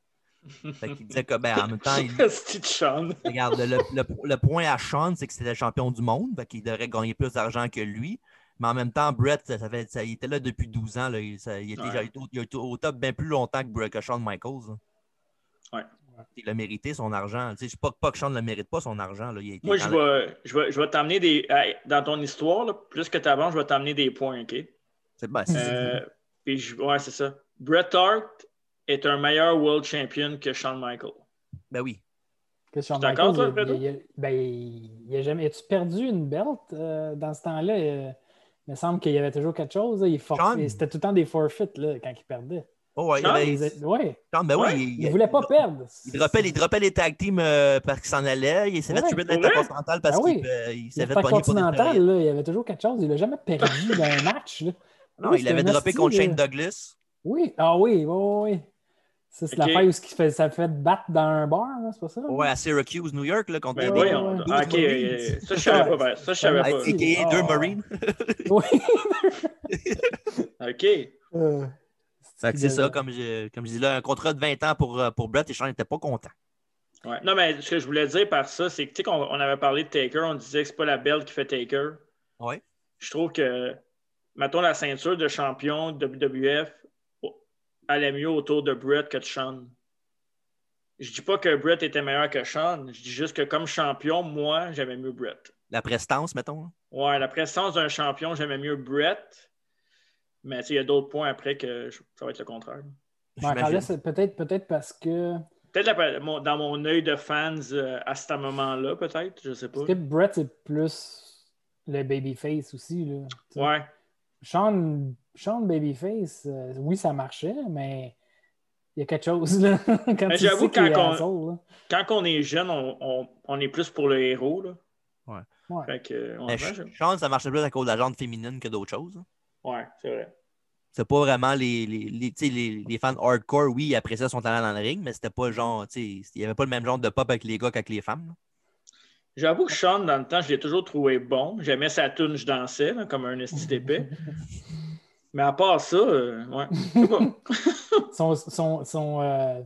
Fait qu'il disait que, ben, en même
[laughs]
temps, il-
C'est Sean.
Regarde, le, le- le point à Sean, c'est que c'était le champion du monde, donc il devrait gagner plus d'argent que lui. Mais en même temps, Brett, ça, ça fait- ça- il était là depuis 12 ans. là. il, ça- il était,
Ouais.
il a été au- il a été au top bien plus longtemps que, Brett- que Shawn Michaels. hein.
Ouais.
Il a mérité son argent. Tu sais, je ne dis pas, pas que Sean ne le mérite pas, son argent. là. Il a été
Moi,
dans
je
le-
vais, je vais, je vais t'emmener des. hey, Dans ton histoire, là, plus que t'avances, je vais t'emmener des points, OK?
C'est ben, c'est-
Euh, puis je- ouais, c'est ça. Bret Hart est un meilleur world champion que Shawn Michaels.
ben oui.
[laughs] Que Shawn
T'es d'accord,
Michaels,
toi,
il- il- il- ben, il- il a jamais. As-tu perdu une belt euh, dans ce temps-là? Euh, il me semble qu'il y avait toujours quelque chose. là. Il for-
Sean?
et C'était tout le temps des forfeits là, quand il perdait.
Oh, ouais,
Sean,
ben,
Il,
il-
ouais,
Sean, ben oui,
Ouais,
il,
il voulait pas
il-
perdre.
Il dropait, les- il dropait les tag teams euh, parce qu'il s'en allait. Il s'est
Ouais,
fait tuer
pour vrai?
l'intercontinental parce
Ben oui.
qu'il euh, il s'est
Le
fait
fait
pogner pour des
continental,
stéroïdes.
là, il y avait toujours quelque chose. Il n'a jamais perdu dans un match. là.
Non,
Oui,
il
c'était
avait
un
droppé
hostie, euh.
contre
là.
Shane Douglas.
Oui, ah oui, oui, oui. oui. Ça, c'est
Ok.
l'affaire où ce qui fait, ça fait battre dans un bar, là, c'est pas ça? là?
Ouais, à Syracuse, New York, là, contre
Ben
des-
Ouais,
voyons.
ouais.
donc. Ah, ok,
Douze
euh, ça, je
[laughs]
savais pas. ben, Ça, je savais
Ah,
pas.
Ouais.
AKA deux
Ah.
Marines.
[laughs] Oui.
OK.
Euh,
Fait que c'est ça, comme je, comme je dis là, un contrat de 20 ans pour, euh, pour Brett et Sean n'était pas content.
Ouais. Non, mais ce que je voulais dire par ça, c'est que tu sais qu'on on avait parlé de Taker, on disait que c'est pas la belle qui fait Taker.
Ouais.
Je trouve que, mettons, la ceinture de champion de WWF oh, allait mieux autour de Brett que de Sean. Je dis pas que Brett était meilleur que Sean, je dis juste que comme champion, moi, j'aimais mieux Brett.
La prestance, mettons. là.
Ouais, la présence d'un champion, j'aimais mieux Brett. Mais tu sais, il y a d'autres points après que je- ça va être le contraire.
Ouais, encore là,
J'imagine.
c'est peut-être peut parce que.
Peut-être la- mon- dans mon œil de fans euh, à ce moment-là, peut-être, je sais pas.
Parce que Brett, c'est plus le babyface aussi. Là, tu sais.
Ouais.
Sean, Sean Babyface, euh, oui, ça marchait, mais il y a quelque chose. Là, [laughs] quand
Mais
tu
j'avoue,
sais qu'il est
quand on-
asshole, là.
quand on est jeune, on, on- on est plus pour le héros. Là.
Ouais.
Fait que, euh, on
Ben,
Mais
dirait,
Ch- Sean, ça marchait plus à cause de la jante féminine que d'autres choses. hein.
je- Ouais, c'est vrai.
C'est pas vraiment les, les, les, tu sais, les- les fans hardcore, oui, ils appréciaient son talent dans le ring, mais c'était pas genre, tu sais, il n'y avait pas le même genre de pop avec les gars qu'avec les femmes. là.
J'avoue que Sean, dans le temps, je l'ai toujours trouvé bon. J'aimais sa tune, je dansais, là, comme un esti
[laughs]
d'épais. Mais à part ça, euh, ouais. je sais pas.
son, son, son, euh,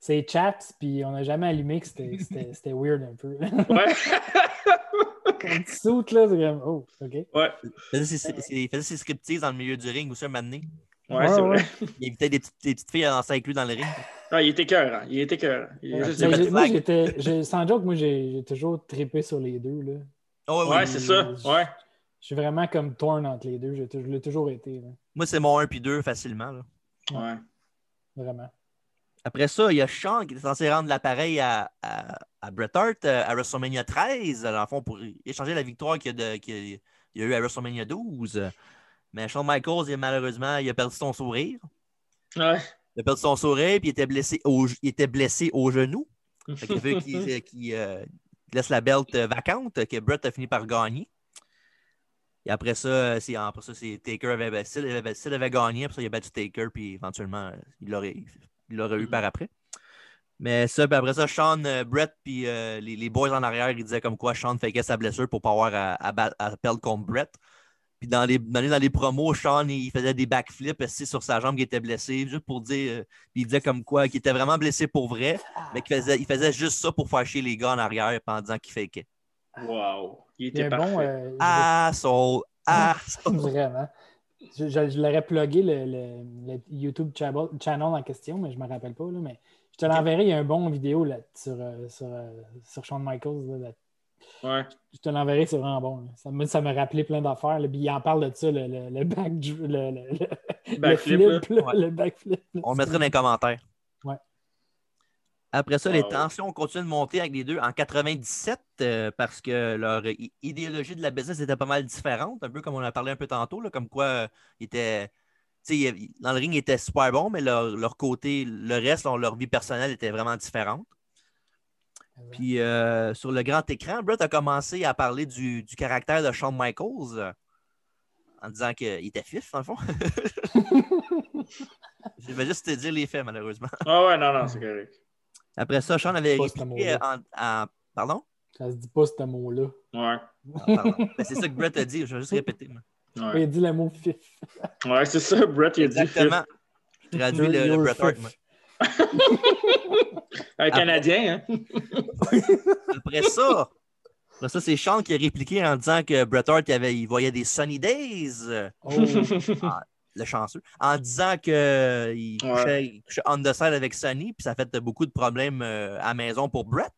ses chaps, puis on n'a jamais allumé que c'était- c'était c'était weird un peu. [laughs]
Ouais.
Comme tu sautes, là, c'est comme, oh, OK.
ouais.
Il faisait ses- ses- ses- il faisait ses scriptises dans le milieu du ring aussi un moment donné.
Ouais, c'est vrai.
Il invitait des petites, des petites filles à danser avec lui dans le ring.
Non, il était cœur. Il était cœur. Il est
Mais
juste
c'est
j'ai-
Patrick
moi,
Mac.
j'étais, j'ai- sans joke, moi, j'ai j'ai toujours trippé sur les deux. Là.
Oh,
Ouais, c'est ça. Ouais.
Je suis vraiment comme torn entre les deux. Je, je l'ai toujours été, là.
Moi, c'est mon 1 puis 2 facilement. là.
ouais.
vraiment.
Après ça, il y a Sean qui était censé rendre l'appareil à, à, à Bret Hart euh, à WrestleMania 13, dans le fond, pour échanger la victoire qu'il y a, de- qu'il y a- il y a eu à WrestleMania 12. Mais Shawn Michaels, il- malheureusement, il a perdu son sourire.
Ouais.
Il a perdu son sourire, puis il était blessé au, il était blessé au genou. Fait qu'il veut qu'il euh, qu'il, euh, laisse la belt euh, vacante, que Brett a fini par gagner. Et après ça, euh, c'est- après ça, c'est Taker avait, ben, Sid avait, Sid avait gagné, après ça, il a battu Taker, puis éventuellement, euh, il l'aurait il l'aurait eu
Mhm.
par après. Mais ça, puis après ça, Sean, euh, Brett, puis euh, les, les boys en arrière, ils disaient comme quoi Sean fakeait sa blessure pour pas avoir à, à, bat- à perdre contre Brett. Puis dans les, dans les, dans les promos, Sean, il faisait des backflips assis sur sa jambe qui était blessée, juste pour dire. euh, puis il disait comme quoi qu'il était vraiment blessé pour vrai, mais qu'il faisait, il faisait juste ça pour faire chier les gars en arrière pendant qu'il fakeait.
Wow. Il
Il y a
était
un
parfait.
bon. euh, je-
Ah. Asshole! Asshole!
[laughs] Vraiment. Je, je- je l'aurais plugué le, le- le YouTube channel, channel en question, mais je ne me rappelle pas. là, mais je te l'enverrai, il y a un bon vidéo là, sur, euh, sur, euh, sur Shawn Michaels. là, là. euh,
Ouais.
Je te l'enverrai, c'est vraiment bon. là. Ça me ça m'a rappelé plein d'affaires. là, puis il en parle de ça, le, le, le back dr- le, le- le- le
Backflip, là.
flip, là,
Ouais.
le backflip. là.
On le mettra dans les commentaires.
Ouais.
Après ça, les
Wow.
tensions ont continué de monter avec les deux en 97 euh, parce que leur euh, i- idéologie de la business était pas mal différente, un peu comme on a parlé un peu tantôt, là, comme quoi euh, ils étaient. tu sais, ils- ils- Dans le ring, ils étaient super bons, mais leur, leur côté, le reste, leur, leur vie personnelle était vraiment différente. Puis euh, sur le grand écran, Brett a commencé à parler du, du caractère de Shawn Michaels euh, en disant qu'il était fif, dans le fond. [laughs] Je vais juste te dire les faits, malheureusement.
Ah ouais, non, non, c'est correct.
Après ça, Sean avait
Pas ce
répliqué en, en- Pardon?
Ça se dit pas ce mot-là.
Ouais.
Ah, pardon. Ben, c'est ça que Brett a dit, je vais juste répéter. moi.
Ouais,
Il dit le mot fif.
ouais c'est ça, Brett, il a dit.
Exactement. Je traduis le, le
You're
Bret Hart.
fif.
moi.
Un Canadien, hein?
Après ça, après ça c'est Sean qui a répliqué en disant que Bret Hart, il, avait- il voyait des Sunny Days, euh,
Oh.
[laughs]
le chanceux, en disant qu'il
Ouais.
couchait, il couchait on the side avec Sunny, puis ça a fait beaucoup de problèmes euh, à la maison pour Brett.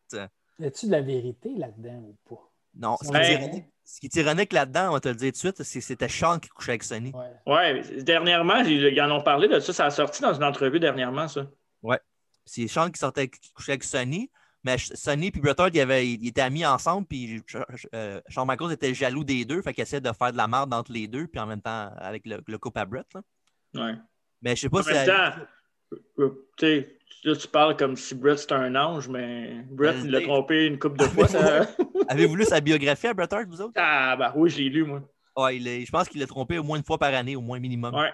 Y a-tu de la vérité là-dedans ou pas?
Non,
Ça
ce qui,
va
est
Hey.
ironique, ce qui est ironique là-dedans, on va te le dire tout de suite, c'est que c'était Sean qui couchait avec Sunny.
Ouais.
Ouais, dernièrement, ils ils en ont parlé de ça. Ça a sorti dans une entrevue dernièrement, ça.
c'est Sean qui sortait qui couchait avec Sonny. Mais Ch- Sonny puis Bret Hart, ils, avaient- ils étaient amis ensemble, puis Ch- Ch- euh, Shawn Michaels était jaloux des deux, fait qu'il essayait de faire de la merde entre les deux, puis en même temps avec le, le couple à Bret. là.
Ouais.
Mais je sais pas
En
si.
même
ça-
temps, euh, tu sais, là, tu parles comme si Brett c'était un ange, mais Brett, il l'a
Ben,
trompé une couple de fois. ça-
[laughs]
[laughs]
Avez-vous lu sa biographie à Bret Hart, vous autres?
Ah, bah oui, je l'ai lu, moi.
Ouais, il est- je pense qu'il l'a trompé au moins une fois par année, au moins minimum.
Ouais,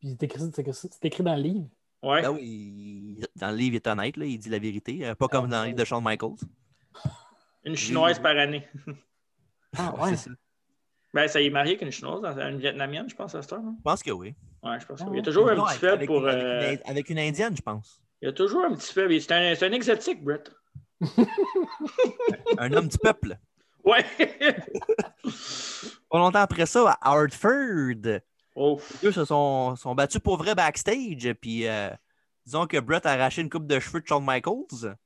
Puis c'est écrit, c'est écrit- c'est écrit dans le livre.
ouais.
Ben oui, il- dans le livre, il est honnête, là, il dit la vérité, euh, pas comme dans le livre de Shawn Michaels.
Une chinoise par année.
Ah ouais.
C'est ça.
Ben, ça y est marié qu'une chinoise, dans- une vietnamienne, je pense, à cette heure. non?
Je pense que oui.
Ouais, je pense.
Ah
Il y a
ouais.
toujours un
Non,
petit faible
avec,
pour.
avec
euh,
une, avec une Indienne, je pense.
Il y a toujours un petit faible. C'est un, c'est un exotique, Brett.
Un homme du peuple. [laughs]
Ouais.
Pas longtemps après ça, à Hartford,
oh,
Les deux se sont, sont battus pour vrai backstage. Puis euh, disons que Brett a arraché une coupe de cheveux de Shawn Michaels.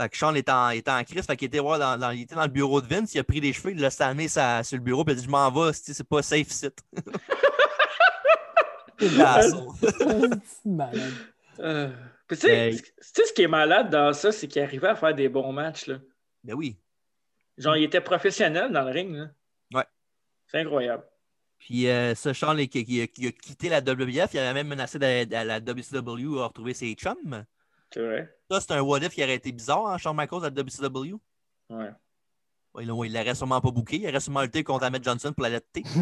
Fait que Shawn était en, était en crise. Fait qu'il était, voir dans, dans- il était dans le bureau de Vince. Il a pris les cheveux, il l'a salmé sa- sur le bureau. Puis il a dit Je m'en vais, c'est c'est pas safe site.
[laughs] C'est malade.
Euh, puis tu sais,
Ben-
tu sais ce qui est malade dans ça, c'est qu'il arrivait à faire des bons matchs. Là.
ben oui.
Genre, il était professionnel dans le ring. Là.
Ouais.
C'est incroyable.
Puis euh, ce Shawn là, qui, qui a, qui a quitté la WWF, il avait même menacé d'aller à la WCW à retrouver ses chums.
C'est vrai.
Ça, c'est un what if qui aurait été bizarre, hein, Shawn Michaels à la WCW.
Ouais.
Ouais, là, ouais, il l'aurait sûrement pas booké. Il aurait sûrement lutté contre Ahmed Johnson pour la lettre T.
[laughs]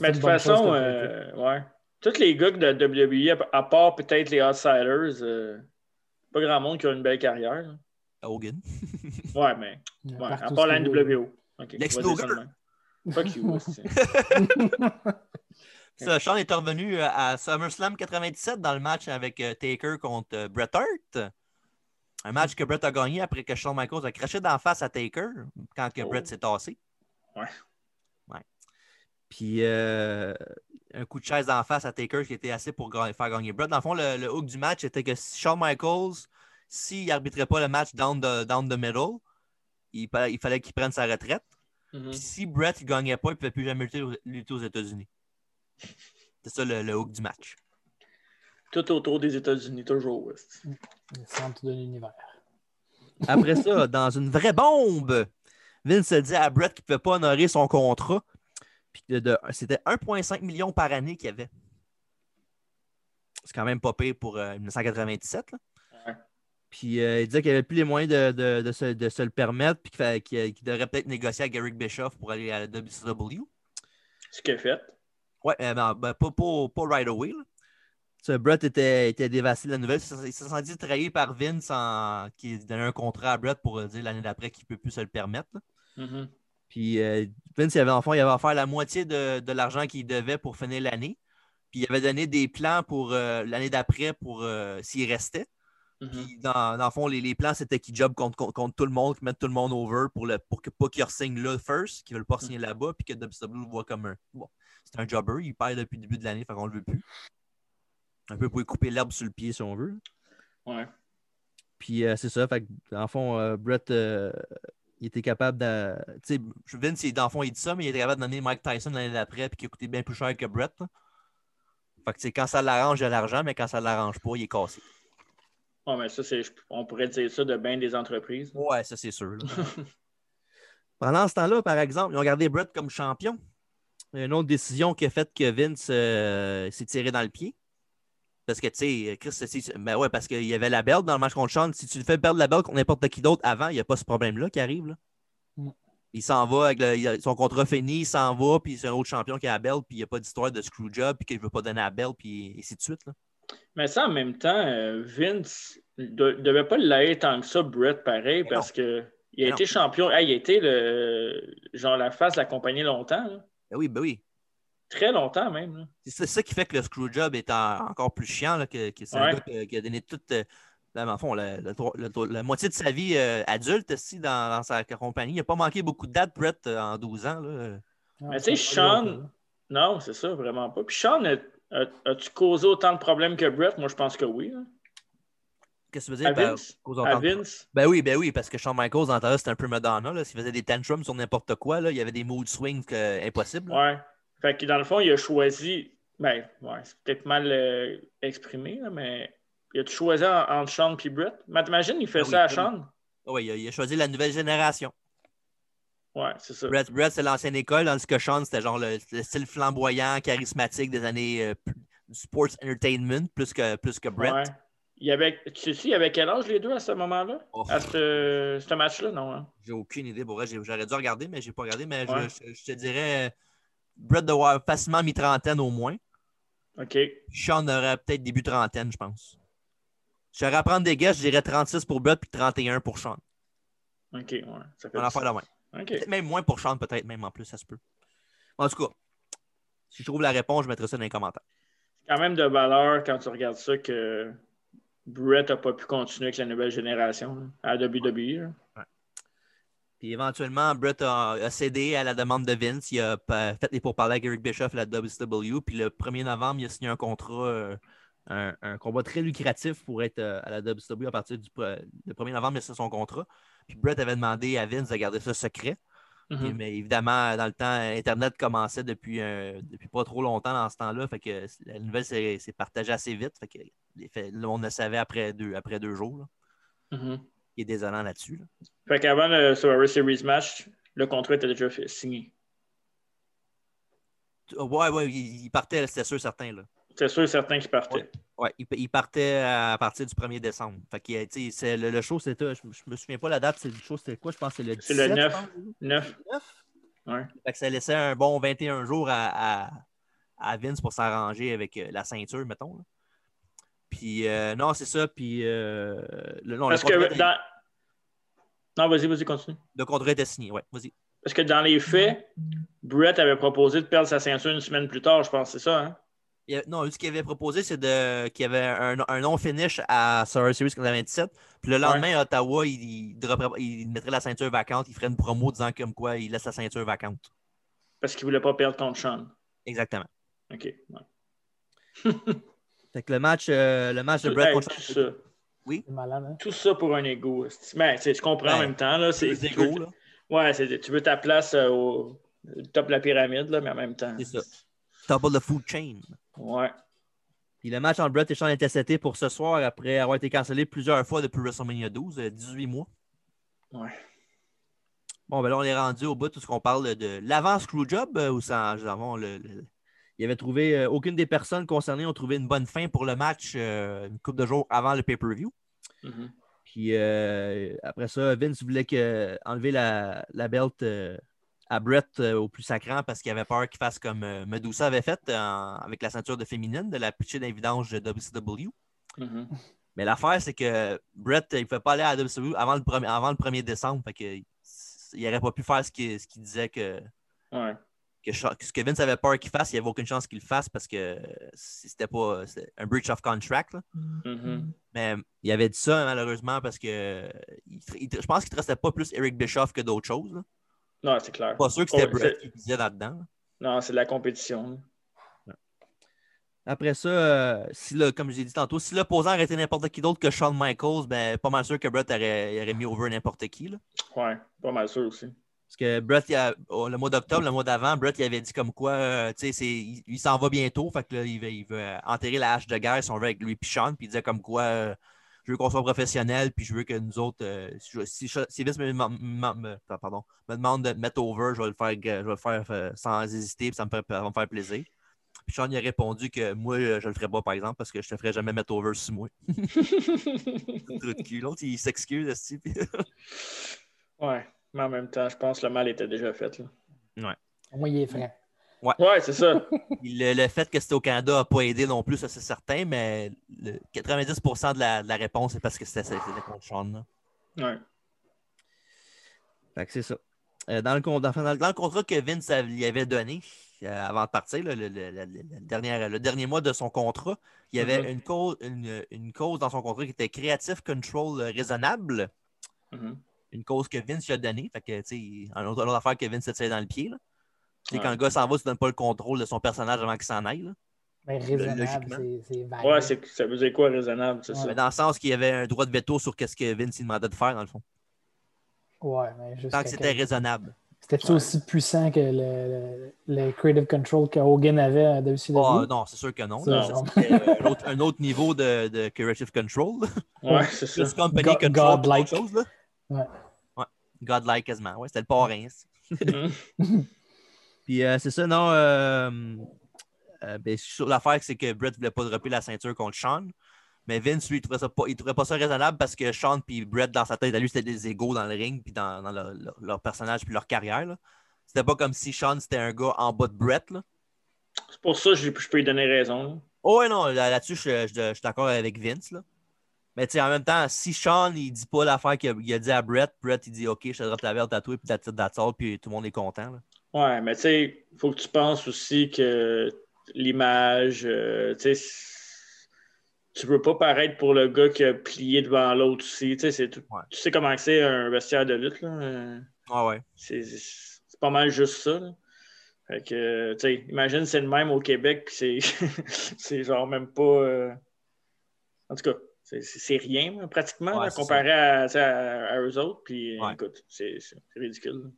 Mais de toute façon, euh, ouais. Tous les gars de la WWE, à part peut-être les Outsiders, euh, pas grand monde qui a une belle carrière. là.
Hogan.
Ouais,
[laughs]
mais.
Il y a
Ouais, à
partout
part
ce
la
qu'il veut.
NWO. Ok,
Lex
on va dire ça
Luger.
de même. Fuck
[laughs]
you. hostie.
Ça, Sean est revenu euh, à SummerSlam 97 dans le match avec euh, Taker contre euh, Bret Hart. Un match que Bret a gagné après que Shawn Michaels a craché d'en face à Taker quand que
Oh.
Bret s'est tassé.
Ouais.
Ouais. Puis euh, un coup de chaise d'en face à Taker qui était assez pour ga- faire gagner Bret. Dans le fond, le, le hook du match était que si Shawn Michaels, s'il arbitrait pas le match down the, down the middle, il, pa- il fallait qu'il prenne sa retraite.
Mhm.
Puis si Brett ne gagnait pas, il ne pouvait plus jamais lutter, aux- lutter aux États-Unis. C'est ça le, le hook du match.
Tout autour des États-Unis, toujours. hostie.
Le centre de l'univers.
Après ça, dans une vraie bombe, Vince a dit à Brett qu'il ne pouvait pas honorer son contrat. Puis de- de- c'était 1,5 million par année qu'il y avait. C'est quand même pas pire pour euh, 1997. là.
Ouais.
Puis euh, il disait qu'il avait plus les moyens de, de- de se, de se le permettre, puis qu'il fallait- qu'il qu'il devrait peut-être négocier à Garrick Bischoff pour aller à la WCW.
Ce qu'il a fait.
Ouais, euh, ben, ben, pas, pas- pas right away. là. Tu sais, Brett était, était dévasté de la nouvelle. Il s'est- il s'est senti trahi par Vince en- qui donnait un contrat à Brett pour euh, dire l'année d'après qu'il ne peut plus se le permettre. là.
Mhm.
Puis euh, Vince, il avait, en fond, il avait offert la moitié de, de l'argent qu'il devait pour finir l'année. Puis il avait donné des plans pour euh, l'année d'après pour euh, s'il restait.
Mhm.
Puis dans, dans le fond, les, les plans, c'était qu'ils job contre, contre, contre tout le monde, qu'ils mettent tout le monde over pour, le, pour que pas qu'ils re-signent là first, qu'ils veulent pas signer là-bas, puis que WCW le voit comme un. Bon, c'est un jobber, il perd depuis le début de l'année, fait qu'on le veut plus. Un peu pour lui couper l'herbe sur le pied si on veut.
Ouais.
Puis euh, c'est ça, fait que, dans le fond, euh, Brett, euh, il était capable de. Tu sais, Vince, il- dans le fond, il dit ça, mais il était capable de donner Mike Tyson l'année d'après, puis qui a coûté bien plus cher que Brett. là. Fait que, tu sais, quand ça l'arrange, il a l'argent, mais quand ça l'arrange pas, il est cassé.
Ouais, mais ça, c'est, je- on pourrait dire ça de bien des entreprises.
Ouais, ça, c'est sûr. là. Pendant ce temps-là, par exemple, ils ont gardé Brett comme champion. Une autre décision qui a fait que Vince euh, s'est tiré dans le pied. Parce que, tu sais, Chris, si- ben ouais, parce qu'il y avait la belle dans le match contre Sean. Si tu le fais perdre la belle contre n'importe qui d'autre avant, il n'y a pas ce problème-là qui arrive. là.
Mm.
Il s'en va avec le- il a- son contrat fini, il s'en va, puis c'est un autre champion qui a la belle, puis il n'y a pas d'histoire de screwjob, puis qu'il ne veut pas donner la belle, puis ainsi de suite. là.
Mais ça, en même temps, euh, Vince ne devait pas l'aider tant que ça, Brett, pareil,
Mais
parce que il a
Mais
été champion. Hey, il a été le, genre la face de la compagnie longtemps. là.
Ben oui, ben oui.
Très longtemps même. là.
C'est ça- ça qui fait que le screwjob est en- encore plus chiant, là, que, que c'est un
Ouais.
gars que- qui a donné toute, euh, ben, en fond, la, la- la- la moitié de sa vie euh, adulte aussi dans, dans sa compagnie. Il n'a pas manqué beaucoup de dates, Brett, euh, en 12 ans. là.
Ah,
Mais tu sais,
hein.
Sean- Non, c'est ça, vraiment pas. Puis Sean, a- a- as-tu causé autant de problèmes que Brett? Moi, je pense que oui. là.
Qu'est-ce que tu veux
À
dire? par-
Vince?
cause
À
entente?
Vince?
Ben oui, ben oui, parce que Shawn Michaels, dans là c'était un peu Madonna. Là, S'il faisait des tantrums sur n'importe quoi, là, il y avait des mood swings que- impossibles. là.
Ouais. Fait que dans le fond, il a choisi. Ben, ouais, c'est peut-être mal euh, exprimé, là, mais il a-tu choisi en- entre Sean et Brett? Mais t'imagines, il fait
Ah oui,
ça à
oui.
Sean?
Ah ouais, il, a, il a choisi la nouvelle génération.
Ouais, c'est ça.
Brett, Brett, c'est l'ancienne école, tandis que Sean, c'était genre le, le style flamboyant, charismatique des années euh, p- du sports entertainment, plus que, plus que Brett.
Ouais. Il y avait, tu sais, il y avait quel âge les deux à ce moment-là?
Oh.
À ce, ce match-là, non? hein?
J'ai aucune idée. Pour vrai, j'ai- j'aurais dû regarder, mais j'ai pas regardé. Mais je-
Ouais.
je, je te dirais, euh, Brett doit avoir facilement mi-trentaine au moins.
OK.
Sean aurait peut-être début trentaine, je pense. Je vais prendre des guesses, je dirais 36 pour Brett puis 31 pour Sean.
OK, ouais. Ça fait
On en fait la même.
OK.
Peut-être même moins pour Sean, peut-être même en plus, ça se peut. En tout cas, si je trouve la réponse, je mettrai ça dans les commentaires.
quand même de valeur quand tu regardes ça que Brett n'a pas pu continuer avec la nouvelle génération là, à WWE. là.
Puis éventuellement, Brett a, a cédé à la demande de Vince. Il a pa- fait les pourparlers avec Eric Bischoff à la WCW. Puis le 1er novembre, il a signé un contrat, euh, un, un combat très lucratif pour être euh, à la WCW à partir du pre- le 1er novembre, il a signé son contrat. Puis Brett avait demandé à Vince de garder ça secret. Puis,
Mhm.
mais évidemment, dans le temps, Internet commençait depuis, un- depuis pas trop longtemps dans ce temps-là. Fait que la nouvelle s'est s'est partagée assez vite. Fait que les faits- on le savait après deux, après deux jours. là.
Mhm.
Il est désolant là-dessus. là.
Fait qu'avant le Survivor Series match, le contrat était déjà fait- signé.
Ouais, ouais, il, il partait, c'était sûr, certain. Là.
C'est sûr et certain qu'il partait.
Ouais, il, il partait à partir du 1er décembre. Fait que, euh, tu sais, c'est- le, le show, c'était. Je, je me souviens pas la date, c'est- le show, c'était quoi? Je pense que c'est le
C'est
17.
le 9.
je pense.
9. Ouais.
Fait que ça laissait un bon 21 jours à, à, à Vince pour s'arranger avec euh, la ceinture, mettons. là. Puis, euh, non, c'est ça. Puis, euh, le, non, le
Parce
contrat,
que
était-
dans... Non, vas-y, vas-y, continue.
le contrat était signé. Ouais, vas-y.
Parce que dans les faits, Brett avait proposé de perdre sa ceinture une semaine plus tard, je pense, c'est ça, hein?
Il y a- non, ce qu'il avait proposé, c'est de, qu'il y avait un, un non-finish à Survivor Series 97. Puis le lendemain, à Ottawa, il, il dropperait- il mettrait la ceinture vacante. Il ferait une promo disant comme quoi il laisse la ceinture vacante.
Parce qu'il voulait pas perdre contre Sean.
Exactement.
OK. ouais.
Fait que le match, euh, le match de Brett
Hey,
contre
tout ça.
C'est malade, hein?
Tout ça pour un ego. Ben, Mais tu comprends en
Ouais.
même temps. Là, c'est,
les égaux, là.
Ouais, c'est- tu veux ta place euh, au top de la pyramide, là, mais en même temps.
C'est ça. Top of the food chain.
Ouais.
Puis le match entre Brett et Sean était seté pour ce soir après avoir été cancellé plusieurs fois depuis WrestleMania 12, euh, 18 mois.
Ouais.
Bon, ben là, on est rendu au bout de ce qu'on parle de l'avant Screwjob, euh, où ça, avons le, le- il avait trouvé, euh, aucune des personnes concernées ont trouvé une bonne fin pour le match euh, une couple de jours avant le pay-per-view.
Mhm.
Puis euh, après ça, Vince voulait que, enlever la, la belt euh, à Brett euh, au plus sacrant parce qu'il avait peur qu'il fasse comme euh, Medusa avait fait en- avec la ceinture de féminine, de la pitcher d'invidence de WCW.
Mhm.
Mais l'affaire, c'est que Brett, il ne pouvait pas aller à la WCW avant le, premier- avant le 1er décembre. Fait que, il n'aurait pas pu faire ce qu'il ce qu'il disait que,
Ouais.
que Sha- ce que Vince avait peur qu'il fasse. Il n'y avait aucune chance qu'il le fasse parce que euh, c'était pas c'était un breach of contract. là.
Mhm.
Mais euh, il avait dit ça, malheureusement, parce que euh, il tr- il tr- je pense qu'il ne restait pas plus Eric Bischoff que d'autres choses. là.
Non, c'est clair.
Pas sûr que c'était
Ouais,
Brett
c'est-
qui disait là-dedans.
Non, c'est de la compétition.
Après ça, euh, si le- comme j'ai dit tantôt, si l'opposant aurait été n'importe qui d'autre que Shawn Michaels, ben, pas mal sûr que Brett aurait, il aurait mis over n'importe qui. là.
Ouais, pas mal sûr aussi.
Parce que Brett, il a- oh, le mois d'octobre, le mois d'avant, Brett, il avait dit comme quoi, euh, tu sais, c'est- il, il s'en va bientôt, fait que là, il veut, il veut, euh, enterrer la hache de guerre, si on veut, avec lui puis Sean, puis il disait comme quoi, euh, je veux qu'on soit professionnel, puis je veux que nous autres, euh, si, je- si, je- si Vince me, me- me- me- pardon, me demande de te mettre over, je vais le faire, euh, je vais le faire euh, sans hésiter, puis ça me, fait- ça va me faire plaisir. Puis Sean, il a répondu que moi, euh, je le ferais pas, par exemple, parce que je te ferais jamais mettre over sur moi. Trou de cul. L'autre, il s'excuse, esti, puis-
ouais, mais en même temps, je pense que le mal était déjà fait. Là.
Au moins, il est franc.
Ouais, c'est ça.
Le, le fait que c'était au Canada n'a pas aidé non plus, ça c'est certain, mais le 90% de la, de la réponse, c'est parce que c'était c'était- c'était contre Sean. là.
Ouais.
Fait que c'est ça. Euh, dans, le, con- dans- dans le- dans le contrat que Vince a- lui avait donné euh, avant de partir, là, le, le- le- le- le dernier, le dernier mois de son contrat, il y avait
Mhm.
une, cause, une, une cause dans son contrat qui était Creative Control euh, Raisonnable,
Mhm.
une cause que Vince lui a donnée. Fait que, tu sais, un autre, une autre affaire que Vince se tirait dans le pied. là. Tu sais,
Ouais.
Quand le gars s'en va, tu ne donnes pas le contrôle de son personnage avant qu'il s'en aille. là.
Mais raisonnable,
Logiquement.
c'est- c'est vague.
Ouais, c'est- ça veut dire quoi raisonnable, c'est
Mais
ça?
dans le sens qu'il y avait un droit de veto sur quest ce que Vince il demandait de faire, dans le fond.
Ouais, mais juste.
Tant que
que-
c'était raisonnable.
C'était-tu aussi puissant que le, le- le Creative Control que Hogan avait à WCW?
Ah, non, c'est sûr que non.
Ça,
là.
non.
Ça, c'était un, autre, un autre niveau de, de creative control.
Ouais, c'est
[laughs]
ça.
Plus company
Go-
control. Godlike.
godlike.
Chose, là.
Ouais.
Ouais. Godlike quasiment. Ouais, c'était le parrain. ça.
Mhm.
Puis euh, c'est ça, non. euh, euh, ben, sur- L'affaire, c'est que Brett voulait pas dropper la ceinture contre Sean. Mais Vince, lui, il trouvait, ça pas, il trouvait pas ça raisonnable parce que Sean puis Brett, dans sa tête, à lui, c'était des égaux dans le ring, puis dans, dans leur, leur- leur personnage, puis leur carrière. là. C'était pas comme si Sean, c'était un gars en bas de Brett. Là.
C'est pour ça que je, je peux lui donner raison. là.
Oh ouais, non, là- là-dessus, je, je- je suis d'accord avec Vince. Là. Mais tu sais, en même temps, si Sean, il dit pas l'affaire qu'il a, il a dit à Brett, Brett, il dit OK, je te drop la verte à toi, puis that's it, that's all, puis tout le monde est content. là.
Ouais, mais tu sais, il faut que tu penses aussi que l'image, euh, tu sais, c- tu veux pas paraître pour le gars qui a plié devant l'autre aussi. Tu sais, c'est tout-
Ouais.
tu sais comment que c'est un vestiaire de lutte, là. euh,
Ah ouais.
C'est c'est pas mal juste ça. là. Fait que, tu sais, imagine c'est le même au Québec, puis c'est [laughs] c'est genre même pas. euh, En tout cas, c'est- c'est c'est rien, là, pratiquement,
Ouais,
là,
c'est
comparé à, tu sais, à, à eux autres. Puis, euh,
Ouais.
écoute, c'est c'est ridicule. là.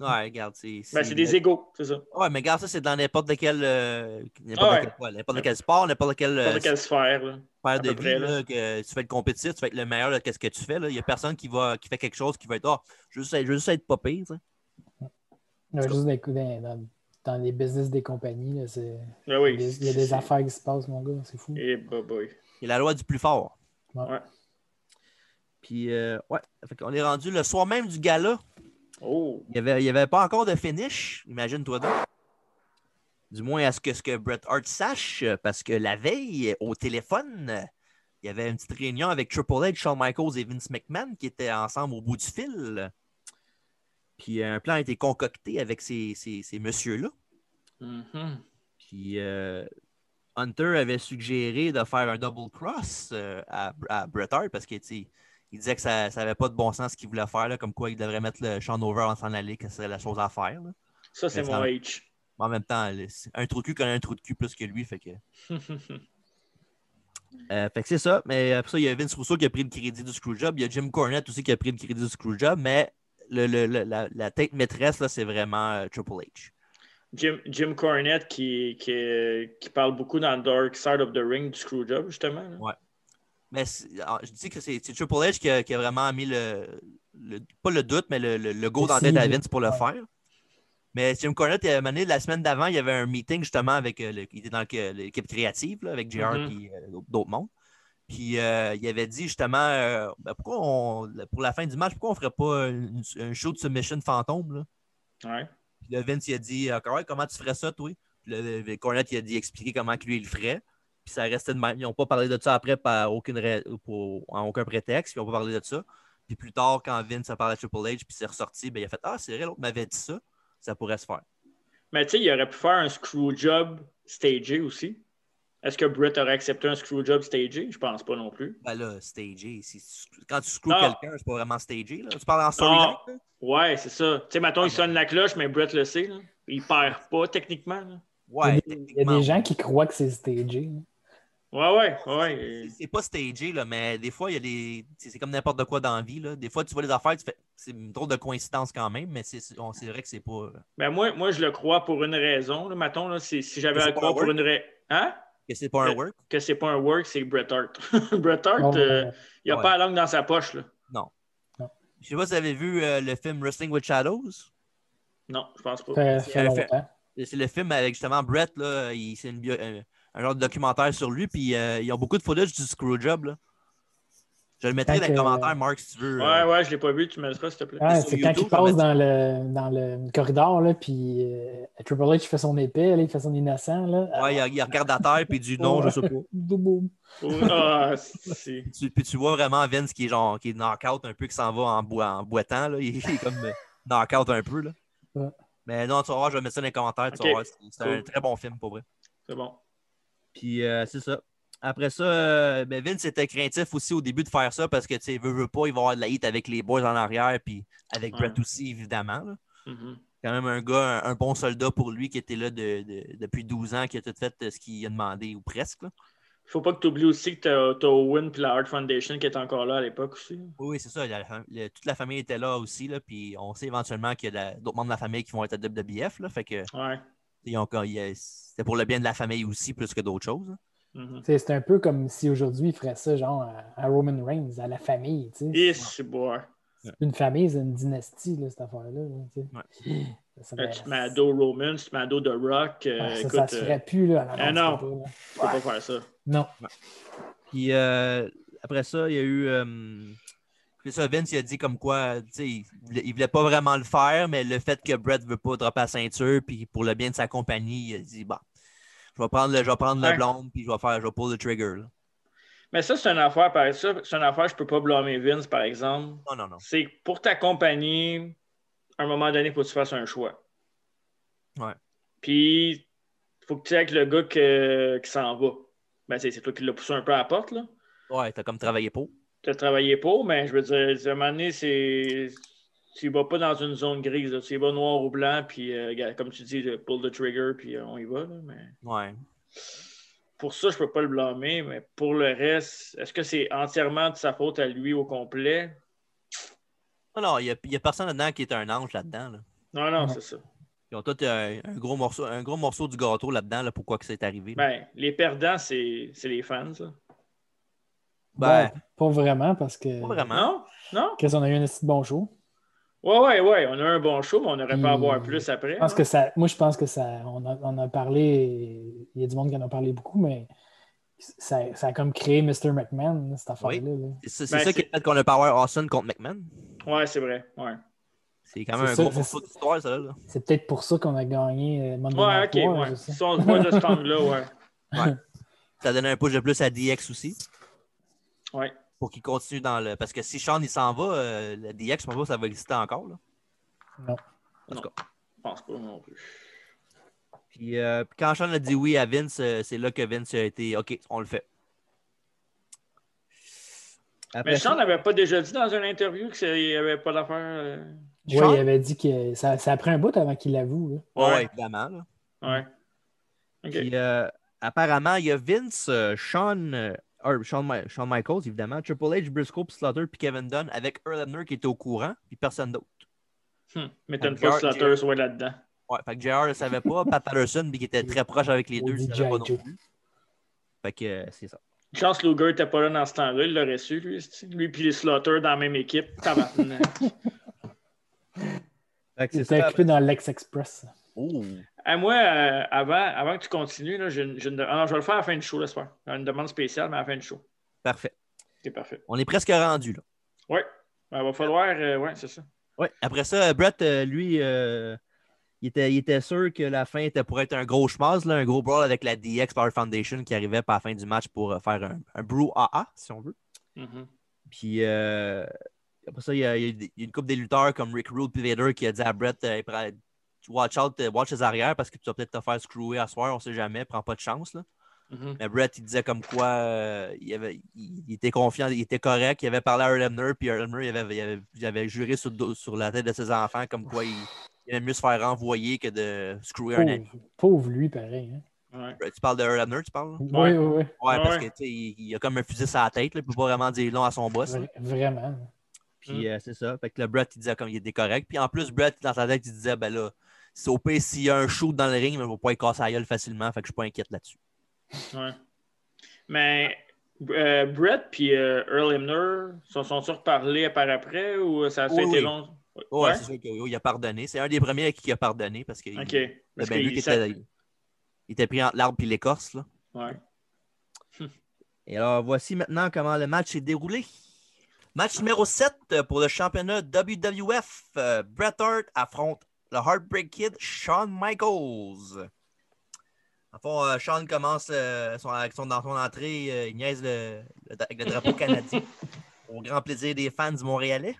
Ouais, regarde, c'est.
Ben, c'est des égaux, c'est ça.
Ouais, mais regarde, ça, c'est dans n'importe quel. euh, n'importe
Ah ouais.
quel, quoi, n'importe quel sport, n'importe quel. euh,
N'importe quelle sphère, là.
sphère de vie,
peu près,
là,
là.
que tu fais le compétitif, tu fais être le meilleur de ce que tu fais. là. Il n'y a personne qui, va, qui fait quelque chose qui va être Ah, je veux juste être, je veux juste être pas pire. tu sais.
Non, juste des coups dans, dans- dans les business des compagnies, là, c'est-
Ben oui.
il y a des- il y a des affaires qui se passent, mon gars, c'est fou.
Et bah, boy.
C'est la loi du plus fort.
Ouais.
Puis, euh, ouais, on est rendu le soir même du gala.
Oh,
Il n'y avait, il y avait pas encore de finish, imagine-toi donc. Du moins à ce que, ce que Bret Hart sache, euh, parce que la veille, au téléphone, euh, il y avait une petite réunion avec Triple H, Shawn Michaels et Vince McMahon qui étaient ensemble au bout du fil. Puis euh, un plan a été concocté avec ces, ces, ces messieurs-là.
Mhm.
Puis euh, Hunter avait suggéré de faire un double cross euh, à, à Bret Hart parce que tu sais, il disait que ça n'avait pas de bon sens ce qu'il voulait faire, là, comme quoi il devrait mettre le Sean over en s'en aller, que ce serait la chose à faire. là.
ça, c'est
Mais
mon
ça-
H. [laughs]
Mais en même temps, le- c'est- un trou de cul connaît un trou de cul plus que lui. Fait que, Euh, fait que c'est ça. Mais après ça, il y a Vince Rousseau qui a pris le crédit du Screwjob. Il y a Jim Cornette aussi qui a pris le crédit du Screwjob. Mais le- le- le- la, la tête maîtresse, là, c'est vraiment euh, Triple H.
Jim, Jim Cornette qui, qui, qui parle beaucoup dans Dark Side of the Ring du Screwjob, justement. là.
Ouais. Mais c'est- ah, je dis que c'est c'est Triple H qui a, qui a vraiment mis le, le- Pas le doute, mais le, le- le go
Le
dans la tête à
signe.
Vince pour le faire. Mais Jim Cornette, il a mené la semaine d'avant, il y avait un meeting justement avec. euh, le- il était dans le- l'équipe créative, là, avec JR et
Mhm.
euh, d'autres mondes. Puis euh, il avait dit justement euh, Ben, pourquoi on, pour la fin du match, pourquoi on ferait pas une- un show de submission fantôme là?
Ouais.
Puis là, Vince, il a dit encore Ouais, comment tu ferais ça, toi Puis là, le- le Cornette, il a dit expliquer comment que lui, il le ferait. Puis ça restait de même. Ils n'ont pas parlé de ça après par aucune ra- pour- en aucun prétexte. Ils n'ont pas parlé de ça. Puis plus tard, quand Vince a parlé à Triple H, puis c'est ressorti, ben, il a fait Ah, c'est vrai, l'autre m'avait dit ça. Ça pourrait se faire.
Mais tu sais, il aurait pu faire un screw job stagé aussi. Est-ce que Britt aurait accepté un screw job stagé? Je pense pas non plus.
Ben là, stagé. si tu- Quand tu screws
Non.
quelqu'un, c'est pas vraiment stagé. Là. Tu parles en storyline. là?
Ouais, c'est ça. Tu sais, mettons,
Ah,
il sonne la cloche, mais Britt le sait. là. Il perd pas techniquement. là.
Il y
Ouais,
a des- il y a
techniquement,
des gens qui croient que c'est stagé.
Ouais, ouais, ouais.
C'est-
Et-
C'est pas stagé, là, mais des fois, il y a des. C'est c'est comme n'importe quoi dans la vie. Là. Des fois, tu vois les affaires, tu fais. C'est une drôle de coïncidence quand même, mais c'est c'est- on- c'est vrai que c'est pas.
Ben moi, moi, je le crois pour une raison. Là. Mettons, là, si, si j'avais
Que
à
c'est
le croire
pas un
pour
work?
une raison. Hein?
Que c'est pas un
Euh,
work.
Que c'est pas un work, c'est Bret Hart. [laughs] Bret Hart,
Non,
euh,
euh,
il a
ouais.
pas la langue dans sa poche. Là.
Je sais pas si vous avez vu euh, le film Wrestling with Shadows.
Non, je pense pas.
fait, fait
un
longtemps.
C'est le film avec justement Brett, là, il- c'est une bio- un, un genre de documentaire sur lui, puis euh, ils ont beaucoup de footage du screwjob. Là. Je le mettrai
Fait
dans les
que-
commentaires, Mark, si tu veux.
Ouais,
euh,
ouais, je l'ai pas vu, tu me le feras, s'il te plaît.
Ouais,
sur
c'est quand
YouTube,
il
ça va
passe
être-
dans le, dans le corridor, là, puis euh, Triple H fait son épée, là, il fait son innocent. Là,
ouais, il, il regarde la terre, puis du non, je sais pas.
Boum, boum.
Oh, ah, si.
Tu- puis tu vois vraiment Vince qui est genre qui est knock-out un peu, qui s'en va en, boi- en boitant. Là. [laughs] Il est comme euh, knock-out un peu. Là.
Ouais.
Mais non, tu vas voir, je vais mettre ça dans les commentaires. Tu
Ok.
vas voir, c'est- c'est un
Cool.
très bon film pour vrai.
C'est bon.
Puis euh, c'est ça. Après ça, euh, ben Vince était craintif aussi au début de faire ça parce que tu sais, veut, veut pas, il va avoir de la hit avec les boys en arrière, puis avec
Ouais.
Brett aussi, évidemment. là.
Mhm.
Quand même un gars, un, un bon soldat pour lui qui était là de- de- depuis 12 ans, qui a tout fait euh, ce qu'il a demandé, ou presque. là.
Faut pas que tu oublies aussi que t'as as Owen puis la Hart Foundation qui est encore là à l'époque aussi.
Oui, oui, c'est ça. la fam- le- toute la famille était là aussi, là, puis on sait éventuellement qu'il y a de- d'autres membres de la famille qui vont être à WWF. Là, fait que
Ouais.
ils ont- il y a- c'était pour le bien de la famille aussi, plus que d'autres choses. hein. là.
Mhm.
Tu sais, C'est un peu comme si aujourd'hui il ferait ça genre à, à Roman Reigns, à la famille. tu sais.
Et c'est bon.
Une famille, c'est une dynastie, là, cette affaire-là. là, tu sais. Ça,
Euh,
ben,
Tu te mets à dos Roman, tu te mets à dos The Rock. euh,
ah, ça,
écoute,
ça se
euh,
ferait plus. Là, à la
eh
base,
non.
c'est pas, là.
tu peux pas faire ça.
Non.
Puis euh, après ça, il y a eu. euh, c'est ça, Vince, il a dit comme quoi, tu sais, il voulait, il voulait pas vraiment le faire, mais le fait que Brett veut pas dropper la ceinture, puis pour le bien de sa compagnie, il a dit, bon, je vais prendre le, je vais prendre le
Ouais.
blonde, puis je vais faire, je vais pull le trigger. là.
Mais ça, c'est une affaire, par ça, c'est une affaire, je peux pas blâmer Vince, par exemple.
Non, non, non.
C'est que pour ta compagnie, à un moment donné, il faut que tu fasses un choix.
Ouais.
Puis, faut que tu aies avec le gars que- qui s'en va. Ben, c'est c'est toi qui l'as poussé un peu à la porte, là.
Ouais, t'as comme travaillé pour.
tu as travaillé pour, mais je veux dire, à un moment donné, c'est. Tu y vas pas dans une zone grise, là. tu y vas noir ou blanc, puis euh, regarde, comme tu dis, euh, pull the trigger, puis euh, on y va. là. Mais
Ouais.
pour ça, je peux pas le blâmer, mais pour le reste, est-ce que c'est entièrement de sa faute à lui au complet?
Non, non, il y a, il y a personne là-dedans qui est un ange là-dedans. là.
Non, non,
Non.
c'est ça.
Ils ont tous un, un gros morceau, un gros morceau du gâteau là-dedans, là, pourquoi que c'est arrivé. là.
Ben, les perdants, c'est c'est les fans, ça.
Ben,
Ben, pas vraiment, parce que.
pas vraiment.
Non? Non?
Qu'est-ce qu'on a eu un assez bon show?
Ouais, ouais, ouais, on a eu un bon show, mais on aurait pu en
Hmm.
avoir plus après.
Je pense
hein.
que ça, moi, je pense que ça. On a, on a parlé. Il y a du monde qui en a parlé beaucoup, mais ça, ça a comme créé Mr. McMahon, cette affaire-là. là.
C'est c'est
Ben,
ça qui a fait qu'on a Power Austin contre McMahon.
Ouais, c'est vrai. Ouais.
C'est quand même
C'est
un
ça,
gros
c'est
morceau
ça.
d'histoire, ça. Là.
C'est peut-être pour ça qu'on a gagné euh, Monday
Ouais,
Night
ok,
War, je
ouais.
sais.
Si on se voit de cet angle-là, ouais.
Ça donne un push de plus à DX aussi,
Ouais.
pour qu'il continue dans le. Parce que si Sean il s'en va, euh, le DX, je pense pas que ça va exister encore. Là.
Je pense pas non plus.
Puis, euh, puis quand Sean a dit oui à Vince, euh, c'est là que Vince a été OK, on le fait. Après
Mais Sean
ça,
n'avait pas déjà dit dans une interview qu'il n'y avait pas d'affaire. euh,
Ouais,
Sean-
il avait dit que ça, ça a pris un bout avant qu'il l'avoue. là.
ouais,
Ouais.
évidemment. là.
Ouais. OK.
Puis, euh, apparemment, il y a Vince, euh, Sean, euh, or, Shawn Mi- Shawn Michaels, évidemment, Triple H, Briscoe, puis Slaughter, puis Kevin Dunn, avec Earl Hebner qui était au courant, puis personne d'autre. euh,
Hum. M'étonne
Puis
pas
Jar-
que Slaughter soit là-dedans.
Ouais, fait que JR ne [laughs] savait pas, Pat Patterson, puis qui était très proche avec les
Au
deux, il
DJ
savait pas non
Joe.
plus. Fait que euh, c'est ça.
Charles Luger n'était pas là dans ce temps-là, il l'aurait su, lui. c'ti. Lui puis les Slaughter dans la même équipe.
[laughs]
Tabarnak.
Fait que
Il
c'est
était
ça.
occupé dans l'Ex Express.
Oh.
Hey, moi, euh, avant, avant que tu continues, là, j'ai une- j'ai une- ah non, je vais le faire à la fin du show, là, soir. J'ai une demande spéciale, mais à la fin du show.
Parfait.
C'est parfait.
On est presque rendu là.
Oui, il va falloir. euh, ouais, c'est ça.
Ouais. Après ça, Brett, euh, lui, euh, il, était, il était sûr que la fin était pour être un gros schmaz, là, un gros brawl avec la DX Power Foundation qui arrivait par la fin du match pour euh, faire un, un brouhaha, si on veut. Mm-hmm.
Mhm.
Puis euh, après ça, il y a, il y a des- il y a une couple des lutteurs comme Rick Rude et Vader qui a dit à Brett euh, prends- Watch out, euh, watch les arrières parce que tu vas peut-être te faire screwer à soir, on sait jamais, prends pas de chance. Là.
Mhm.
Mais Brett, il disait comme quoi euh, il, avait- il- il était confiant, il était correct, il avait parlé à Earl Hebner, puis Earl Hebner, il avait, il avait- il avait juré sur, le dos- sur la tête de ses enfants comme quoi il, il aimait mieux se faire renvoyer que de screwer un ami.
Pauvre, pauvre lui, pareil. hein.
Ouais.
Tu parles de Earl Hebner, tu parles? là?
Ouais.
Oui, oui,
Ouais,
Ouais,
parce
ouais.
que tu sais, il, il a comme un fusil sur la tête, là, il peut pas vraiment dire non à son boss. là.
oui. Vraiment.
Puis
Hein?
euh, c'est ça. Fait que le Brett, il disait comme il était correct. Puis en plus, Brett, dans sa tête, il disait ben là, si au pire, s'il y a un shoot dans le ring, mais je vais pas y casser la gueule facilement. Fait que je suis pas inquiète là-dessus.
Ouais. Mais euh, Brett puis euh, Earl Hebner se sont-ils reparlés par après ou ça a
Oui,
été
oui.
long?
Oh, Ouais, c'est sûr qu'il a pardonné. C'est un des premiers à qui il a pardonné parce qu'il
OK.
il a
Parce
bien vu
qu'il
qu'il
s'a-
était, il était pris entre l'arbre et l'écorce. là.
Ouais.
Et alors, voici maintenant comment le match s'est déroulé. Match numéro 7 pour le championnat WWF. Euh, Bret Hart affronte le Heartbreak Kid Shawn Michaels. En fond, euh, Shawn commence euh, son, avec son- dans son entrée, euh, il niaise le, le- avec le drapeau canadien. Au grand plaisir des fans du Montréalais.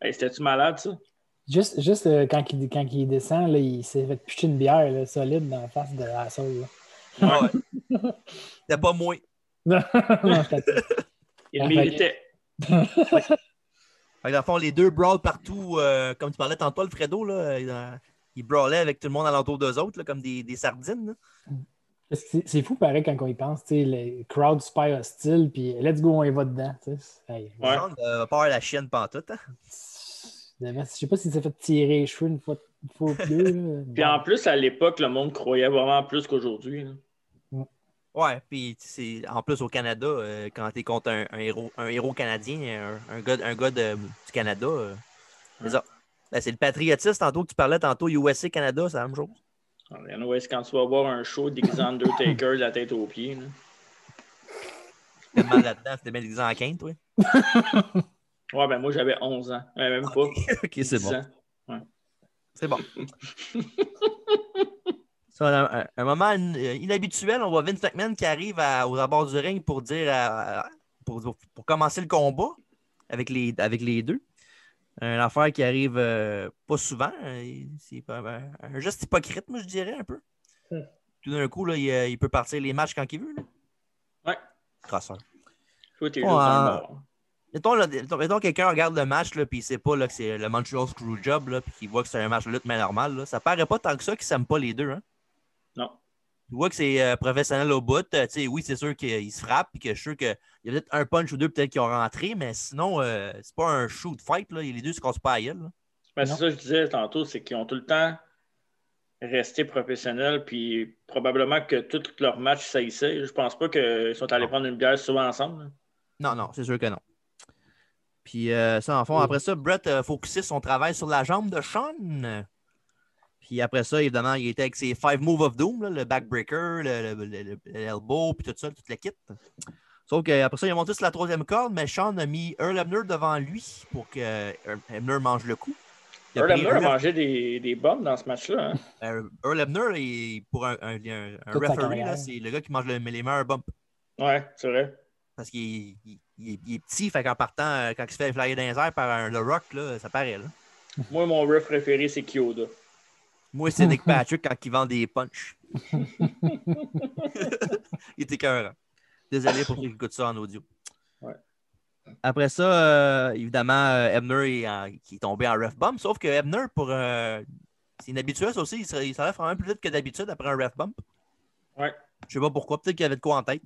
Hey, C'était-tu malade, ça?
Juste, juste euh, quand, il, quand il descend, là, il s'est fait picher une bière là, solide dans la face de la sauce.
Ouais. C'était pas moi.
[laughs] Non, non, je t'attends.
Il
Ah,
méritait.
Fait que dans le fond, les deux brawlent partout, euh, comme tu parlais tantôt, Alfredo, là, euh, ils, brawlaient avec tout le monde alentour d'eux autres, là, comme des, des sardines. là.
Parce que c'est- C'est fou, pareil, quand on y pense. tu sais, Le crowd super hostile, puis let's go, on y va dedans. tu sais. Hey,
Ouais.
Genre, euh, peur à la chienne pantoute. hein.
Je sais pas s'il s'est fait tirer les cheveux une fois, une fois ou deux.
[laughs]
là.
Puis en plus, à l'époque, le monde croyait vraiment plus qu'aujourd'hui. là.
Ouais, puis tu sais, en plus au Canada, euh, quand t'es contre un, un héros, un héros canadien, un, un gars, un gars de- du Canada, euh, c'est
Ouais.
ça. Ben, c'est le patriotisme tantôt que tu parlais tantôt, USA Canada, c'est la même chose.
Anyways, quand tu vas voir un show déguisé en Undertaker de la tête aux pieds. là.
T'es mal là-dedans, c'était bien déguisé en quinte, toi.
Ouais, ben moi j'avais 11 ans. Ouais, même pas.
[laughs] ok, c'est
10
bon.
ans.
C'est bon. [laughs] Ça, un, un moment euh, inhabituel, on voit Vince McMahon qui arrive à- aux abords du ring pour dire à- à- pour, pour commencer le combat avec les, avec les deux. Une affaire qui arrive euh, pas souvent. euh, C'est pas- un, un geste hypocrite, moi, je dirais un peu.
Hmm.
Tout d'un coup, là, il, euh, il peut partir les matchs quand il veut. là.
Ouais.
Crosseur.
Toi, t'es
Ouais.
juste un bord.
Mettons, là, mettons- mettons quelqu'un regarde le match là, puis il sait pas là, que c'est le Montreal Screwjob là, puis qu'il voit que c'est un match de lutte mais normal. là. Ça paraît pas tant que ça qu'ils s'aiment pas les deux. Hein.
Non.
Tu vois que c'est euh, professionnel au bout. euh, tu sais, oui, c'est sûr qu'ils se frappent puis que je suis sûr qu'il y a peut-être un punch ou deux peut-être qui ont rentré, mais sinon, euh, c'est pas un shoot fight. Là. Les deux se cassent pas à gueule. là.
Ben,
Non.
c'est ça que je disais tantôt, c'est qu'ils ont tout le temps resté professionnels, puis probablement que tous leurs matchs saillissaient. Je pense pas qu'ils sont
Ah.
allés prendre une bière souvent ensemble. hein. là.
Non, non, c'est sûr que non. Puis euh, ça, en fond,
Oui.
après ça, Brett a focusé son travail sur la jambe de Sean. Puis après ça, évidemment, il était avec ses Five Move of Doom, là, le backbreaker, l'elbow, le, le- le- l'elbow, puis tout ça, toute la kit. Sauf qu'après ça, ils ont monté sur la troisième corde, mais Sean a mis Earl Hebner devant lui pour que Earl Hebner mange le coup. Il a
Earl
pris
Hebner a
un ref-
mangé des, des bombes dans ce match-là. hein.
[laughs] euh, Earl Hebner, il- pour un, un- un- un
Toute sa
referee, là,
carrière.
c'est le gars qui mange le- les meilleurs bumps.
Ouais, c'est vrai.
Parce qu'il il- il est, il est petit, fait qu'en partant, euh, quand il se fait flyer dans les airs par un, le rock, là, ça paraît. Là.
Moi, mon ref préféré, c'est Kyoda.
Moi, c'est Nick Patrick quand il vend des punchs. il était écœurant. Désolé pour ceux qui écoutent ça en audio.
Ouais.
Après ça, euh, évidemment, euh, Ebner est, en- qui est tombé en ref bump, sauf que Ebner, pour. euh, c'est inhabituel, ça aussi. Il se- il s'enlève quand même plus vite que d'habitude après un ref bump.
Ouais.
Je sais pas pourquoi, peut-être qu'il avait de quoi en tête.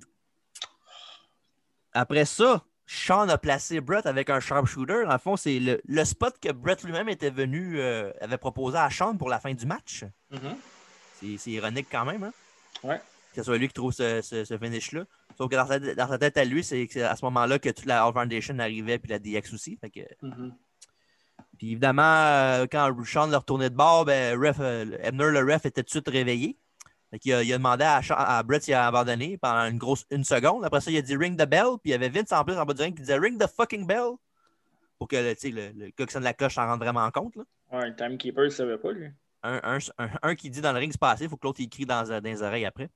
Après ça, Sean a placé Brett avec un sharpshooter. En fond, c'est le, le spot que Brett lui-même était venu, euh, avait proposé à Sean pour la fin du match.
Mhm.
C'est c'est ironique quand même. Hein?
Ouais.
Que ce soit lui qui trouve ce, ce- ce finish-là. Sauf que dans sa, dans sa tête à lui, c'est c'est à ce moment-là que toute la All Foundation arrivait, puis la DX aussi. Fait que-
Mhm.
Puis évidemment, euh, quand Sean le retournait de bord, ben, ref, euh, Ebner, le ref, était tout de suite réveillé. Fait qu'il a- il, a, demandé à, Sean- à Brett s'il a abandonné pendant une grosse une seconde. Après ça, il a dit Ring the bell. Puis il y avait Vince en plus en bas du ring qui disait Ring the fucking bell. Pour que tu sais, le, le gars qui sonne la cloche s'en rende vraiment compte. là.
Ouais, le timekeeper, il ne savait pas, lui.
Un, un- un- un qui dit dans le ring, c'est passé. Il faut que l'autre il crie dans, euh, dans les oreilles après.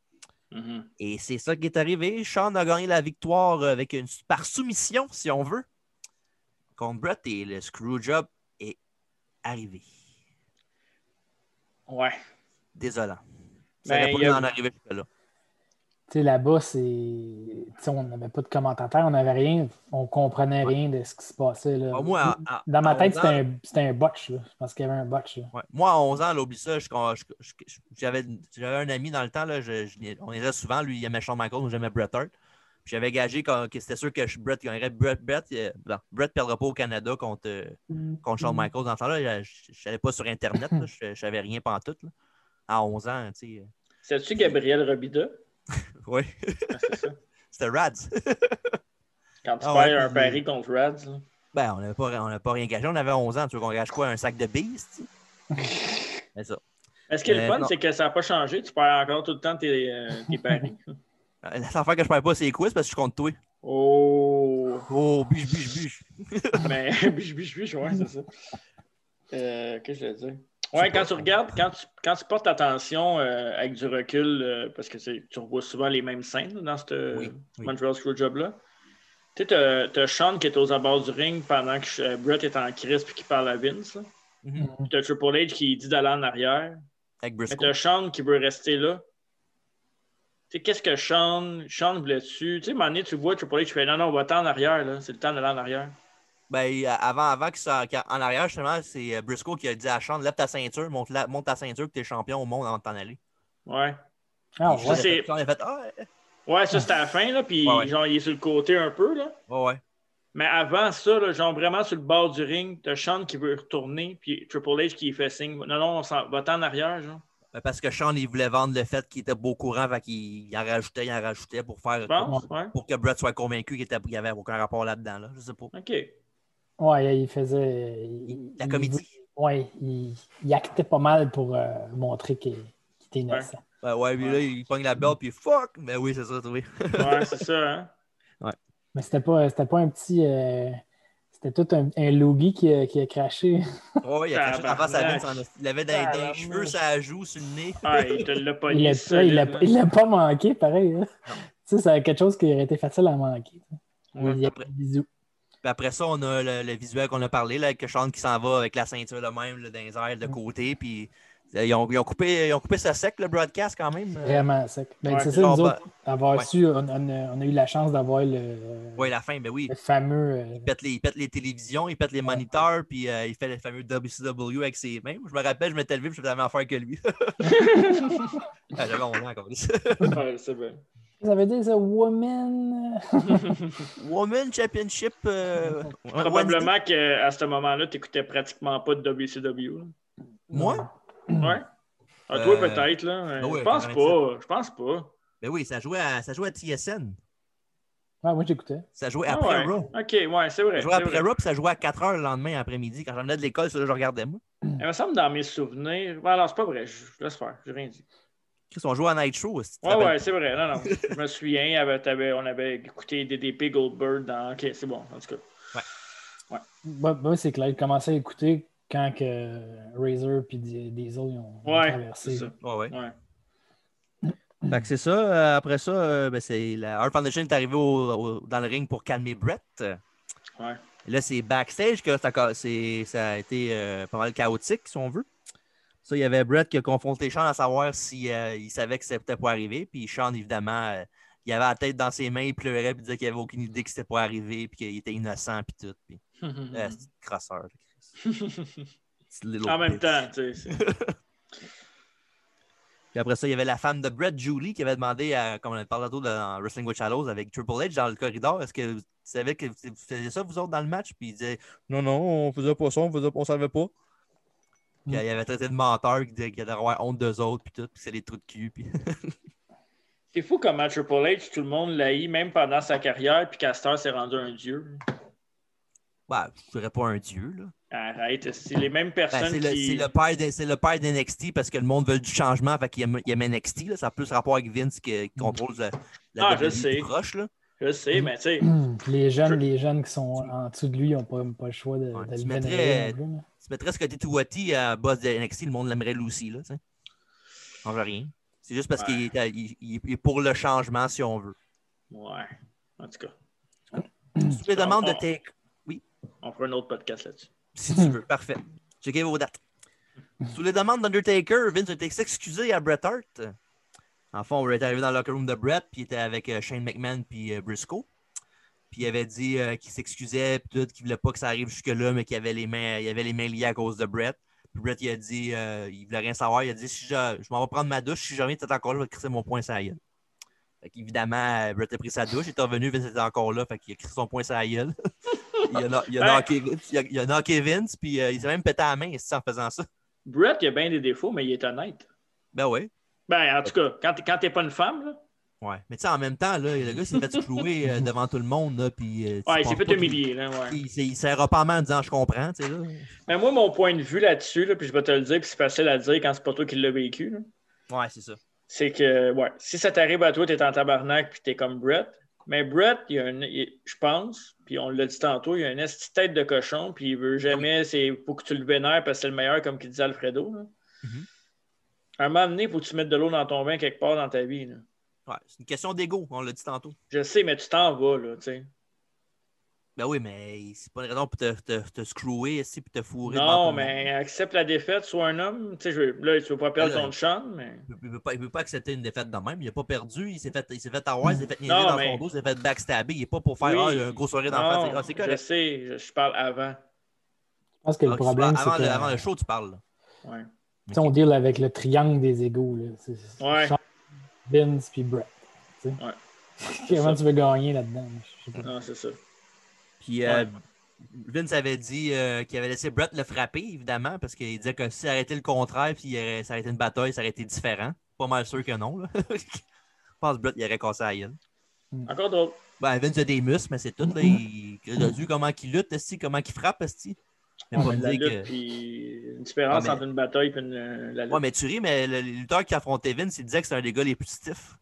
Mhm.
Et c'est ça qui est arrivé. Sean a gagné la victoire euh, avec une, par soumission, si on veut, contre Brett. Et le screwjob est arrivé.
Ouais.
Désolant. Ça
Ben,
n'aurait pas
il y
dû
a-
en arriver jusque-là.
Tu sais, là-bas, c'est. tu sais, on n'avait pas de commentateurs, on n'avait rien, on comprenait
Ouais.
rien de ce qui se passait. Là.
Bon, moi, à- à-
Euh, Dans ma
à
tête,
11
c'était
ans-
un, c'était un botch. Là. Je pense qu'il y avait un botch. Là.
ouais. Moi, à 11 ans, là, oublie ça, je- je- je- je- j'avais j'avais un ami dans le temps, là, je- je- on irait souvent, lui, il aimait Shawn Michaels, moi, j'aimais Bret Hart. Puis j'avais gagé qu'on- que c'était sûr que je- Bret gagnerait. Bret, Bret, euh, bon, Bret perdra pas au Canada contre, euh,
Mm-hmm.
contre Shawn Michaels. Dans ce temps-là, je je- je n'allais pas sur Internet, là, je ne savais rien pantoute. Là. À 11 ans, tu sais. euh,
Sais-tu Gabriel Robida?
Oui,
Ah, c'est ça.
[laughs] c'était Rads.
Quand tu
Ah ouais,
perds un
puis-
pari contre Rads, là.
Ben, on n'avait pas, on n'avait pas rien gagé. On avait 11 ans. Tu veux qu'on gage quoi? Un sac de
[laughs]
beast? C'est ça.
Mais ce qui est le
Euh,
fun,
non.
c'est que ça n'a pas changé. Tu perds encore tout le temps tes, euh, tes
[laughs]
paris.
Euh, La seule affaire que je perds pas, c'est les quiz parce que je compte toi.
oh!
Oh, biche, biche, biche.
Mais [laughs] biche, biche, biche, ouais, c'est ça. Euh, Qu'est-ce que je veux dire? Ouais, quand tu regardes, quand tu, quand tu portes attention euh, avec du recul, euh, parce que c'est- tu revois souvent les mêmes scènes là, dans ce
Oui, oui.
Montreal Screwjob-là. Tu sais, t'as t'as Sean qui est aux abords du ring pendant que euh, Brett est en crise puis qui parle à Vince. là.
Mhm.
Puis t'as Triple H qui dit d'aller en arrière.
Avec
Mais
Briscoe.
t'as Sean qui veut rester là. Tu sais, qu'est-ce que Sean, Sean voulait-tu? Tu sais, à un moment donné, tu vois Triple H, tu fais non, non, on va t'en en arrière, là. C'est le temps d'aller en arrière.
Ben, euh, avant, avant que ça, qu'en- en arrière, justement, c'est euh, Briscoe qui a dit à Sean, lève ta ceinture, monte, la- monte ta ceinture que t'es champion au monde avant de t'en aller.
Ouais.
Ah,
Puis
ouais.
Sean a fait- Sean a fait, ah, ouais.
Ouais, ça, c'était à la fin, là. Puis,
Ouais, ouais.
genre, il est sur le côté un peu, là.
Ouais, ouais.
Mais avant ça, là, genre, vraiment sur le bord du ring, t'as Sean qui veut retourner, puis Triple H qui fait signe. Non, non, on s'en va t'en en arrière, genre.
Ben, parce que Sean, il voulait vendre le fait qu'il était beau courant, fait qu'il il en rajoutait, il en rajoutait pour faire.
Tu penses? Ouais.
Pour que Brett soit convaincu qu'il était- qu'il n'y avait aucun rapport là-dedans, là. Je sais pas.
OK.
Ouais, il faisait. il-
La
il-
comédie.
Ouais, il, il actait pas mal pour euh, montrer qu'il qu'il était innocent.
Ben, ouais, puis là, il pogne la belle, puis fuck! Ben oui, c'est ça, oui.
Ouais, c'est ça, hein.
Mais c'était pas, c'était pas un petit. euh, c'était tout un, un loogie qui a, qui a craché.
Ouais, il a caché ta face à Vince, en esti. il l'avait dans, dans les
Tabarnak.
cheveux, ça joue, sur le nez.
Ah, il te l'a pas
Il l'a il l'a- il l'a pas manqué, pareil. hein.
Non.
Tu sais, c'est quelque chose qui aurait été facile à manquer.
Ouais,
il y a
après.
des bisous.
Puis après ça, on a le, le visuel qu'on a parlé, là, avec Sean qui s'en va avec la ceinture le même, là, dans les airs de
Mm.
côté. Puis euh, ils ont, ils ont coupé, ils ont coupé ça sec, le broadcast, quand même. euh.
Vraiment sec. Ben,
Ouais,
c'est
non,
ça, nous
ben,
autres, avoir
ouais.
su, on, on a, on a eu la chance d'avoir le,
Oui, la fin, ben oui.
le fameux. euh,
Il pète les, il pète les télévisions, il pète les moniteurs, puis euh, il fait le fameux WCW avec ses mains. Je me rappelle, je m'étais levé, puis je faisais la même affaire que
[laughs]
lui. Ah, J'avais 11 ans, encore.
[laughs] ouais, c'est bien.
Ça veut dire ça, woman.
Woman Championship. euh, Wednesday.
Probablement qu'à ce moment-là, tu n'écoutais pratiquement pas de WCW. là.
Moi?
Ouais. Ah, toi,
Euh,
peut-être, là. mais
ah oui,
je pense pas.
97.
Je pense pas.
Ben oui, ça jouait à, ça jouait à TSN.
Ouais, moi, j'écoutais.
Ça jouait
Ah
après
ouais.
Raw.
OK, ouais, c'est vrai.
Ça jouait
c'est
après
vrai.
Raw, puis ça jouait à 4 h le lendemain après-midi. Quand j'en venais de l'école, ça, je regardais, moi.
Il me semble dans mes souvenirs. Ben, alors, c'est pas vrai. Je, je laisse faire. J'ai rien dit.
Chris, on jouait à Night Show. si tu te
Ouais,
rappelles.
Ah ouais, c'est vrai. Non, non. je me souviens, il y avait- t'avais- on avait écouté DDP Goldberg dans. OK, c'est bon. En tout cas.
Moi, moi, c'est clair. J'ai commencé à écouter quand que Razor puis des, des autres ils ont ils ont
Ouais, c'est
traversé.
ça.
Ouais, ouais.
Ouais.
Fait que c'est ça. Euh, après ça, euh, ben, c'est la Heart Foundation est arrivée au- au- dans le ring pour calmer Brett.
Ouais.
Et là, c'est backstage que ça, ca- c'est- ça a été euh, pas mal chaotique, si on veut. Ça, il y avait Brett qui a confronté Sean à savoir s'il si, euh, il savait que c'était pas arrivé. Puis Sean, évidemment, euh, il avait la tête dans ses mains, il pleurait, puis il disait qu'il avait aucune idée que c'était pas arrivé, puis qu'il était innocent, puis tout. Puis,
Mm-hmm.
euh, c'est une crosseur, le Chris. Petite little
[laughs] en même
bitch.
temps, tu sais. c'est-
Puis après ça, il y avait la femme de Brett Julie qui avait demandé, à, comme on en parlait tantôt dans Wrestling with Shadows avec Triple H dans le corridor, est-ce que vous savez que vous faisiez ça vous autres dans le match? Puis il disait Non, non, on faisait pas ça, on faisait, on savait pas. Puis
Mm.
[laughs] il avait traité de menteur, qui disait qu'il allait avoir honte d'eux autres, puis tout, puis c'est des trous de cul. Puis...
C'est fou comment Triple H, tout le monde l'haït, même pendant sa carrière, puis Castor s'est rendu un dieu.
Bah, je dirais pas un dieu, là.
Arrête, c'est les mêmes
Ben,
personnes
c'est le,
qui.
c'est le père de- c'est le père d'NXT parce que le monde veut du changement, fait qu'il aime, il aime NXT. là. Ça a plus rapport avec Vince qui, qui contrôle la, la
Ah, je
WWE
sais.
plus proche. Là.
Je sais, mais tu sais,
[clears throat] Les jeunes,
Je-
les jeunes qui sont en dessous de lui n'ont pas, pas le choix de,
Ouais,
de
tu
le
mettrais-
vénérer non plus, là.
Tu mettrais ce côté Tuwati à boss de NXT, le monde l'aimerait lui aussi. Là, tu sais. Ça change rien. C'est juste parce
Ouais.
qu'il est, il- il- il est pour le changement, si on veut.
ouais. En tout cas,
Si tu les demandes de take,
on fera un autre podcast là-dessus.
si tu veux, parfait. Checkez vos dates. [laughs] Sous les demandes d'Undertaker, Vince a été excusé à Bret Hart. En fond, on est arrivé dans le locker room de Bret, puis il était avec euh, Shane McMahon puis euh, Briscoe. Puis il avait dit euh, qu'il s'excusait, puis tout, qu'il voulait pas que ça arrive jusque-là, mais qu'il avait les mains, il avait les mains liées à cause de Bret. Puis Bret, il a dit, euh, il voulait rien savoir. Il a dit, si je, je m'en vais prendre ma douche, si je reviens, t'es encore là, je vais te crisser mon poing sur la gueule. Fait qu'évidemment, euh, Bret a pris sa douche, il est revenu, Vince était encore là, fait qu'il a crissé son poing sur la gueule. [laughs] il a, kno- il a
Ouais.
knocké Vince, il a- il a knocké Vince, puis euh, il s'est même pété à la main c'est ça, en faisant ça.
Brett, il a bien des défauts, mais il est honnête.
Ben oui.
Ben, en tout cas, quand t'es- quand t'es pas une femme, là,
Ouais. Mais tu sais, en même temps, là, le gars s'est fait clouer euh, devant tout le monde, là, puis... euh, tu
ouais, il s'est
penses
fait
pas
humilier. Là, ouais.
qu'il- Il, s'est- il serra pas la main en disant « je comprends », tu sais, là.
Mais moi, mon point de vue là-dessus, là, puis je vais te le dire, puis c'est facile à dire quand c'est pas toi qui l'as vécu, là,
Ouais, c'est ça.
c'est que, ouais, si ça t'arrive à toi, t'es en tabarnak, puis t'es comme Brett. Mais Brett, il a un, il- je pense, puis on l'a dit tantôt, il a une esti de tête de cochon, puis il veut
Ah
jamais, c'est faut que tu le vénères parce que c'est le meilleur, comme qu'il disait Alfredo. Là.
Mhm.
À un moment donné, faut que tu mettes de l'eau dans ton vin quelque part dans ta vie. là.
Ouais, c'est une question d'ego, on l'a dit tantôt.
Je sais, mais tu t'en vas, là, tu sais.
Ben oui, mais c'est pas une raison pour te, te, te screwer ici puis te fourrer. devant tout
Non,
le monde.
mais accepte la défaite, sois un homme. Tu sais, je veux- là, tu veux pas perdre
Ah, là,
ton champ, mais.
Il ne peut, pas- il peut pas accepter une défaite de même. Il n'a pas perdu. Il s'est fait, il s'est fait avoir, il s'est fait niaiser
Non,
dans
mais-
son dos, il s'est fait backstabber. Il n'est pas pour faire
Oui.
ah, il y a un gros soirée d'enfant.
Non,
C'est, ah, c'est
je
correct.
sais, je, je parle avant.
Je pense que le
Ah, tu
problème,
parles-
c'est
avant,
que
le, avant le show, tu parles. là.
Ouais.
tu sais, on deal avec le triangle des égaux. Là. C'est- c'est
Ouais.
Shawn, Vince puis Brett. tu sais. [laughs] Comment tu veux gagner là-dedans? Je sais pas.
Non, c'est ça.
Puis euh,
Ouais.
Vince avait dit euh, qu'il avait laissé Brett le frapper, évidemment, parce qu'il disait que si ça aurait été le contraire, puis il aurait- ça aurait été une bataille, ça aurait été différent. Pas mal sûr que non. là. [laughs] Je pense que Brett il aurait cassé la gueule.
Encore drôle.
Ben, Vince a des muscles, mais c'est tout. Là. Il il a vu comment il lutte, esti, comment il frappe. esti. Mais
Ouais,
pas
mais
me
La
dire
lutte,
que-
puis une différence
Ouais, mais-
entre une bataille et une, euh, la lutte.
Ouais, mais tu ris, mais le, le lutteur qui affrontait Vince, il disait que c'est un des gars les plus stiffs.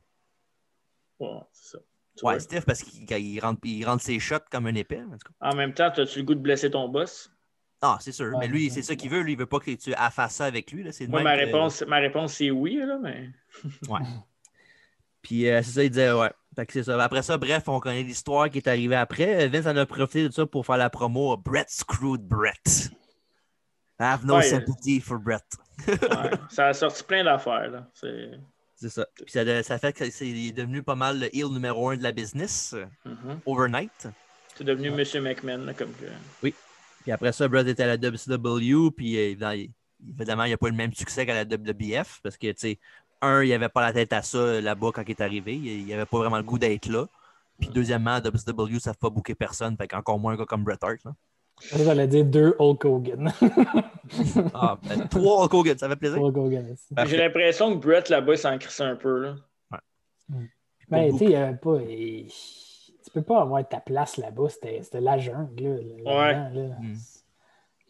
Ouais, c'est ça. Tu
Ouais,
vois.
stiff parce qu'il quand il rentre, il rentre ses shots comme un épée. En tout cas.
En même temps, as-tu le goût de blesser ton boss?
Ah, c'est sûr.
Ouais,
mais lui,
c'est
c'est ça qu'il veut. Lui, il veut pas que tu affasses ça avec lui. Là. C'est de
Moi,
même
ma
que-
réponse, ma réponse, c'est oui, là, mais.
Puis euh, c'est ça, il disait, ouais. Fait que c'est ça. Après ça, bref, on connaît l'histoire qui est arrivée après. Euh, Vince en a profité de ça pour faire la promo à Brett Screwed Brett. I have no
Ouais.
sympathy for Brett. [laughs]
ouais, ça a sorti plein d'affaires, là. C'est.
C'est ça. Puis ça, de- ça fait que c'est il est devenu pas mal le heel numéro un de la business, euh,
Mhm.
overnight.
T'es devenu Monsieur McMahon, là, comme que.
Puis après ça, Brad était à la WCW, puis euh, évidemment, il- évidemment, il n'y a pas eu le même succès qu'à la WBF, parce que, tu sais, un, il avait pas la tête à ça euh, là-bas quand il est arrivé, il il avait pas vraiment le goût d'être là. Puis deuxièmement, à WCW, ça ne fait pas bouquer personne, fait qu'encore moins un gars comme Bret Hart. là.
Ça, J'allais dire deux Hulk Hogan. [laughs]
Ah, ben, trois Hulk Hogan, ça fait plaisir.
Hulk Hogan aussi.
Parfait.
J'ai l'impression que Brett, là-bas, il s'en crissait un peu, là.
Mais tu
Pour
sais, il y avait pas. il- Tu peux pas avoir ta place là-bas. C'était c'était la jungle. Là, là- là-dedans, là.
Mm.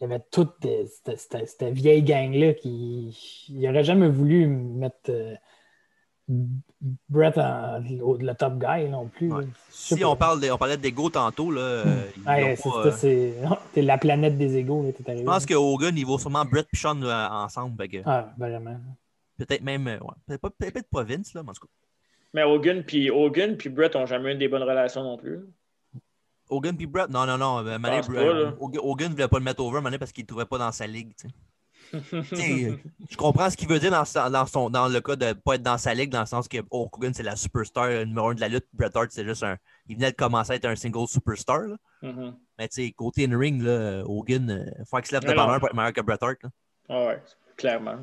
Il y avait toute euh, cette- cette cette vieille gang-là qui. Il aurait jamais voulu mettre euh, Brett en, au- le top guy non plus.
Ouais.
là. Je sais
Si
pas.
on, parle de- on parlait d'ego tantôt, là, euh, ils
Ouais,
l'ont
c'est-
pas,
c'est-
euh,
c'est- T'es la planète des égaux, là, t'es arrivé.
je pense que Hogan, il vaut sûrement Brett et Sean là, ensemble. fait que
Ah, vraiment.
Peut-être même, euh, ouais, peut-être pas, peut-être pas Vince, là, mais en tout cas.
Mais Hogan puis Hogan puis Brett ont jamais eu des bonnes relations non
[laughs]
plus.
Hogan puis Brett, non, non, non. euh, Mané,
pense
Br-
pas, là.
Hogan- Hogan ne voulait pas le mettre over Mané parce qu'il ne trouvait pas dans sa ligue. tu sais.
Mm-hmm.
Tu sais,
[laughs]
euh, je comprends ce qu'il veut dire dans, sa- dans son, dans le cas de ne pas être dans sa ligue, dans le sens que Hulk Hogan, c'est la superstar euh, numéro un de la lutte. Bret Hart, c'est juste un. Il venait de commencer à être un single superstar. là.
Mhm.
Mais tu sais, côté in-ring, là, Hogan, euh, faut qu'il se lève de
Mais
par
non.
main pour être meilleur que Bret Hart. là.
Ah ouais, clairement. [laughs]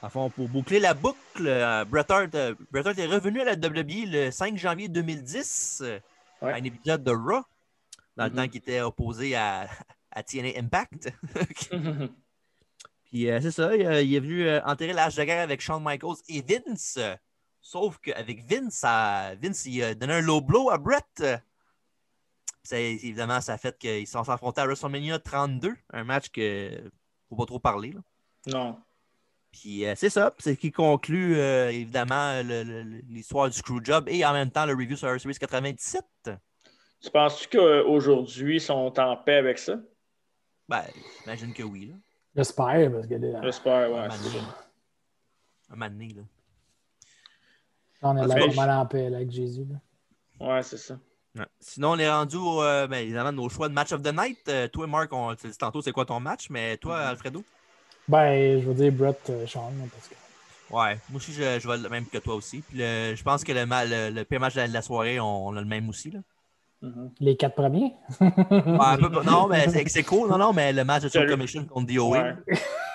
À fond, pour boucler la boucle, euh, Bret, Hart, euh, Bret Hart est revenu à la WWE le 5 janvier 2010 euh,
Ouais.
à un épisode de Raw, dans le
Mhm.
temps qu'il était opposé à, à TNA Impact. [laughs]
Mhm.
Puis euh, c'est ça, il, euh, il est venu euh, enterrer l'âge de guerre avec Shawn Michaels et Vince. euh, Sauf qu'avec Vince, ça- Vince, il a donné un low blow à Brett. Euh, ça- évidemment, ça a fait qu'ils se sont affrontés à WrestleMania 32, un match que faut pas trop parler. là.
Non.
Puis euh, c'est ça, c'est ce qui conclut euh, évidemment le- le- le- l'histoire du Screwjob et en même temps le review sur Survivor Series 97.
Tu penses-tu qu'aujourd'hui, ils sont en paix avec ça?
Ben, j'imagine que oui. Là.
J'espère, parce que là,
J'espère,
un
ouais.
moment
c'est
donné,
ça.
là. Un moment donné, là.
on a
Parce
l'air
que-
pas mal en paix là, avec Jésus. là.
Ouais, c'est ça.
Sinon, on est rendu au, euh, ben, évidemment nos choix de match of the night. Euh, toi, Marc, on tu le dis tantôt c'est quoi ton match, mais toi,
Mm-hmm.
Alfredo?
Ben, je veux dire Brett euh, Sean, là, parce que
Ouais, moi aussi, je, je vais le même que toi aussi. Puis le- je pense que le, ma- le, le pire match de la, de la soirée, on, on a le même aussi. Là.
Mhm.
les quatre premiers. [laughs]
Ouais, un peu- non, mais c'est- c'est cool. Non, non, mais le match de Soul
Mm-hmm. Salut.
Commission contre E. DOE.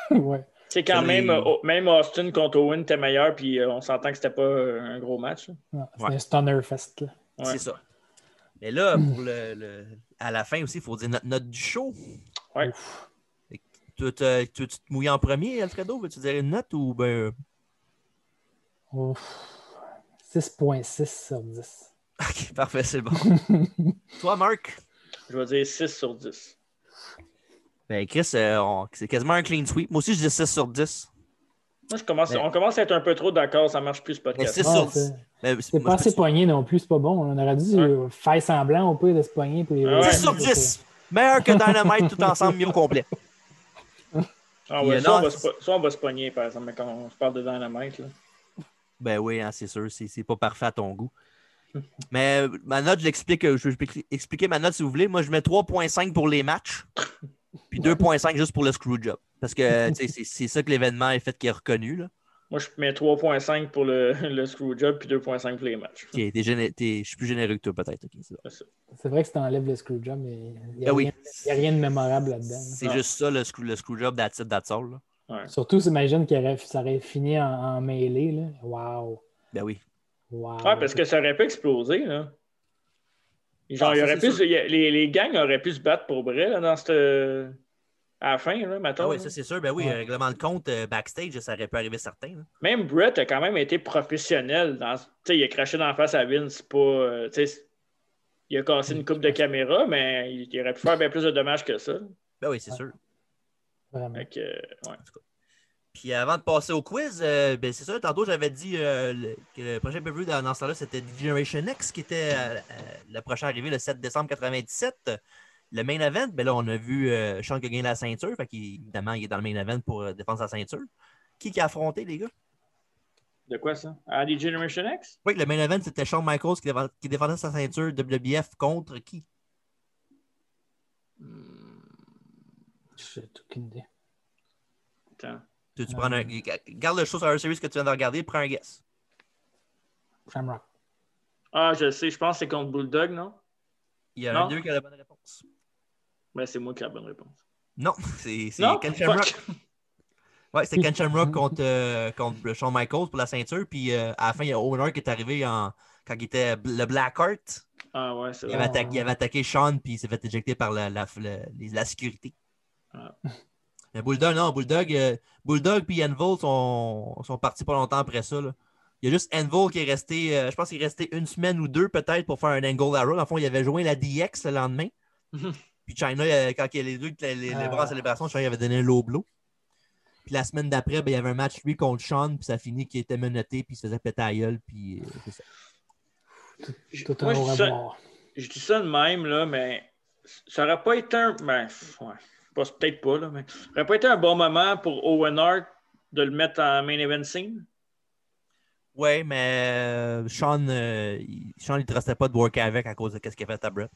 Ouais.
ouais.
Tu sais, quand
Salut.
même, euh, même Austin contre Owen était meilleur, puis euh, on s'entend que c'était pas euh, un gros match. là.
Non, Ah, C'est
Ouais.
un stunner fest. Là.
Ouais.
C'est ça. Mais là, pour le, le- à la fin aussi, il faut dire notre note du show.
Ouais.
Ouf. Tu veux te, tu veux te mouiller en premier, Alfredo? Veux-tu dire une note ou ben. [laughs]
Ouf. 6.6 sur 10.
Ok, parfait, c'est
[laughs]
bon. Toi, Marc?
Je vais dire 6 sur 10.
Ben, Chris, euh, on- c'est quasiment un clean sweep. Moi aussi, je dis 6 sur 10.
Moi, je commence,
Mais-
on commence à être un peu trop d'accord, ça marche plus ce podcast.
Mais 6
Ah,
sur 10.
c'est-
Ben,
C'est pas assez poigné non plus, c'est pas bon. On aurait dû
Ouais. Ah
euh, faire semblant au pire de se poigner. Pour les...
Ouais.
10 sur 10. Meilleur que Dynamite tout ensemble, mieux au complet. Il
Ah
y a
ouais, ça, on
non-
va se po- ça, on va se pogner, par exemple, mais quand on se parle de Dynamite. Là.
Ben oui, hein, c'est sûr, c'est c'est pas parfait à ton goût.
Hum.
Mais euh, ma note, je l'explique, euh, je vais expli- expliquer ma note si vous voulez. Moi, je mets 3.5 pour les matchs, puis 2.5 juste pour le screwjob. Parce que tu sais, c'est c'est ça que l'événement est fait qui est reconnu. Là.
Moi, je mets 3.5 pour le, [laughs] le Screwjob, puis 2.5 pour les matchs.
Ok, t'es géné- t'es- je suis plus généreux que toi, peut-être. Ok, c'est bon.
C'est vrai que si t'enlèves le screwjob, mais il n'y
Ben
a,
oui.
rien- il y a rien de mémorable là-dedans. là.
C'est
Ah.
juste ça, le, screw- le screwjob, that's it, that's all. là.
Surtout, s'imagine qu'il aurait- ça aurait fini en, en mêlée. Là. Wow.
Ben oui.
Wow.
Ouais, parce que ça aurait pu exploser, là.
Ah,
Genre, il
ça,
aurait
c'est
pu se- il y a- les, les gangs auraient pu se battre pour vrai, là, dans cette. euh, À la fin, là,
Ah
maintenant.
oui, ça c'est sûr. Ben oui,
Ouais.
règlement de compte, euh, backstage, ça aurait pu arriver certain. là.
Même Brett a quand même été professionnel. Dans... tu sais, Il a craché dans la face à Vince. c'est Pas, euh, tu sais, il a cassé une coupe de caméra, mais il, il aurait pu faire bien plus de dommages que ça.
Ben oui, c'est
Ouais.
sûr.
Vraiment.
Fait que, euh, ouais.
Puis avant de passer au quiz, euh, ben c'est ça, tantôt j'avais dit euh, le- que le prochain preview dans, dans ce temps-là, c'était Generation X qui était euh, euh, le prochain arrivé le 7 décembre 97. Le main event, ben là, on a vu euh, Sean qui a gagné la ceinture, fait qu'il- évidemment, il est dans le main event pour euh, défendre sa ceinture. Qui qui a affronté, les gars?
De quoi ça? Ah, des Generation X?
Oui, le main event, c'était Shawn Michaels qui, défend- qui défendait sa ceinture WBF contre qui?
J'ai aucune idée.
Attends.
Tu, tu
Euh.
prends un, garde le show sur un series que tu viens de regarder, prends un guess.
Shamrock.
Ah, je sais, je pense que c'est contre Bulldog, non?
Il y a
Non.
un deux qui a la bonne réponse.
Ben, c'est moi qui ai la bonne réponse.
Non, [laughs] c'est c'est
Non?
Ken Shamrock.
Fuck.
Ouais, c'était Ken Shamrock contre, euh, contre Shawn Michaels pour la ceinture. Puis euh, à la fin, il y a Owner qui est arrivé en, quand il était bl- le Blackheart.
Ah, ouais, c'est
Il
vrai.
avait, attaqué, il avait attaqué Sean, puis il s'est fait éjecter par la, la, la- les- la sécurité.
Ah.
Mais Bulldog, non, Bulldog, euh, Bulldog puis Envol sont, sont partis pas longtemps après ça. là. Il y a juste Envol qui est resté, euh, je pense qu'il est resté une semaine ou deux peut-être pour faire un angle arrow. En fond, il avait joint la DX le lendemain. puis China, euh, quand il y a les deux, les, les- les bras en
Ah.
célébration, China il avait donné un low blow. Puis la semaine d'après, ben, il y avait un match lui contre Sean, puis ça finit qu'il était menotté, puis il se faisait péter à gueule, puis euh, c'est ça.
Je-
Tout un
moi, je
au
dis ça-
revoir.
je dis ça de même, là, mais ça aurait pas été un. Ben, pff, ouais, pas- peut-être pas, là, mais ça aurait pas été un bon moment pour Owen Hart de le mettre en main event scene.
Ouais, mais euh, Sean, euh, il, Sean, il ne restait pas de work avec à cause de ce qu'il a fait à Brett.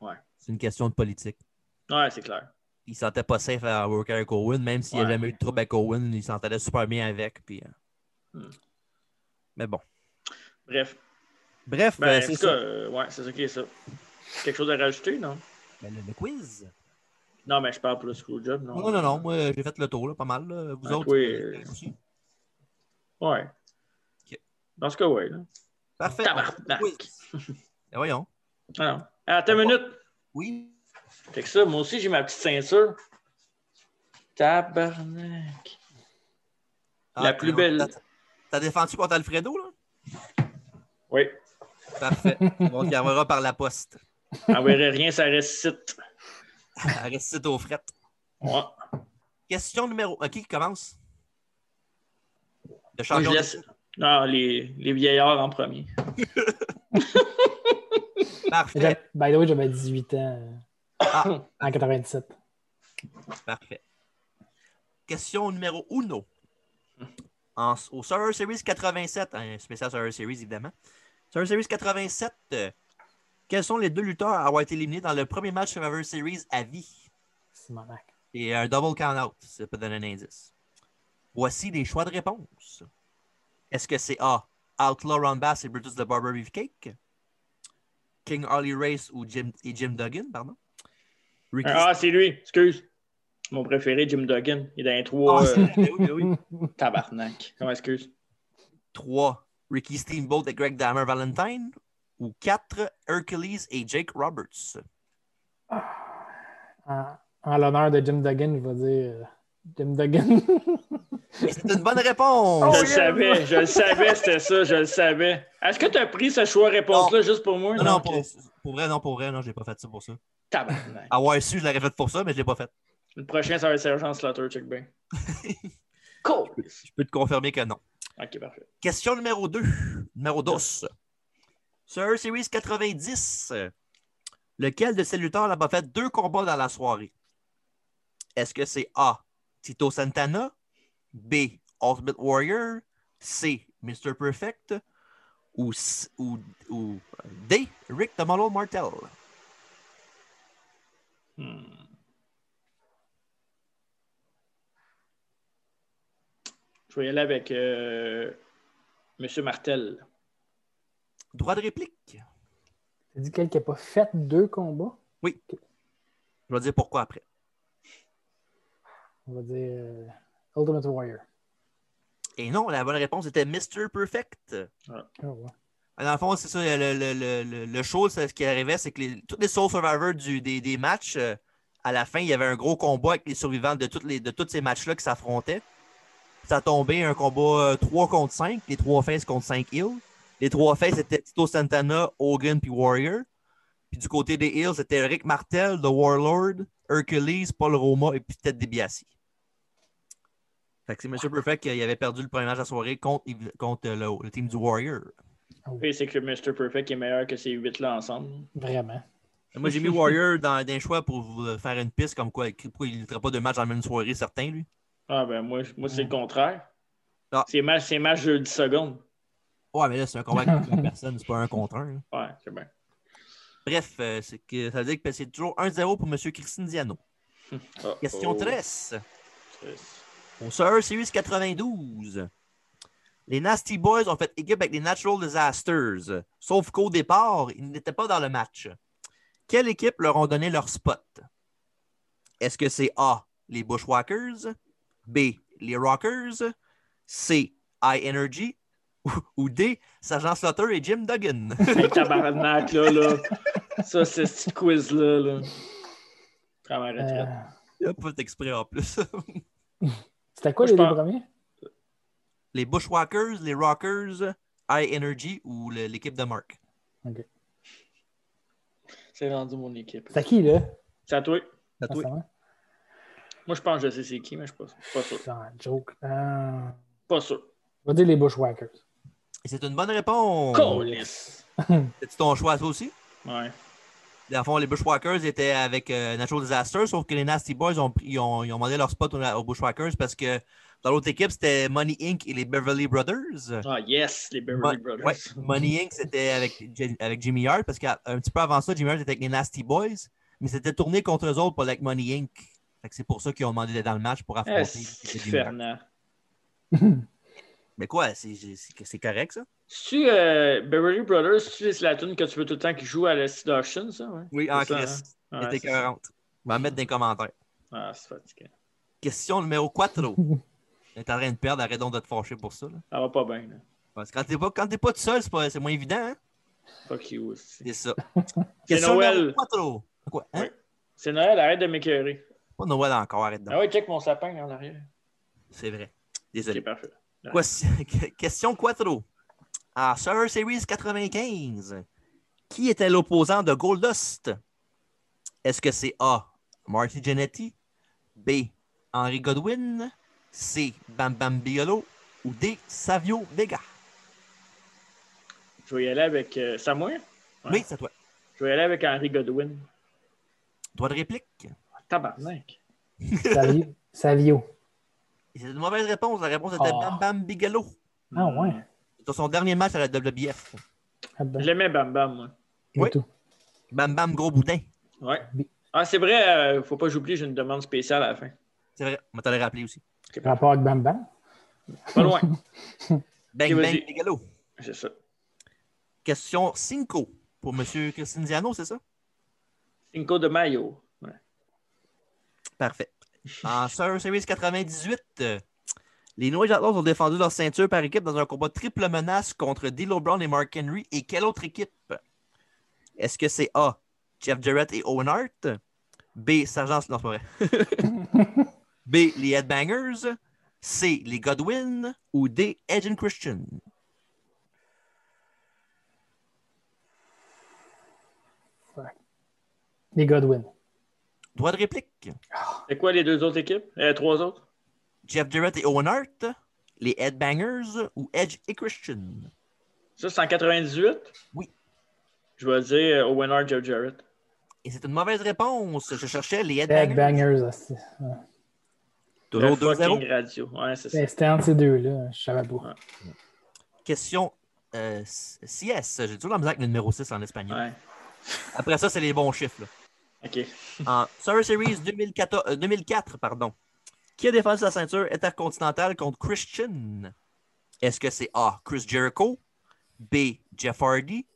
Ouais.
C'est une question de politique.
Ouais, c'est clair.
Il ne sentait pas safe à work avec Owen, même s'il n'y
Ouais.
a jamais eu de trouble avec Owen, il s'entendait super bien avec. Puis, euh.
Hmm.
Mais bon.
Bref,
Bref,
ben,
euh,
en
c'est
tout
ça.
cas, euh, ouais, c'est ça qui est ça. Quelque chose à rajouter, non?
Ben, le, le quiz.
Non, mais je parle pour le screwjob, non?
Non, non, non, moi j'ai fait le tour, là, pas mal. là. Vous
Ah,
autres,
toi,
euh,
euh,
aussi?
Ouais.
Ok.
Dans ce cas, ouais. Là.
Parfait.
Tabarnak.
Oui. Ben voyons.
Ah, non. Ah, Attends une minute.
Oui.
Fait que ça, moi aussi, j'ai ma petite ceinture. Tabarnak.
Ah,
La plus
non,
belle.
t'att- T'as défendu contre Alfredo, là?
Oui. [laughs]
Parfait. On te enverra par la poste.
Enverrait rien, ça ressuscite.
Elle Récite aux frettes.
Ouais.
Question numéro. OK, qui commence? Le
Je
champion.
laisse- Non, les, les vieillards en premier.
Parfait,
J'avais- By the way, j'avais 18 ans euh,
Ah.
en 97.
parfait. Question numéro uno. En- au Survivor Series 87, un spécial Survivor Series, évidemment. Survivor Series 87, euh, quels sont les deux lutteurs à avoir été éliminés dans le premier match Survivor Series à vie?
Simonac.
Et un double count-out, ça peut donner un indice. Voici les choix de réponse. Est-ce que c'est A, Outlaw Ron Bass et Brutus the Barber Beefcake? King Harley Race ou Jim, et Jim Duggan, pardon? Ricky
Ah, c'est lui, excuse. Mon préféré, Jim Duggan. Il est dans les
Ah,
trois
c'est
euh,
vrai, ben oui, ben
[laughs]
oui.
tabarnak. Comment excuse?
3. Ricky Steamboat et Greg Dahmer Valentine. Ou 4. Hercules et Jake Roberts.
Ah. En, en l'honneur de Jim Duggan, je vais dire euh, Jim Duggan. [laughs]
Et C'est une bonne réponse!
je le savais, je le savais, c'était ça, je le savais. Est-ce que tu as pris ce choix réponse-là juste pour moi?
Non, non,
ok.
pour, pour vrai, non, pour vrai, non, j'ai pas fait ça pour ça.
Tabarnak.
Avoir su, je l'aurais fait pour ça, mais je l'ai pas fait.
Le prochain, ça va être Sergent Slaughter, check
[laughs]
bien. cool.
Je peux te confirmer que non.
Ok, parfait.
Question numéro 2. Numéro 2. Sur Series 90, euh, lequel de ces lutteurs n'a pas fait deux combats dans la soirée? Est-ce que c'est A. Tito Santana, B. Ultimate Warrior, C. Mr. Perfect ou, C- ou, ou D. Rick the Model Martel?
Hmm. Je vais y aller avec euh, Monsieur Martel.
Droit de réplique.
T'as dit quelqu'un qui n'a pas fait deux combats?
Je vais dire pourquoi après.
On va dire euh, Ultimate Warrior.
Et non, la bonne réponse était Mr. Perfect.
Oh, ouais.
Dans le fond, c'est ça. Le, le- le- le- le show, c'est ce qui arrivait, c'est que les- tous les Soul Survivors du- des, des matchs, euh, à la fin, il y avait un gros combat avec les survivants de, toutes les, de tous ces matchs-là qui s'affrontaient. Ça tombait un combat euh, 3 contre 5, les trois faces contre 5 Hills. Les trois faces c'était Tito Santana, Hogan puis Warrior. Puis du côté des Hills, c'était Rick Martel, The Warlord, Hercules, Paul Roma et puis Ted DiBiase. Fait que c'est M. Perfect qui avait perdu le premier match de la soirée contre, contre le- le team du Warrior.
Et c'est que Mr. Perfect est meilleur que ces huit-là ensemble.
Vraiment.
Moi, j'ai mis Warrior dans, dans les choix pour vous euh, faire une piste comme quoi pourquoi il ne pas de match dans la même soirée, certains, lui.
Ah ben moi, moi c'est le contraire.
Ah.
C'est match, c'est match de 10 secondes.
Ouais, mais là, c'est un combat contre une personne, c'est pas un contre un. là.
Ouais, c'est bien.
Bref, euh, c'est que, ça veut dire que c'est toujours 1-0 pour M. Christine Diano.
Ah,
Question
oh.
13. Au Sir Series 92. Les Nasty Boys ont fait équipe avec les Natural Disasters. Sauf qu'au départ, ils n'étaient pas dans le match. Quelle équipe leur ont donné leur spot? Est-ce que c'est A, les Bushwhackers, B, les Rockers, C, High Energy [laughs] ou, ou D, Sergent Slaughter et Jim Duggan?
[laughs]
[laughs]
Hey, tabarnak, là, là. Ça, c'est ce petit quiz-là, là. Prends ma retraite.
Euh,
Il a pas fait exprès en plus. [laughs]
C'était quoi
Moi,
les
je
deux
pense-
premiers?
les Bushwhackers, les Rockers, High Energy ou le- l'équipe de Mark?
C'est rendu mon équipe.
C'était qui, là?
C'est à toi.
À toi.
récemment?
Moi, je pense que je sais c'est qui, mais je suis pas, pas sûr.
C'est un joke. Euh,
Pas sûr.
on va dire les Bushwhackers.
Et C'est une bonne réponse.
Colis!
C'est ton choix, toi aussi?
Ouais.
Dans le fond, les Bushwhackers étaient avec euh, Natural Disaster, sauf que les Nasty Boys ont, pris- ils ont, ils ont demandé leur spot aux, aux Bushwhackers parce que dans l'autre équipe, c'était Money Inc. et les Beverly Brothers.
Ah, yes, les
Ouais,
Beverly Brothers.
ouais. Money Inc. c'était avec, J- avec Jimmy Hart parce qu'un petit peu avant ça, Jimmy Hart était avec les Nasty Boys, mais c'était tourné contre eux autres pour avec Money Inc. Fait que c'est pour ça qu'ils ont demandé d'être dans le match pour
Ah,
affronter
c'est
Jimmy Hart.
Fernand.
Mais quoi, c'est- c'est c'est correct ça?
Tu euh, Beverly Brothers, tu c'est la tune que tu veux tout le temps qu'ils jouent à la Seduction, ça, ouais?
Oui,
C'est
en
ça,
Ah, Chris.
hein?
C'était
Ouais, c'est ça.
40. On va en mettre dans les commentaires.
Ah, c'est fatiguant.
Question numéro 4. T'es en train de perdre, arrête donc de te fâcher pour ça. là.
Ça va pas bien, là.
Parce que quand t'es pas, quand t'es pas tout seul, c'est, pas- c'est moins évident. Hein?
Fuck you aussi.
C'est ça.
[laughs] C'est Noël.
numéro quatre. Quoi? Hein?
Oui. C'est Noël, arrête de m'écœurer.
Pas Noël encore, arrête donc.
Ah ouais, check mon sapin en arrière.
C'est vrai.
C'est
Désolé.
parfait.
Quoi- [laughs] Question 4. À Survivor Series 95, qui était l'opposant de Goldust? Est-ce que c'est A. Marty Jannetty, B. Henry Godwin, C. Bam Bam Bigelow ou D. Savio Vega?
Je vais y aller avec euh, Samuel. Ouais.
Oui, c'est à toi.
Je vais y aller avec Henry Godwin. Ah,
Droit de réplique?
Tabarnak.
[laughs] Savio. Savio.
C'est une mauvaise réponse. La réponse était
Oh.
Bam Bam Bigelow.
Ah ouais.
C'était son dernier match à la WBF.
Ah ben,
Hmm. Je l'aimais Bam Bam, moi.
du
oui.
tout.
Bam Bam Gros Boudin.
Ouais. Ah, c'est vrai, euh, faut pas que j'oublie, j'ai une demande spéciale à la fin.
C'est vrai, on t'allais rappelé aussi.
Rapport avec Bam Bam.
Pas loin. [laughs]
Bang
Ok,
Bang
vas-y.
Bigelow.
c'est ça.
Question 5 pour M. Cristiano, c'est ça?
Cinco de Mayo. Ouais.
Parfait. En Survivor Series 98, euh, les New Age Outlaws ont défendu leur ceinture par équipe dans un combat triple menace contre D'Lo Brown et Mark Henry et quelle autre équipe? Est-ce que c'est A. Jeff Jarrett et Owen Hart? B. Sergent... Non, c'est pas vrai. B. Les Headbangers? C. Les Godwin? Ou D. Edge and Christian?
Les Godwin.
Droit de réplique.
C'est quoi les deux autres équipes? Euh, trois autres?
Jeff Jarrett et Owen Hart? Les Headbangers? Ou Edge et Christian?
Ça, c'est en 98?
Oui.
Je vais dire euh, Owen Hart, Jeff Jarrett.
Et c'est une mauvaise réponse. Je cherchais les
Bad
headbangers.
Bangers. aussi. Ouais.
Toujours
Le
2-0.
fucking radio. Ouais, c'est ça.
Ben, C'était entre ces deux-là. Je savais pas.
Question euh, CS. J'ai toujours la misère avec le numéro 6 en espagnol.
Ouais.
Après ça, c'est les bons chiffres.
[laughs]
là.
OK.
En Survivor Series 2014, euh, 2004, pardon. qui a défendu sa ceinture intercontinentale contre Christian? Est-ce que c'est A. Chris Jericho, B. Jeff Hardy,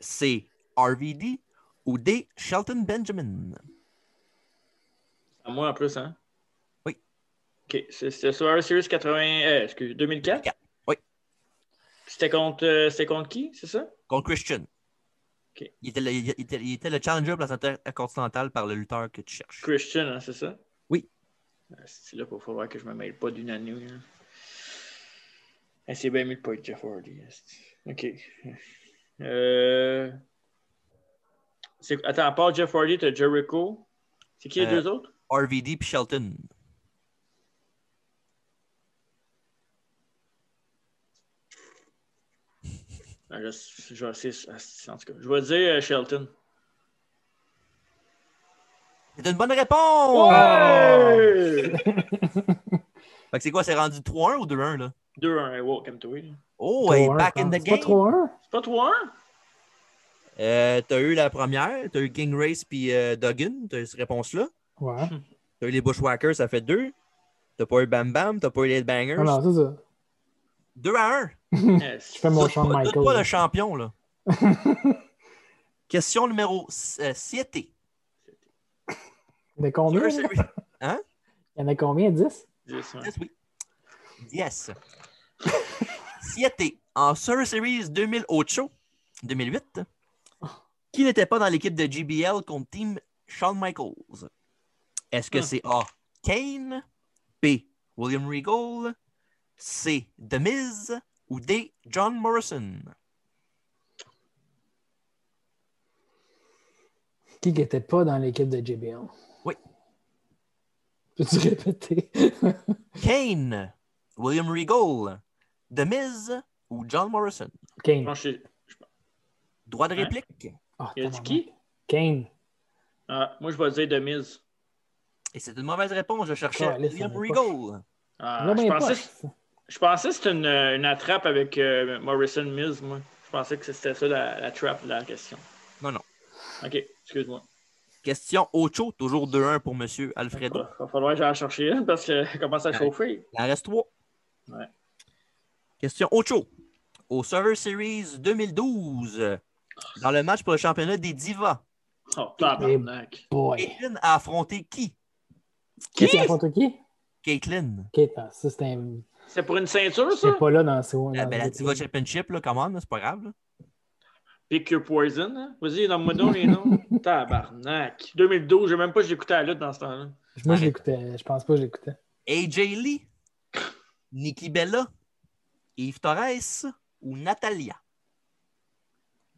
C. RVD ou D. Shelton Benjamin?
À moi en plus, hein?
Oui.
OK. C'est- C'était sur Survivor Series 80... euh, excuse, 2004?
Oui.
C'était contre, euh, c'était contre qui, c'est ça?
Contre Christian.
Ok.
Il, était le, il était- il était le challenger pour la ceinture intercontinentale par le lutteur que tu cherches.
Christian, hein, c'est ça?
Oui.
Euh, C'est là pour falloir que je me mêle pas d'une année. hein. Eh, C'est bien mieux de pas être Jeff Hardy. esti. OK. Euh... c'est- Attends, à part Jeff Hardy, t'as Jericho. C'est qui les
Euh,
deux autres?
RVD puis Shelton.
Ah, Je, je vais essayer- esti, en tout cas. Je vais dire euh, Shelton.
C'est une bonne réponse!
Ouais!
Fait que c'est quoi, c'est rendu 3-1 ou 2-1 là?
2-1, wow, comme toi. là.
Oh, hey,
3-1,
back
je
in the
pense.
game!
C'est pas 3-1?
C'est pas hein?
[laughs]
3-1?
Euh, t'as eu la première, t'as eu King Race puis euh, Duggan, t'as eu cette réponse-là.
Ouais.
Hmm.
T'as eu les Bushwhackers, ça fait 2. T'as pas eu Bam Bam, t'as pas eu les
Ah
Bangers.
non, c'est ça.
2 à 1.
Je fais mon
Doute
chant de
pas- doute pas le
Michael.
champion, là. Question numéro euh, 7.
[laughs] Il y en a combien? là? Il y en a combien? 10?
Yes, oui. Yes. [laughs] Siete, en Sur Series 2000 Ocho, 2008, qui n'était pas dans l'équipe de GBL contre Team Shawn Michaels? Est-ce que
Hmm.
c'est A. Kane, B. William Regal, C. The Miz ou D. John Morrison?
Qui n'était pas dans l'équipe de JBL?
Oui.
Peux-tu répéter? [laughs]
Kane, William Regal, The Miz ou John Morrison?
Kane.
Droit de
Hein?
réplique.
Ah,
Il a dit
tabarnak.
qui?
Kane.
Ah, moi, je vais dire Demise.
Et c'est une mauvaise réponse. Je cherchais
Caliste,
William
on est poche.
Regal.
Ah,
Là, ben,
je, pensais,
pas.
je pensais que c'était une, une attrape avec euh, Morrison Miz, moi. Je pensais que c'était ça la, la trap de la question.
Non, non.
OK, excuse-moi.
Question Ocho, toujours 2-1 pour M. Alfredo.
Va, va falloir que [laughs] j'aille en chercher une parce qu'elle commence à
Ouais.
chauffer.
Il en reste 3.
Ouais.
Question Ocho. Au Server Series 2012, dans le match pour le championnat des Divas,
Oh, tabarnak.
Boy.
Caitlyn a affronté qui?
Qu'est-ce qu'il affronte qui?
Caitlyn.
Kate, ah, ça c'était un.
C'est pour une ceinture, ça?
J'étais pas là dans ce. dans
Ah, ben, la
le-
Diva Championship, là, comment, là, c'est pas grave. là.
Pick Your Poison. hein? Vas-y, donne-moi donc les
[laughs]
noms. tabarnak. 2012, je sais même pas si j'écoutais la lutte dans ce temps-là.
Moi, je l'écoutais. Je pense pas que je l'écoutais.
AJ Lee, Nikki Bella, Yves Torres ou Natalia?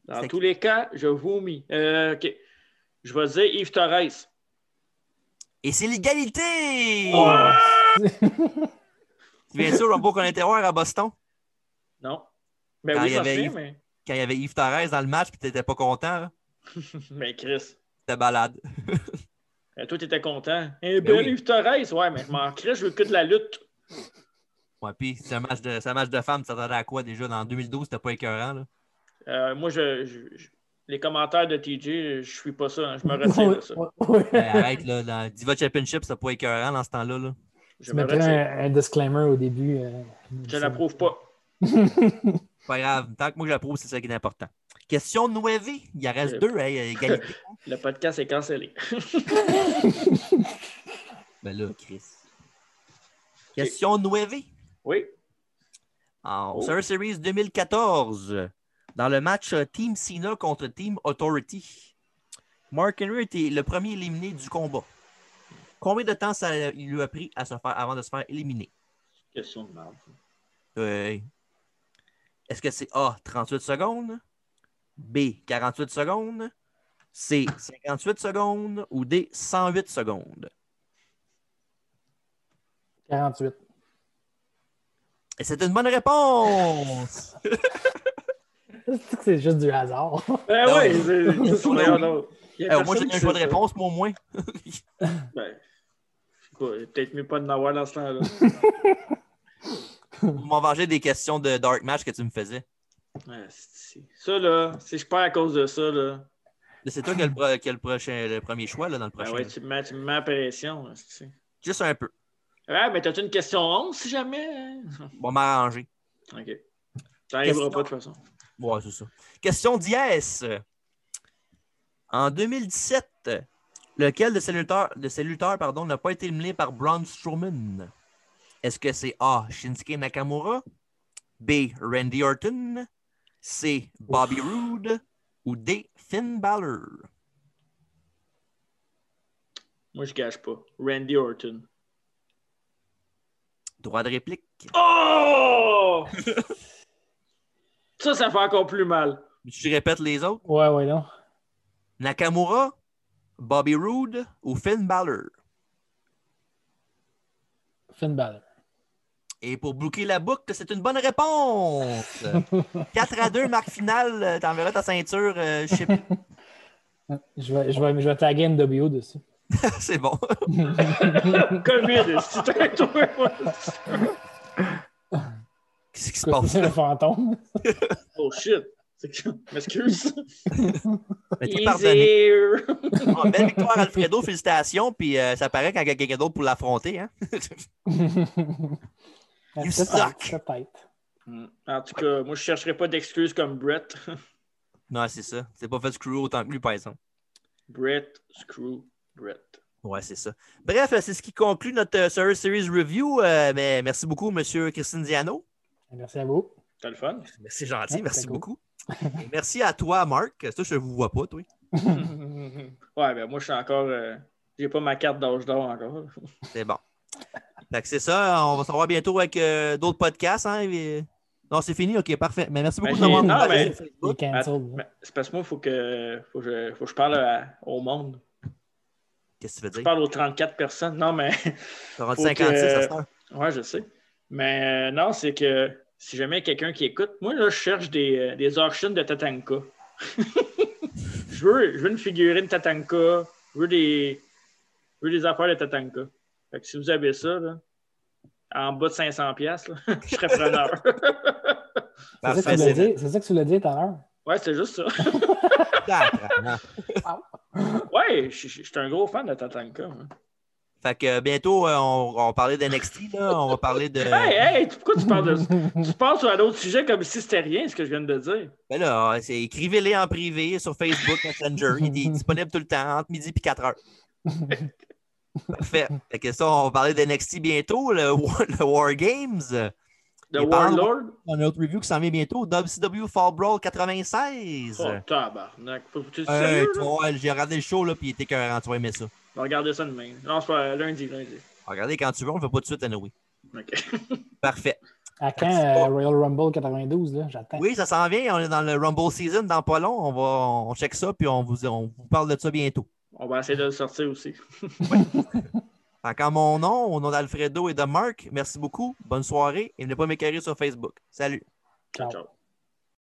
Dans
C'est
tous les cas, je vomis. Euh, OK. Je vais dire Yves Torres.
Et c'est l'égalité!
Oh.
Bien sûr, Rumble Interroir à Boston,
Non. Ben
Quand
oui,
il y
ça se
avait
fait,
Yves-
mais...
quand il y avait Yves Torres dans le match puis t'étais pas content, là,
mais Chris,
t'étais balade.
euh, toi, t'étais content. Eh ben,
oui.
Yves Torres, ouais, mais je m'en Chris, je veux que de la lutte.
Ouais, puis c'est un match de, c'est un match de femmes, tu t'attendais à quoi déjà? Dans 2012, c'était pas écœurant,
[laughs]
là.
Euh, moi, je, je- je- les commentaires de TJ, je suis pas ça. hein.
[laughs]
Je me retire
[laughs]
de ça.
Ben,
Je
arrête, là, dans Diva Championship, c'était pas écœurant dans ce temps-là, là.
Je me
mettrais
retire.
un, un disclaimer au début. euh,
Je l'approuve pas.
Pas grave, tant que moi je l'approuve, c'est ça qui est important. Question 9, il en reste
Euh,
deux, hey, à
[laughs]
égalité.
Le podcast est cancellé.
ben là, Chris. Question 9.
Oui.
En
Oh.
Survivor Series 2014, dans le match euh, Team Cena contre Team Authority, Mark Henry était le premier éliminé du combat. Combien de temps ça il lui a pris à se faire, avant de se faire éliminer?
Question de merde.
Euh, Est-ce que c'est A, 38 secondes, B, 48 secondes, C, 58 secondes ou D, 108 secondes?
48.
Et c'est une bonne
[laughs]
réponse!
[laughs] C'est que C'est juste du hasard. [laughs]
Ben
Ah
oui,
oui. [laughs]
c'est-
Ah
c'est
oui.
non, non. Il y a
Eh, au moins,
personne
j'ai
qui
un
sait
choix de
ça.
réponse, moi au moins.
Ben, je sais pas, peut-être mieux pas de n'avoir dans ce temps-là.
Vous m'en vengez des questions de Dark Match que tu me faisais.
Ouais, c'est- Ah, ça, là, si je perds à cause de ça, là,
Mais C'est toi qui as le, pro- qui as le prochain, le premier choix là, dans le
ben
prochain.
ouais, tu me mets, tu me mets à pression. là, c'est-
Juste un peu.
Ouais, mais t'as-tu une question 11 si jamais? hein? [laughs]
Bon, m'arranger.
OK. T'arriveras
Question.
pas de toute façon.
Ouais, c'est ça. Question dièse. En 2017, lequel de ces lutteurs, de ces lutteurs, pardon, n'a pas été éliminé par Braun Strowman? Est-ce que c'est A. Shinsuke Nakamura? B. Randy Orton? C. Bobby Roode? Ou D. Finn Balor?
Moi, je gâche pas. Randy Orton.
Droit de réplique.
Oh! [laughs] ça, ça fait encore plus mal. [laughs]
Je répète les autres.
Ouais, ouais, non.
Nakamura, Bobby Roode ou Finn Balor?
Finn Balor.
Et pour boucler la boucle, c'est une bonne
[laughs]
réponse. 4 à 2, marque finale. Euh, T'enverras ta ceinture, euh, je sais plus. [laughs]
Je vais, je vais, je vais taguer NWO dessus.
c'est bon.
COVID, si t'as trouvé moi.
Qu'est-ce qui se
Quoi,
passe?
[laughs] C'est un fantôme.
Oh shit. C'est que- M'excuse.
Mais t'es pardonné.
Easy.
Bon, Ah, belle victoire, Alfredo. Félicitations. Puis euh, ça paraît quand il y a quelqu'un d'autre pour l'affronter. Hein? [laughs] [laughs] You
Peut-être,
suck.
Peut-être.
Hmm. En tout cas, moi, je chercherai pas d'excuses comme Brett. [laughs]
Non, c'est ça. C'est pas fait screw autant que lui, par exemple.
Brett, screw, Brett.
Ouais, c'est ça. Bref, euh, c'est ce qui conclut notre euh, Survivor Series Review. Euh, mais merci beaucoup, Monsieur Christine Diano.
Merci à vous.
T'as le fun?
Merci, gentil.
Ouais,
merci
c'était cool. [laughs]
beaucoup. Et merci à toi, Marc. Ça, je vous vois pas, toi.
ouais, ben moi, je suis encore. euh, J'ai pas ma carte d'âge d'or encore.
C'est bon. Fait que c'est ça. On va se revoir bientôt avec euh, d'autres podcasts. hein, et- Non, c'est fini. OK, parfait. Mais merci beaucoup
Ben,
de m'avoir
non,
partagé
mais-
sur
Il est
Facebook.
cancelled.
Mais C'est parce que moi, il faut que, faut que je, faut que je parle à- au monde.
Qu'est-ce que tu veux
Je
dire?
parle aux 34 personnes. Non, mais. [laughs]
T'as rendu
faut
56 à
que-
cette heure.
Ouais, je sais. Mais euh, non, c'est que si jamais il y a quelqu'un qui écoute, moi, là, je cherche des, euh, des orchines de Tatanka. [laughs] je, veux, je veux une figurine Tatanka. Je veux des, je veux des affaires de Tatanka. Fait que si vous avez ça, là, en bas de 500$, piastres, là, [laughs] je serais preneur.
C'est ça que
Bah, Parfait,
tu voulais
c'est
dire- c'est ça que tu l'as dit tout à l'heure.
ouais, c'est juste ça.
Sacrement.
Ouais, je je- je suis un gros fan de Tatanka. moi.
Fait que euh, bientôt, euh, on, on va parler d'NXT. là. On va parler de.
Hey, hey, tu- pourquoi tu parles de ça? Tu parles sur un autre sujet comme si c'était rien, ce que je viens de dire.
Ben là, c'est- écrivez-les en privé sur Facebook, Messenger. Il est disponible tout le temps, entre midi et 4 heures. Parfait. Fait que ça, on va parler d'NXT bientôt, le, [laughs] War- le War Games.
The
Il parle-
Warlord?
On a autre review qui s'en vient bientôt, WCW Fall Brawl 96.
Oh, tabarnak. Tu es
Hey,
sérieux? là?
tu vas voir, j'ai regardé le show, là, puis il était cohérent. Tu vas aimer ça.
On va regarder ça demain. Non, c'est pas euh, lundi, lundi.
Regardez quand tu veux, on le fait pas tout de suite, Anoué.
OK. [laughs]
Parfait.
[laughs] À quand
c'est pas-
euh, Royal Rumble 92, là? J'attends.
Oui, ça s'en vient. On est dans le Rumble Season dans pas long. On, va, on check ça, puis on vous, on vous parle de ça bientôt.
On va essayer de le sortir aussi.
Fait qu'en mon nom, au nom d'Alfredo et de Marc, merci beaucoup. Bonne soirée et ne pas m'écœurer sur Facebook. Salut.
Ciao,
Ciao.
ciao.